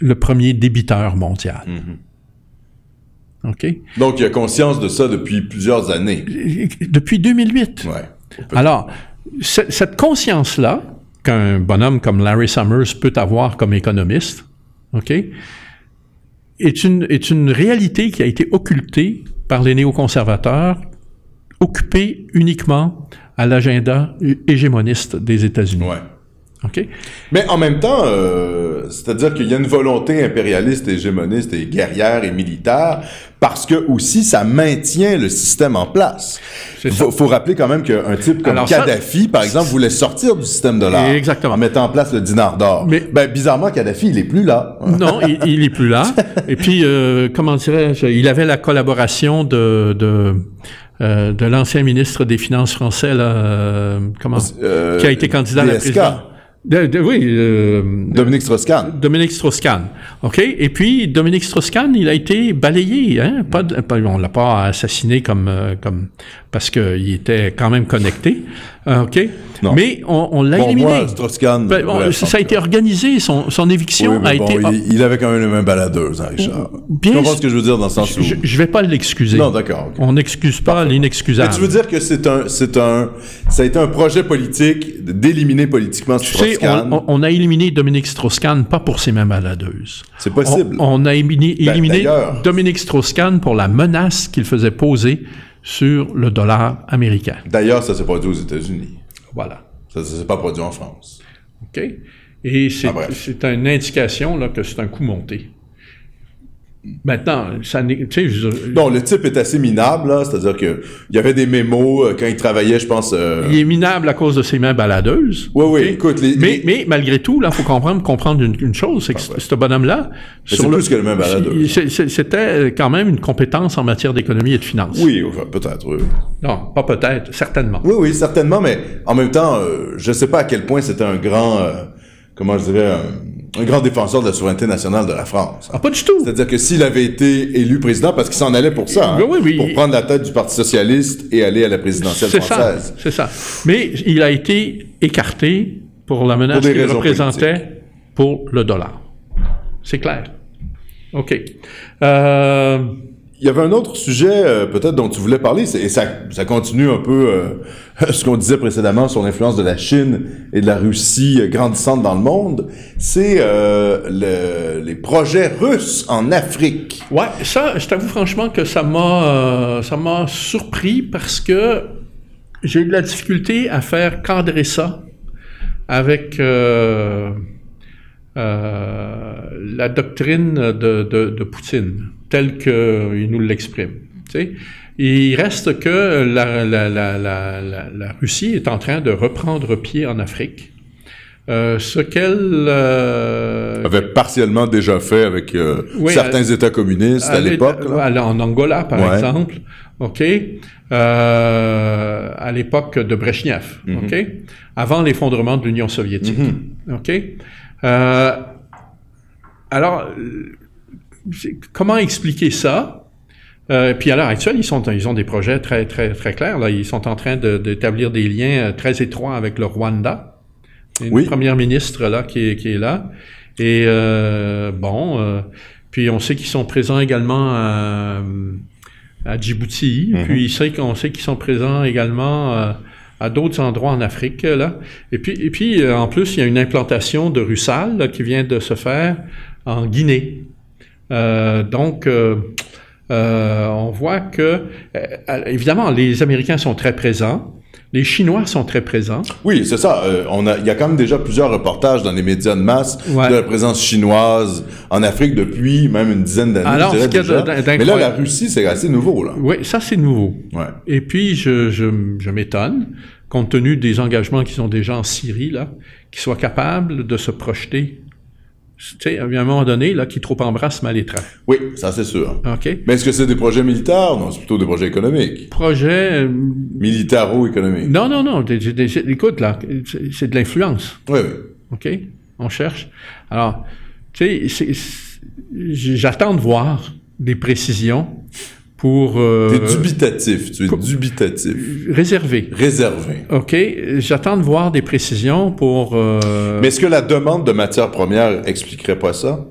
[SPEAKER 1] le premier débiteur mondial
[SPEAKER 2] Mm-hmm.
[SPEAKER 1] OK
[SPEAKER 2] Donc, il a conscience de ça depuis plusieurs années.
[SPEAKER 1] Depuis 2008.
[SPEAKER 2] Ouais.
[SPEAKER 1] Alors, ce- cette conscience-là, qu'un bonhomme comme Larry Summers peut avoir comme économiste, OK, est une, est une réalité qui a été occultée par les néoconservateurs, occupée uniquement à l'agenda hé- hégémoniste des États-Unis.
[SPEAKER 2] Ouais.
[SPEAKER 1] OK?
[SPEAKER 2] Mais en même temps, euh, c'est-à-dire qu'il y a une volonté impérialiste, hégémoniste et guerrière et militaire parce que aussi ça maintient le système en place.
[SPEAKER 1] C'est ça.
[SPEAKER 2] Faut, faut rappeler quand même qu'un type comme
[SPEAKER 1] Alors ça-
[SPEAKER 2] Kadhafi, par exemple, voulait sortir du système de l'art
[SPEAKER 1] Exactement.
[SPEAKER 2] en mettant en place le dinar d'or.
[SPEAKER 1] Mais-
[SPEAKER 2] Ben bizarrement, Kadhafi, il est plus là. hein.
[SPEAKER 1] Non, il, il est plus là. Et puis, euh, comment dirais-je, il avait la collaboration de, de, euh, de l'ancien ministre des Finances français, là, euh, comment,
[SPEAKER 2] Euh,
[SPEAKER 1] qui a été candidat à la
[SPEAKER 2] DSK.
[SPEAKER 1] présidence. De- de- oui, euh,
[SPEAKER 2] Dominique Strauss-Kahn.
[SPEAKER 1] Dominique Strauss-Kahn. OK? Et puis, Dominique Strauss-Kahn, il a été balayé. Hein? Pas de- pas- on l'a pas assassiné comme, euh, comme, parce qu'il était quand même connecté. Euh, OK?
[SPEAKER 2] Non.
[SPEAKER 1] Mais on, on l'a
[SPEAKER 2] Bon,
[SPEAKER 1] éliminé.
[SPEAKER 2] moi, Strauss-Kahn.
[SPEAKER 1] Ben, on-
[SPEAKER 2] bref,
[SPEAKER 1] ça,
[SPEAKER 2] en
[SPEAKER 1] ça a
[SPEAKER 2] tout
[SPEAKER 1] été
[SPEAKER 2] cas.
[SPEAKER 1] organisé. Son, son éviction
[SPEAKER 2] Oui, mais
[SPEAKER 1] a
[SPEAKER 2] bon,
[SPEAKER 1] été.
[SPEAKER 2] il, il avait quand même le même baladeuse, hein, Richard.
[SPEAKER 1] Bien
[SPEAKER 2] tu comprends
[SPEAKER 1] sûr.
[SPEAKER 2] ce que je veux dire dans le sens où...
[SPEAKER 1] Je, je vais pas l'excuser.
[SPEAKER 2] Non, d'accord. ok.
[SPEAKER 1] On n'excuse pas
[SPEAKER 2] Mais
[SPEAKER 1] l'inexcusable.
[SPEAKER 2] tu veux dire que c'est un, c'est un, ça a été un projet politique d'éliminer politiquement
[SPEAKER 1] Tu sais,
[SPEAKER 2] Strauss-Kahn.
[SPEAKER 1] on, on- on a éliminé Dominique Strauss-Kahn pas pour ses mêmes baladeuses.
[SPEAKER 2] C'est possible. Ben,
[SPEAKER 1] On, on a éliminé, éliminé
[SPEAKER 2] d'ailleurs-
[SPEAKER 1] Dominique Strauss-Kahn pour la menace qu'il faisait poser sur le dollar américain.
[SPEAKER 2] D'ailleurs, ça s'est produit aux États-Unis.
[SPEAKER 1] Voilà.
[SPEAKER 2] Ça, ça s'est pas produit en France.
[SPEAKER 1] OK? Et c'est
[SPEAKER 2] Ah, bref.
[SPEAKER 1] c'est une indication là, que c'est un coup monté. Maintenant, ça n'est- tu sais, je veux dire,
[SPEAKER 2] Non, le type est assez minable, là. C'est-à-dire que il y avait des mémos euh, quand il travaillait, je pense. euh,
[SPEAKER 1] il est minable à cause de ses mains baladeuses.
[SPEAKER 2] Oui, oui,
[SPEAKER 1] OK?
[SPEAKER 2] écoute, les-
[SPEAKER 1] mais,
[SPEAKER 2] les- Ah,
[SPEAKER 1] mais malgré tout, là, faut comprendre, comprendre une, une chose, c'est que c- ce bonhomme-là,
[SPEAKER 2] c'est
[SPEAKER 1] sur le-
[SPEAKER 2] plus que le même baladeuse.
[SPEAKER 1] c'est- c'est- c'était euh, quand même une compétence en matière d'économie et de finances.
[SPEAKER 2] Oui, enfin, peut-être. Oui.
[SPEAKER 1] Non, pas peut-être, certainement.
[SPEAKER 2] oui, oui, certainement, mais en même temps, euh, je sais pas à quel point c'était un grand, euh, comment je dirais, un, un grand défenseur de la souveraineté nationale de la France.
[SPEAKER 1] Ah, pas du tout.
[SPEAKER 2] C'est-à-dire que s'il avait été élu président, parce qu'il s'en allait pour ça, hein,
[SPEAKER 1] Ben oui, oui.
[SPEAKER 2] pour prendre la tête du Parti socialiste et aller à la présidentielle
[SPEAKER 1] C'est ça,
[SPEAKER 2] française.
[SPEAKER 1] c'est ça. Mais il a été écarté pour la menace
[SPEAKER 2] Pour des
[SPEAKER 1] qu'il
[SPEAKER 2] raisons
[SPEAKER 1] représentait pour le dollar. C'est clair. OK. Euh,
[SPEAKER 2] Il y avait un autre sujet, euh, peut-être, dont tu voulais parler, c'est- et ça, ça continue un peu euh, [LAUGHS] ce qu'on disait précédemment sur l'influence de la Chine et de la Russie euh, grandissante dans le monde, c'est euh, le- les projets russes en Afrique.
[SPEAKER 1] ouais, ça, je t'avoue franchement que ça m'a, euh, ça m'a surpris parce que j'ai eu de la difficulté à faire cadrer ça avec euh, euh, la doctrine de, de- de Poutine, telle qu'il nous l'exprime. tu sais. Et Il reste que la, la- la- la- la- la Russie est en train de reprendre pied en Afrique, euh, ce qu'elle... euh,
[SPEAKER 2] avait partiellement déjà fait avec euh,
[SPEAKER 1] Oui,
[SPEAKER 2] certains États communistes à
[SPEAKER 1] Aller-
[SPEAKER 2] l'époque. là.
[SPEAKER 1] Ah à la- En Angola, par
[SPEAKER 2] Ouais.
[SPEAKER 1] exemple. OK. Euh, à l'époque de Brezhnev.
[SPEAKER 2] Mhm.
[SPEAKER 1] OK. Avant l'effondrement de l'Union soviétique. OK. Euh, alors, euh, c'est- comment expliquer ça? Euh, puis à l'heure actuelle, ils, sont, ils ont des projets très, très, très clairs. Là. Ils sont en train de- d'établir des liens euh, très étroits avec le Rwanda. Une
[SPEAKER 2] Oui.
[SPEAKER 1] première ministre là, qui, est- qui est là. Et euh, bon, euh, puis on sait qu'ils sont présents également à, à Djibouti.
[SPEAKER 2] Mhm.
[SPEAKER 1] Puis sait qu'on sait qu'ils sont présents également euh, à d'autres endroits en Afrique. Là. Et puis, et puis euh, en plus, il y a une implantation de Rusal là, qui vient de se faire en Guinée. Euh, donc, euh, euh, on voit que, euh, évidemment, les Américains sont très présents, les Chinois sont très présents.
[SPEAKER 2] Oui, c'est ça. Euh, on a, il y a quand même déjà plusieurs reportages dans les médias de masse
[SPEAKER 1] Ouais.
[SPEAKER 2] de la présence chinoise en Afrique depuis même une dizaine d'années.
[SPEAKER 1] Alors,
[SPEAKER 2] je dirais
[SPEAKER 1] ce qu'il y a
[SPEAKER 2] déjà.
[SPEAKER 1] de- d'incroyable-
[SPEAKER 2] Mais là, la Russie, c'est assez nouveau, là.
[SPEAKER 1] Oui, ça c'est nouveau.
[SPEAKER 2] Ouais.
[SPEAKER 1] Et puis, je, je, je m'étonne, compte tenu des engagements qu'ils ont déjà en Syrie, là, qu'ils soient capables de se projeter Tu sais, il y a un moment donné, là, qui trop embrasse mal étreint.
[SPEAKER 2] Oui, ça c'est sûr.
[SPEAKER 1] OK?
[SPEAKER 2] Mais est-ce que c'est des projets militaires? Non, c'est plutôt des projets économiques.
[SPEAKER 1] Projet. euh,
[SPEAKER 2] Militaro-économiques.
[SPEAKER 1] Non, non, non. t'es- t'es- t'es- écoute, là, c'est- c'est de l'influence.
[SPEAKER 2] Oui, oui.
[SPEAKER 1] OK? On cherche. Alors, tu sais, c'est- c'est- j'attends de voir des précisions pour euh,
[SPEAKER 2] T'es dubitatif, tu es
[SPEAKER 1] co-
[SPEAKER 2] dubitatif.
[SPEAKER 1] réserver.
[SPEAKER 2] Réservé.
[SPEAKER 1] OK? J'attends de voir des précisions pour. euh,
[SPEAKER 2] Mais est-ce que la demande de matières premières expliquerait pas ça?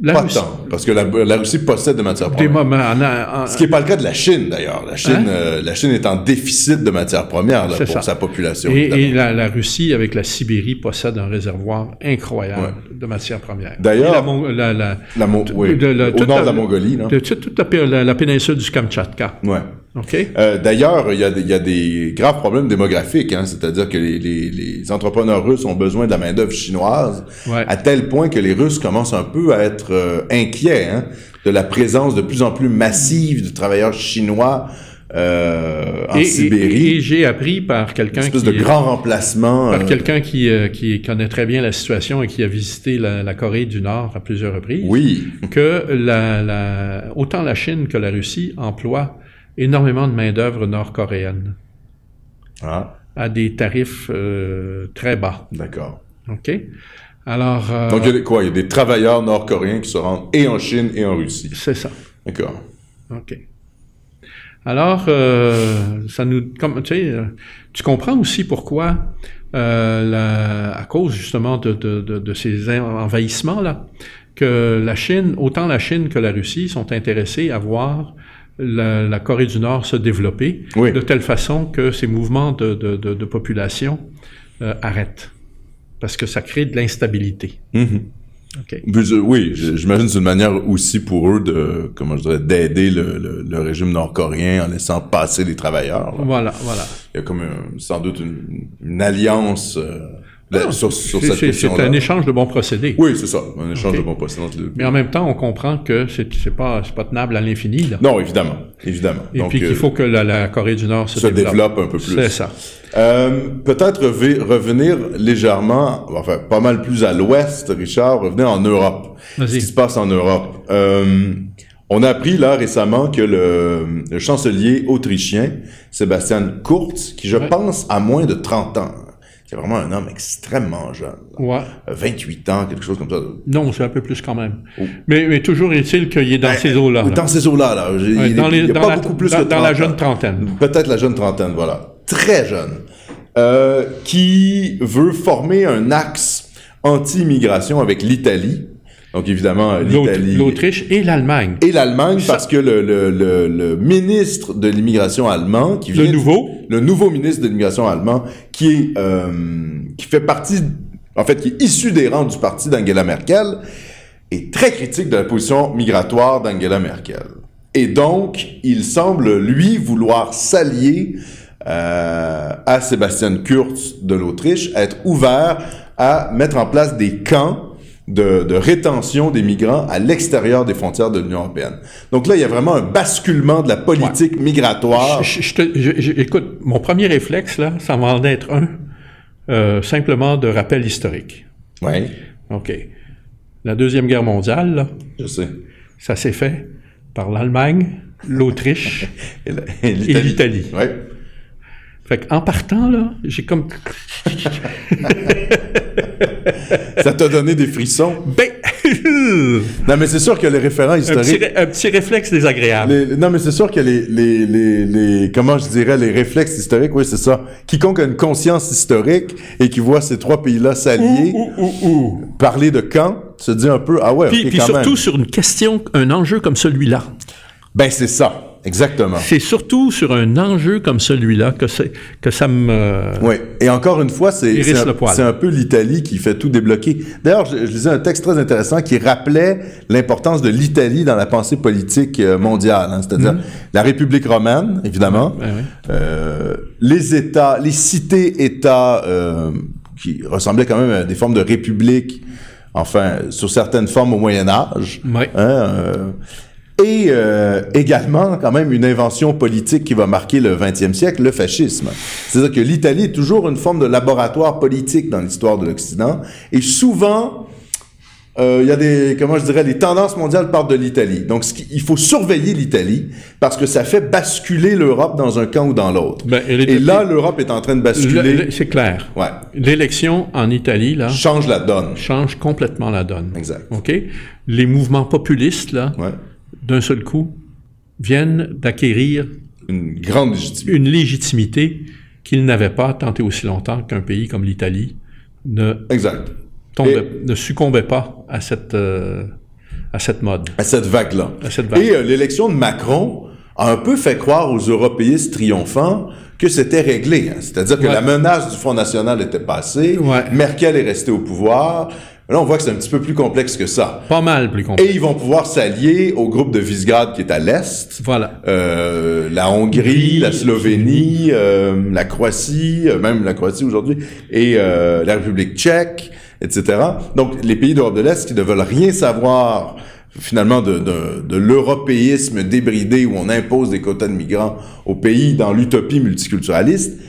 [SPEAKER 1] la
[SPEAKER 2] pas
[SPEAKER 1] Russie-
[SPEAKER 2] tant, parce que la, la Russie possède des matières
[SPEAKER 1] Des
[SPEAKER 2] premières.
[SPEAKER 1] moments. en- en- en-
[SPEAKER 2] Ce qui n'est pas le cas de la Chine, d'ailleurs. La Chine,
[SPEAKER 1] Hein?
[SPEAKER 2] euh, la Chine est en déficit de matières premières là,
[SPEAKER 1] C'est
[SPEAKER 2] pour
[SPEAKER 1] ça.
[SPEAKER 2] sa population.
[SPEAKER 1] et
[SPEAKER 2] évidemment.
[SPEAKER 1] et la, la Russie, avec la Sibérie, possède un réservoir incroyable de matières premières.
[SPEAKER 2] D'ailleurs-
[SPEAKER 1] Et
[SPEAKER 2] Hein?
[SPEAKER 1] la Mon- la- la-
[SPEAKER 2] La Mon- oui.
[SPEAKER 1] de la-
[SPEAKER 2] Au
[SPEAKER 1] toute
[SPEAKER 2] nord de
[SPEAKER 1] la-
[SPEAKER 2] la Mongolie, non?
[SPEAKER 1] de toute toute la, pé- la- la péninsule du Kamtchatka.
[SPEAKER 2] Ouais.
[SPEAKER 1] OK?
[SPEAKER 2] Euh, D'ailleurs, il y, a des- il y a des graves problèmes démographiques, hein, c'est-à-dire que les, les- les entrepreneurs russes ont besoin de la main-d'œuvre chinoise,
[SPEAKER 1] Ouais.
[SPEAKER 2] à tel point que les Russes commencent un peu à être euh, inquiets hein, de la présence de plus en plus massive de travailleurs chinois euh, en
[SPEAKER 1] Et- et-
[SPEAKER 2] Sibérie.
[SPEAKER 1] Et, et j'ai appris par
[SPEAKER 2] une
[SPEAKER 1] quelqu'un qui,
[SPEAKER 2] espèce de grand remplacement.
[SPEAKER 1] par
[SPEAKER 2] euh,
[SPEAKER 1] quelqu'un qui, euh, qui connaît très bien la situation et qui a visité la, la Corée du Nord à plusieurs reprises,
[SPEAKER 2] Oui.
[SPEAKER 1] que la, la- autant la Chine que la Russie emploient énormément de main-d'œuvre nord-coréenne
[SPEAKER 2] Ah,
[SPEAKER 1] à des tarifs euh, très bas.
[SPEAKER 2] d'accord.
[SPEAKER 1] OK? Alors, euh,
[SPEAKER 2] Donc, il y a des, quoi? Il y a des travailleurs nord-coréens qui se rendent et en Chine et en Russie.
[SPEAKER 1] c'est ça.
[SPEAKER 2] D'accord.
[SPEAKER 1] OK. Alors, euh, ça nous, comme, tu, sais, euh, tu comprends aussi pourquoi, euh, la- à cause justement de, de- de- de ces en- envahissements-là, que la Chine, autant la Chine que la Russie, sont intéressées à voir la, la Corée du Nord se développer
[SPEAKER 2] Oui.
[SPEAKER 1] de telle façon que ces mouvements de, de- de- de population euh, arrêtent. Parce que ça crée de l'instabilité.
[SPEAKER 2] Mhm.
[SPEAKER 1] OK?
[SPEAKER 2] Puis je- oui, je- j'imagine que c'est une manière aussi pour eux de, comment je dirais, d'aider le, le- le régime nord-coréen en laissant passer les travailleurs. là.
[SPEAKER 1] Voilà, voilà.
[SPEAKER 2] Il y a comme un- sans doute une, une alliance euh, là,
[SPEAKER 1] Non,
[SPEAKER 2] sur, sur
[SPEAKER 1] Ah, C'est-
[SPEAKER 2] cette
[SPEAKER 1] C'est c'est
[SPEAKER 2] question-là.
[SPEAKER 1] un échange de bons procédés.
[SPEAKER 2] Oui, c'est ça, un échange
[SPEAKER 1] Ok.
[SPEAKER 2] de bons procédés entre les deux.
[SPEAKER 1] Mais en même temps, on comprend que c'est c'est pas, c'est pas tenable à l'infini, là.
[SPEAKER 2] Non, évidemment, évidemment.
[SPEAKER 1] Et
[SPEAKER 2] Donc,
[SPEAKER 1] puis qu'il
[SPEAKER 2] euh,
[SPEAKER 1] faut que la, la Corée du Nord se,
[SPEAKER 2] se développe un peu plus.
[SPEAKER 1] C'est ça.
[SPEAKER 2] Euh, peut-être revi- revenir légèrement, enfin pas mal plus à l'ouest, Richard, revenir en Europe.
[SPEAKER 1] Vas-y.
[SPEAKER 2] Ce qui se passe en Europe. Euh, on a appris là récemment que le, le chancelier autrichien, Sébastien Kurz, qui je
[SPEAKER 1] Ouais.
[SPEAKER 2] pense a moins de 30 ans, c'est vraiment un homme extrêmement jeune, là.
[SPEAKER 1] Ouais.
[SPEAKER 2] 28 ans, quelque chose comme ça.
[SPEAKER 1] Non, c'est un peu plus quand même.
[SPEAKER 2] Oh.
[SPEAKER 1] Mais, mais toujours est-il qu'il est dans ces eaux-là. là.
[SPEAKER 2] Ben, Dans ces eaux-là, là. J'ai-
[SPEAKER 1] Ouais,
[SPEAKER 2] il
[SPEAKER 1] dans les-
[SPEAKER 2] n'y a
[SPEAKER 1] dans
[SPEAKER 2] pas
[SPEAKER 1] la-
[SPEAKER 2] beaucoup plus
[SPEAKER 1] dans-
[SPEAKER 2] que
[SPEAKER 1] dans la
[SPEAKER 2] 30
[SPEAKER 1] jeune
[SPEAKER 2] ans.
[SPEAKER 1] trentaine.
[SPEAKER 2] Peut-être la jeune trentaine, voilà. Très jeune. Euh, qui veut former un axe anti-immigration avec l'Italie. Donc, évidemment, euh,
[SPEAKER 1] L'Aut-
[SPEAKER 2] l'Italie
[SPEAKER 1] L'Autriche et l'Allemagne.
[SPEAKER 2] et l'Allemagne,
[SPEAKER 1] Ça-
[SPEAKER 2] parce que le, le, le, le ministre de l'immigration allemand, qui vient
[SPEAKER 1] Le
[SPEAKER 2] du-
[SPEAKER 1] nouveau.
[SPEAKER 2] le nouveau ministre de l'immigration allemand, qui est euh, qui fait partie, en fait, qui est issu des rangs du parti d'Angela Merkel, est très critique de la position migratoire d'Angela Merkel. Et donc, il semble lui vouloir s'allier euh, à Sébastien Kurz de l'Autriche, être ouvert à mettre en place des camps de, de rétention des migrants à l'extérieur des frontières de l'Union européenne. Donc là, il y a vraiment un basculement de la politique migratoire.
[SPEAKER 1] Je- je te- je- je- écoute, mon premier réflexe, là, ça va en être un, euh, simplement de rappel historique.
[SPEAKER 2] Ouais.
[SPEAKER 1] OK. La Deuxième Guerre mondiale, là,
[SPEAKER 2] Je sais.
[SPEAKER 1] ça s'est fait par l'Allemagne, l'Autriche,
[SPEAKER 2] [LAUGHS] Et la-
[SPEAKER 1] Et l'Italie.
[SPEAKER 2] Ouais.
[SPEAKER 1] Fait qu'en partant, là, j'ai comme...
[SPEAKER 2] Ça t'a donné des frissons.
[SPEAKER 1] Ben!
[SPEAKER 2] Non, mais [LAUGHS] c'est sûr que les référents
[SPEAKER 1] un, petit,
[SPEAKER 2] historiques.
[SPEAKER 1] ré- un petit réflexe désagréable.
[SPEAKER 2] les- non, mais c'est sûr que les, les, les, les- comment je dirais, les réflexes historiques, oui, c'est ça. Quiconque a une conscience historique et qui voit ces trois pays-là s'allier,
[SPEAKER 1] Ouh, ouh, ouh, ouh.
[SPEAKER 2] parler de camp, se dit un peu, ah ouais,
[SPEAKER 1] Puis,
[SPEAKER 2] ok,
[SPEAKER 1] puis
[SPEAKER 2] quand
[SPEAKER 1] surtout
[SPEAKER 2] même.
[SPEAKER 1] sur une question, un enjeu comme celui-là.
[SPEAKER 2] Ben, c'est ça. Exactement.
[SPEAKER 1] C'est surtout sur un enjeu comme celui-là que, c'est- que ça me...
[SPEAKER 2] Oui, et encore une fois, c'est
[SPEAKER 1] Euh, Il
[SPEAKER 2] c'est
[SPEAKER 1] risque
[SPEAKER 2] un,
[SPEAKER 1] le poil.
[SPEAKER 2] c'est un peu l'Italie qui fait tout débloquer. D'ailleurs, je, je lisais un texte très intéressant qui rappelait l'importance de l'Italie dans la pensée politique euh, mondiale, hein, c'est-à-dire
[SPEAKER 1] Mhm.
[SPEAKER 2] la République romaine, évidemment,
[SPEAKER 1] Ben oui.
[SPEAKER 2] euh, les États, les cités-États euh, qui ressemblaient quand même à des formes de républiques, enfin, sur certaines formes au Moyen Âge.
[SPEAKER 1] Ouais.
[SPEAKER 2] Hein, euh, et euh, également, quand même, une invention politique qui va marquer le 20e siècle, le fascisme. C'est-à-dire que l'Italie est toujours une forme de laboratoire politique dans l'histoire de l'Occident, et souvent euh, il y a des, comment je dirais, les tendances mondiales partent de l'Italie. Donc, ce qui- il faut surveiller l'Italie parce que ça fait basculer l'Europe dans un camp ou dans l'autre.
[SPEAKER 1] Ben, elle est-
[SPEAKER 2] Et là, l'Europe est en train de
[SPEAKER 1] Le-
[SPEAKER 2] basculer.
[SPEAKER 1] le- c'est clair.
[SPEAKER 2] Ouais.
[SPEAKER 1] L'élection en Italie, là,
[SPEAKER 2] Change la donne.
[SPEAKER 1] change complètement la donne.
[SPEAKER 2] Exact.
[SPEAKER 1] OK? Les mouvements populistes, là,
[SPEAKER 2] Ouais.
[SPEAKER 1] d'un seul coup, viennent d'acquérir
[SPEAKER 2] Une grande légitimité.
[SPEAKER 1] une légitimité qu'ils n'avaient pas tant et aussi longtemps qu'un pays comme l'Italie ne,
[SPEAKER 2] Exact.
[SPEAKER 1] tombait- ne succombait pas à cette, euh, à cette mode.
[SPEAKER 2] À cette vague-là.
[SPEAKER 1] À cette vague.
[SPEAKER 2] Et euh, l'élection de Macron a un peu fait croire aux européistes triomphants que c'était réglé. hein. C'est-à-dire que
[SPEAKER 1] Ouais.
[SPEAKER 2] la menace du Front national était passée.
[SPEAKER 1] Ouais.
[SPEAKER 2] Merkel est restée au pouvoir. Là, on voit que c'est un petit peu plus complexe que ça.
[SPEAKER 1] Pas mal plus complexe.
[SPEAKER 2] Et ils vont pouvoir s'allier au groupe de Visegrad qui est à l'est.
[SPEAKER 1] Voilà.
[SPEAKER 2] Euh, la Hongrie, la Slovénie, euh, la Croatie, euh, même la Croatie aujourd'hui, et euh, la République tchèque, etc. Donc, les pays d'Europe de l'Est qui ne veulent rien savoir finalement de, de, de l'européisme débridé où on impose des quotas de migrants aux pays dans l'utopie multiculturaliste,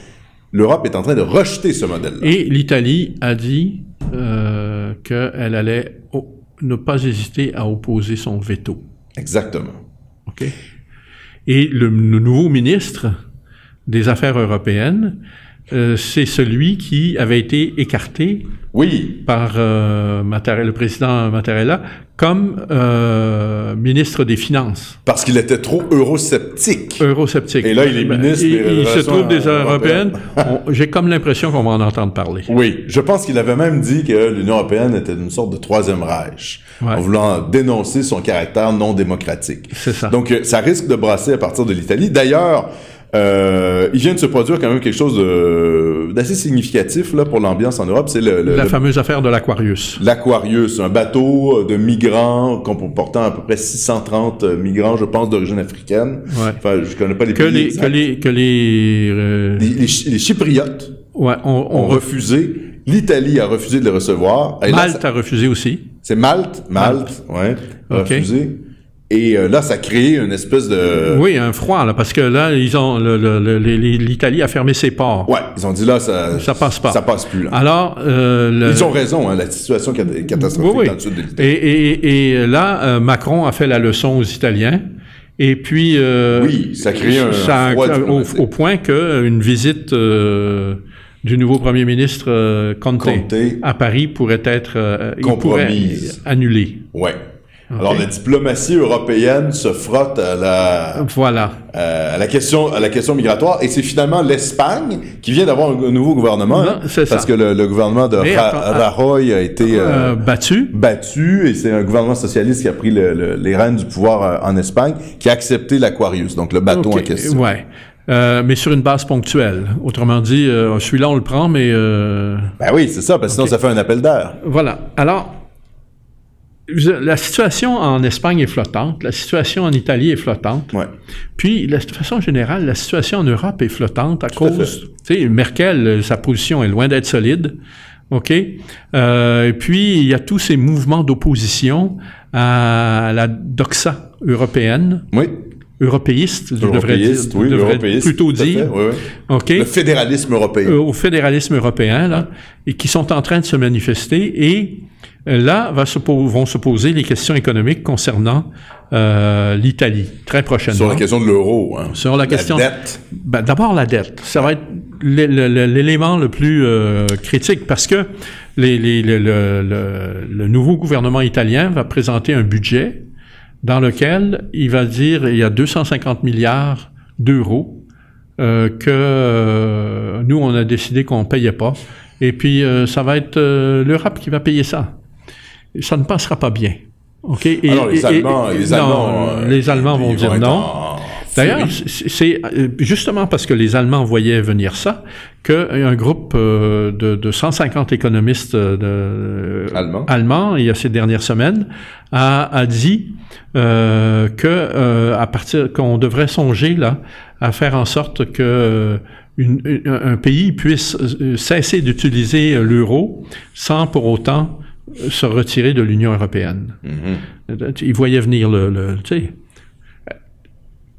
[SPEAKER 2] l'Europe est en train de rejeter ce modèle-là.
[SPEAKER 1] Et l'Italie a dit euh, qu'elle allait o- ne pas hésiter à opposer son veto.
[SPEAKER 2] Exactement.
[SPEAKER 1] OK? Et le, n- nouveau ministre des Affaires européennes, euh, c'est celui qui avait été écarté
[SPEAKER 2] Oui,
[SPEAKER 1] par euh, Mattarella- le président Mattarella comme euh, ministre des Finances,
[SPEAKER 2] parce qu'il était trop eurosceptique.
[SPEAKER 1] eurosceptique.
[SPEAKER 2] Et là, il est ministre
[SPEAKER 1] Il,
[SPEAKER 2] des
[SPEAKER 1] il se
[SPEAKER 2] Relations
[SPEAKER 1] trouve des
[SPEAKER 2] européennes.
[SPEAKER 1] européennes. On- J'ai comme l'impression qu'on va en entendre parler.
[SPEAKER 2] Oui, je pense qu'il avait même dit que l'Union européenne était une sorte de troisième Reich,
[SPEAKER 1] Ouais.
[SPEAKER 2] en voulant dénoncer son caractère non démocratique.
[SPEAKER 1] C'est ça.
[SPEAKER 2] Donc, euh, ça risque de brasser à partir de l'Italie. D'ailleurs, euh, il vient de se produire quand même quelque chose de- d'assez significatif là pour l'ambiance en Europe. C'est le, le-
[SPEAKER 1] La
[SPEAKER 2] le-
[SPEAKER 1] fameuse affaire de l'Aquarius.
[SPEAKER 2] l'Aquarius, un bateau euh, de migrants comportant à peu près 630 euh, migrants, je pense, d'origine africaine.
[SPEAKER 1] Ouais.
[SPEAKER 2] Enfin, je connais pas les
[SPEAKER 1] Que
[SPEAKER 2] pays
[SPEAKER 1] les, que
[SPEAKER 2] exacts.
[SPEAKER 1] les, que les, euh,
[SPEAKER 2] Les- les Chi- les Chypriotes
[SPEAKER 1] ouais, on, on
[SPEAKER 2] ont
[SPEAKER 1] ref-
[SPEAKER 2] refusé. L'Italie a refusé de les recevoir. Et là, ça-
[SPEAKER 1] Malte a refusé aussi.
[SPEAKER 2] C'est Malte, Malte, ouais,
[SPEAKER 1] Ok.
[SPEAKER 2] refusé. Et euh, là, ça crée une espèce de...
[SPEAKER 1] oui, un froid là, parce que là, ils ont le- le- le- les- les- l'Italie a fermé ses ports.
[SPEAKER 2] Ouais, ils ont dit là, ça...
[SPEAKER 1] Ça passe pas.
[SPEAKER 2] Ça passe plus, là.
[SPEAKER 1] Alors, euh, le-
[SPEAKER 2] Ils ont raison, hein, la situation cat- est catastrophique
[SPEAKER 1] Oui, oui.
[SPEAKER 2] dans le sud de l'Italie.
[SPEAKER 1] Et, et- et là, euh, Macron a fait la leçon aux Italiens. Et puis, euh,
[SPEAKER 2] Oui, ça crée un
[SPEAKER 1] ça-
[SPEAKER 2] froid
[SPEAKER 1] au,
[SPEAKER 2] diplomatique.
[SPEAKER 1] au point qu'une visite euh, du nouveau premier ministre euh, Conte,
[SPEAKER 2] Conte.
[SPEAKER 1] à Paris pourrait être euh, il
[SPEAKER 2] Compromise.
[SPEAKER 1] pourrait annulée.
[SPEAKER 2] Ouais. Alors, la diplomatie européenne se frotte à la, euh,
[SPEAKER 1] Voilà.
[SPEAKER 2] à la question, à la question migratoire, et c'est finalement l'Espagne qui vient d'avoir un, un nouveau gouvernement,
[SPEAKER 1] Non,
[SPEAKER 2] hein,
[SPEAKER 1] c'est ça.
[SPEAKER 2] parce que le, le gouvernement de
[SPEAKER 1] Mais
[SPEAKER 2] Ra-
[SPEAKER 1] attends,
[SPEAKER 2] Rajoy a été euh,
[SPEAKER 1] Euh, battu.
[SPEAKER 2] battu et c'est un gouvernement socialiste qui a pris le- le- les rênes du pouvoir euh, en Espagne qui a accepté l'Aquarius, donc le bateau
[SPEAKER 1] Ok,
[SPEAKER 2] en question.
[SPEAKER 1] Ouais. Euh, mais sur une base ponctuelle. Autrement dit, euh, celui-là, on le prend, mais euh,
[SPEAKER 2] Ben oui, c'est ça, parce que sinon ça fait un appel d'air.
[SPEAKER 1] Voilà. Alors, je- la situation en Espagne est flottante, la situation en Italie est flottante,
[SPEAKER 2] Ouais.
[SPEAKER 1] puis la- de façon générale, la situation en Europe est flottante à
[SPEAKER 2] à
[SPEAKER 1] cause, tu sais, Merkel, euh, sa position est loin d'être solide, ok. Euh, et puis il y a tous ces mouvements d'opposition à la doxa européenne,
[SPEAKER 2] Oui.
[SPEAKER 1] européiste, je devrais dire,
[SPEAKER 2] Européiste, oui,
[SPEAKER 1] je devrais
[SPEAKER 2] européiste,
[SPEAKER 1] plutôt
[SPEAKER 2] tout à
[SPEAKER 1] dire,
[SPEAKER 2] fait, oui, oui.
[SPEAKER 1] ok
[SPEAKER 2] Le fédéralisme européen.
[SPEAKER 1] euh, au fédéralisme européen, là, et qui sont en train de se manifester. Et euh, là, va se po- vont se poser les questions économiques concernant euh, l'Italie, très prochainement.
[SPEAKER 2] Sur la question de l'euro. Hein.
[SPEAKER 1] Sur la question-
[SPEAKER 2] dette.
[SPEAKER 1] Ben, D'abord, la dette. Ça va être l'é- le- le- l'élément le plus euh, critique parce que les- les- le, le- le- le nouveau gouvernement italien va présenter un budget dans lequel il va dire il y a 250 milliards d'euros euh, que euh, nous, on a décidé qu'on ne payait pas. Et puis, euh, ça va être euh, l'Europe qui va payer ça. Ça ne passera pas bien. OK? Et-
[SPEAKER 2] Alors, Ah les
[SPEAKER 1] et- et-
[SPEAKER 2] Allemands, les
[SPEAKER 1] non,
[SPEAKER 2] Allemands, euh,
[SPEAKER 1] les Allemands
[SPEAKER 2] ils
[SPEAKER 1] vont dire
[SPEAKER 2] être
[SPEAKER 1] non.
[SPEAKER 2] en
[SPEAKER 1] D'ailleurs,
[SPEAKER 2] furie.
[SPEAKER 1] c'est c'est, euh, justement parce que les Allemands voyaient venir ça qu'un groupe euh, de, de 150 économistes euh, de-
[SPEAKER 2] Allemands.
[SPEAKER 1] allemands, il y a ces dernières semaines, a, a dit euh, que euh, à partir qu'on devrait songer là à faire en sorte que euh, une- une- un pays puisse euh, cesser d'utiliser euh, l'euro sans pour autant euh, se retirer de l'Union européenne.
[SPEAKER 2] Mhm.
[SPEAKER 1] Ils voyaient venir le. le- tu sais.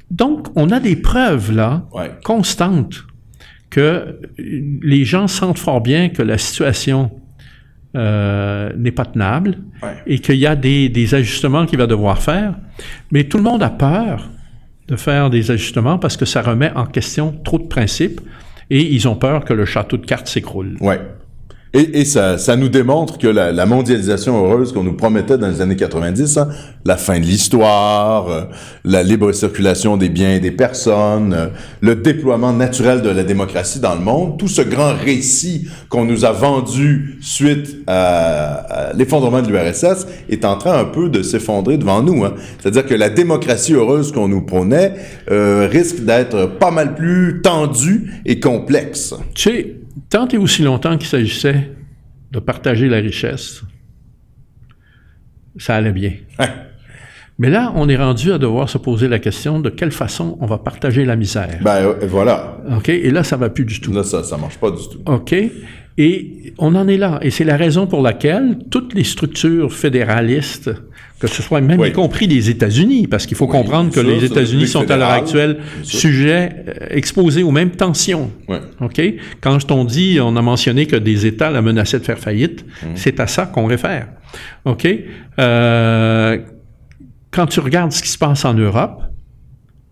[SPEAKER 1] Donc, on a des preuves, là,
[SPEAKER 2] Ouais.
[SPEAKER 1] constantes, que euh, les gens sentent fort bien que la situation euh, n'est pas tenable
[SPEAKER 2] Ouais.
[SPEAKER 1] et qu'il y a des, des ajustements qu'il va devoir faire. Mais tout le monde a peur de faire des ajustements parce que ça remet en question trop de principes et ils ont peur que le château de cartes s'écroule.
[SPEAKER 2] Ouais. Et, et ça, ça nous démontre que la, la mondialisation heureuse qu'on nous promettait dans les années 90, hein, la fin de l'histoire, euh, la libre circulation des biens et des personnes, euh, le déploiement naturel de la démocratie dans le monde, tout ce grand récit qu'on nous a vendu suite à, à l'effondrement de l'URSS est en train un peu de s'effondrer devant nous. hein. C'est-à-dire que la démocratie heureuse qu'on nous prônait euh, risque d'être pas mal plus tendue et complexe.
[SPEAKER 1] Tu sais, tant et aussi longtemps qu'il s'agissait de partager la richesse, ça allait bien. Mais là, on est rendu à devoir se poser la question de quelle façon on va partager la misère.
[SPEAKER 2] Ben euh, voilà,
[SPEAKER 1] OK? Et là, ça va plus du tout.
[SPEAKER 2] Là, ça ne marche pas du tout.
[SPEAKER 1] OK? Et on en est là. Et c'est la raison pour laquelle toutes les structures fédéralistes, que ce soit même
[SPEAKER 2] Oui.
[SPEAKER 1] y compris les États-Unis, parce qu'il faut
[SPEAKER 2] Oui,
[SPEAKER 1] comprendre que
[SPEAKER 2] ça,
[SPEAKER 1] les
[SPEAKER 2] c'est
[SPEAKER 1] États-Unis
[SPEAKER 2] la
[SPEAKER 1] sont à l'heure
[SPEAKER 2] fédérale,
[SPEAKER 1] actuelle
[SPEAKER 2] c'est ça.
[SPEAKER 1] sujets euh, exposés aux mêmes tensions.
[SPEAKER 2] Ouais.
[SPEAKER 1] OK? Quand on dit, on a mentionné que des États la menaçaient de faire faillite,
[SPEAKER 2] Mmh.
[SPEAKER 1] c'est à ça qu'on réfère. OK? Euh, quand tu regardes ce qui se passe en Europe,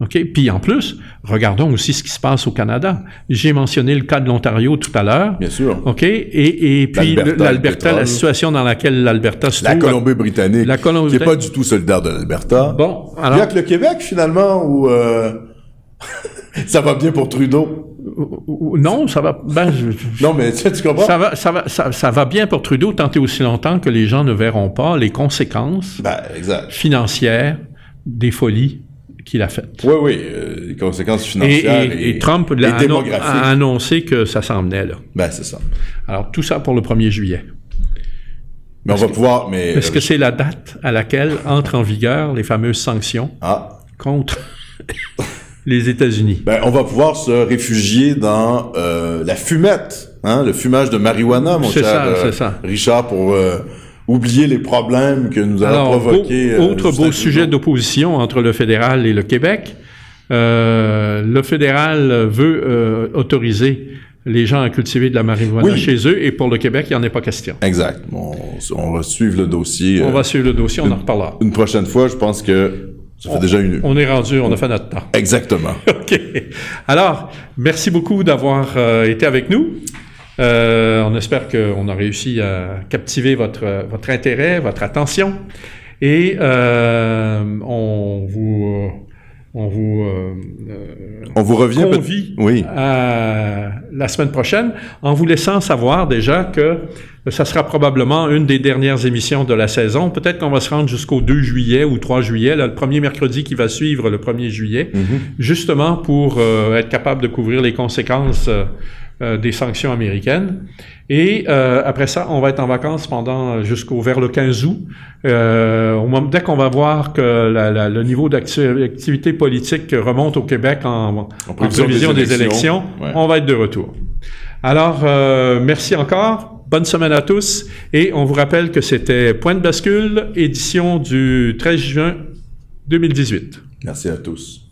[SPEAKER 1] OK? Puis en plus, regardons aussi ce qui se passe au Canada. J'ai mentionné le cas de l'Ontario tout à l'heure.
[SPEAKER 2] Bien sûr.
[SPEAKER 1] OK? Et, et puis
[SPEAKER 2] L'Alberta,
[SPEAKER 1] le-
[SPEAKER 2] le
[SPEAKER 1] l'Alberta,
[SPEAKER 2] pétrole.
[SPEAKER 1] la situation dans laquelle l'Alberta se
[SPEAKER 2] La
[SPEAKER 1] trouve.
[SPEAKER 2] Colombie-Britannique,
[SPEAKER 1] La Colombie-
[SPEAKER 2] qui n'est pas du tout solidaire de l'Alberta.
[SPEAKER 1] Bon,
[SPEAKER 2] Il n'y a
[SPEAKER 1] alors,
[SPEAKER 2] que le Québec, finalement, où euh, [LAUGHS] ça va bien pour Trudeau.
[SPEAKER 1] ou- ou- non, ça va. ben, je-
[SPEAKER 2] Non, mais [LAUGHS] tu tu comprends?
[SPEAKER 1] Ça va, ça, va, ça, ça va bien pour Trudeau tant et aussi longtemps que les gens ne verront pas les conséquences
[SPEAKER 2] Ben, exact.
[SPEAKER 1] financières des folies qu'il a faites.
[SPEAKER 2] Oui, oui, euh, les conséquences
[SPEAKER 1] Et,
[SPEAKER 2] financières et,
[SPEAKER 1] et- et Trump ah
[SPEAKER 2] et
[SPEAKER 1] l'a annon-
[SPEAKER 2] démographiques.
[SPEAKER 1] a annoncé que ça s'en venait là.
[SPEAKER 2] Ben, c'est ça.
[SPEAKER 1] Alors tout ça pour le 1er juillet.
[SPEAKER 2] Mais on va pouvoir... Mais, euh,
[SPEAKER 1] Est-ce que c'est la date à laquelle entrent en vigueur les fameuses sanctions
[SPEAKER 2] Ah,
[SPEAKER 1] contre [LAUGHS] les États-Unis?
[SPEAKER 2] Ben, on va pouvoir se réfugier dans euh, la fumette, hein, le fumage de marijuana, mon
[SPEAKER 1] C'est
[SPEAKER 2] cher
[SPEAKER 1] ça,
[SPEAKER 2] euh,
[SPEAKER 1] c'est ça.
[SPEAKER 2] Richard, pour euh, oublier les problèmes que nous allons
[SPEAKER 1] Alors, beau-
[SPEAKER 2] provoquer. euh,
[SPEAKER 1] autre
[SPEAKER 2] Justin
[SPEAKER 1] beau
[SPEAKER 2] Trudeau.
[SPEAKER 1] sujet d'opposition entre le fédéral et le Québec. Euh, le fédéral veut euh, autoriser les gens à cultiver de la marijuana
[SPEAKER 2] Oui.
[SPEAKER 1] chez eux, et pour le Québec, il n'y en est pas question.
[SPEAKER 2] Exact. Bon, on- on va suivre le dossier.
[SPEAKER 1] On
[SPEAKER 2] euh,
[SPEAKER 1] va suivre le dossier, on en reparlera.
[SPEAKER 2] Une prochaine fois, je pense que ça fait déjà une.
[SPEAKER 1] On est rendu, on a fait notre temps. [LAUGHS]
[SPEAKER 2] Exactement.
[SPEAKER 1] OK. Alors, merci beaucoup d'avoir euh, été avec nous. Euh, on espère qu'on a réussi à captiver votre, euh, votre intérêt, votre attention. Et euh, on vous, euh, on vous euh, euh,
[SPEAKER 2] On vous revient. peut-
[SPEAKER 1] convie
[SPEAKER 2] Oui.
[SPEAKER 1] à la semaine prochaine en vous laissant savoir déjà que ça sera probablement une des dernières émissions de la saison. Peut-être qu'on va se rendre jusqu'au 2 juillet ou 3 juillet, là, le premier mercredi qui va suivre le 1er juillet,
[SPEAKER 2] Mhm.
[SPEAKER 1] justement pour euh, être capable de couvrir les conséquences euh, euh, des sanctions américaines. Et euh, après ça, on va être en vacances pendant euh, jusqu'au vers le 15 août. Euh, au moment, dès qu'on va voir que la- la- le niveau d'activité politique remonte au Québec en, en prévision, des, élections,
[SPEAKER 2] Ouais.
[SPEAKER 1] on va être de retour. Alors, euh, merci encore. Bonne semaine à tous. Et on vous rappelle que c'était Point de bascule, édition du 13 juin 2018.
[SPEAKER 2] Merci à tous.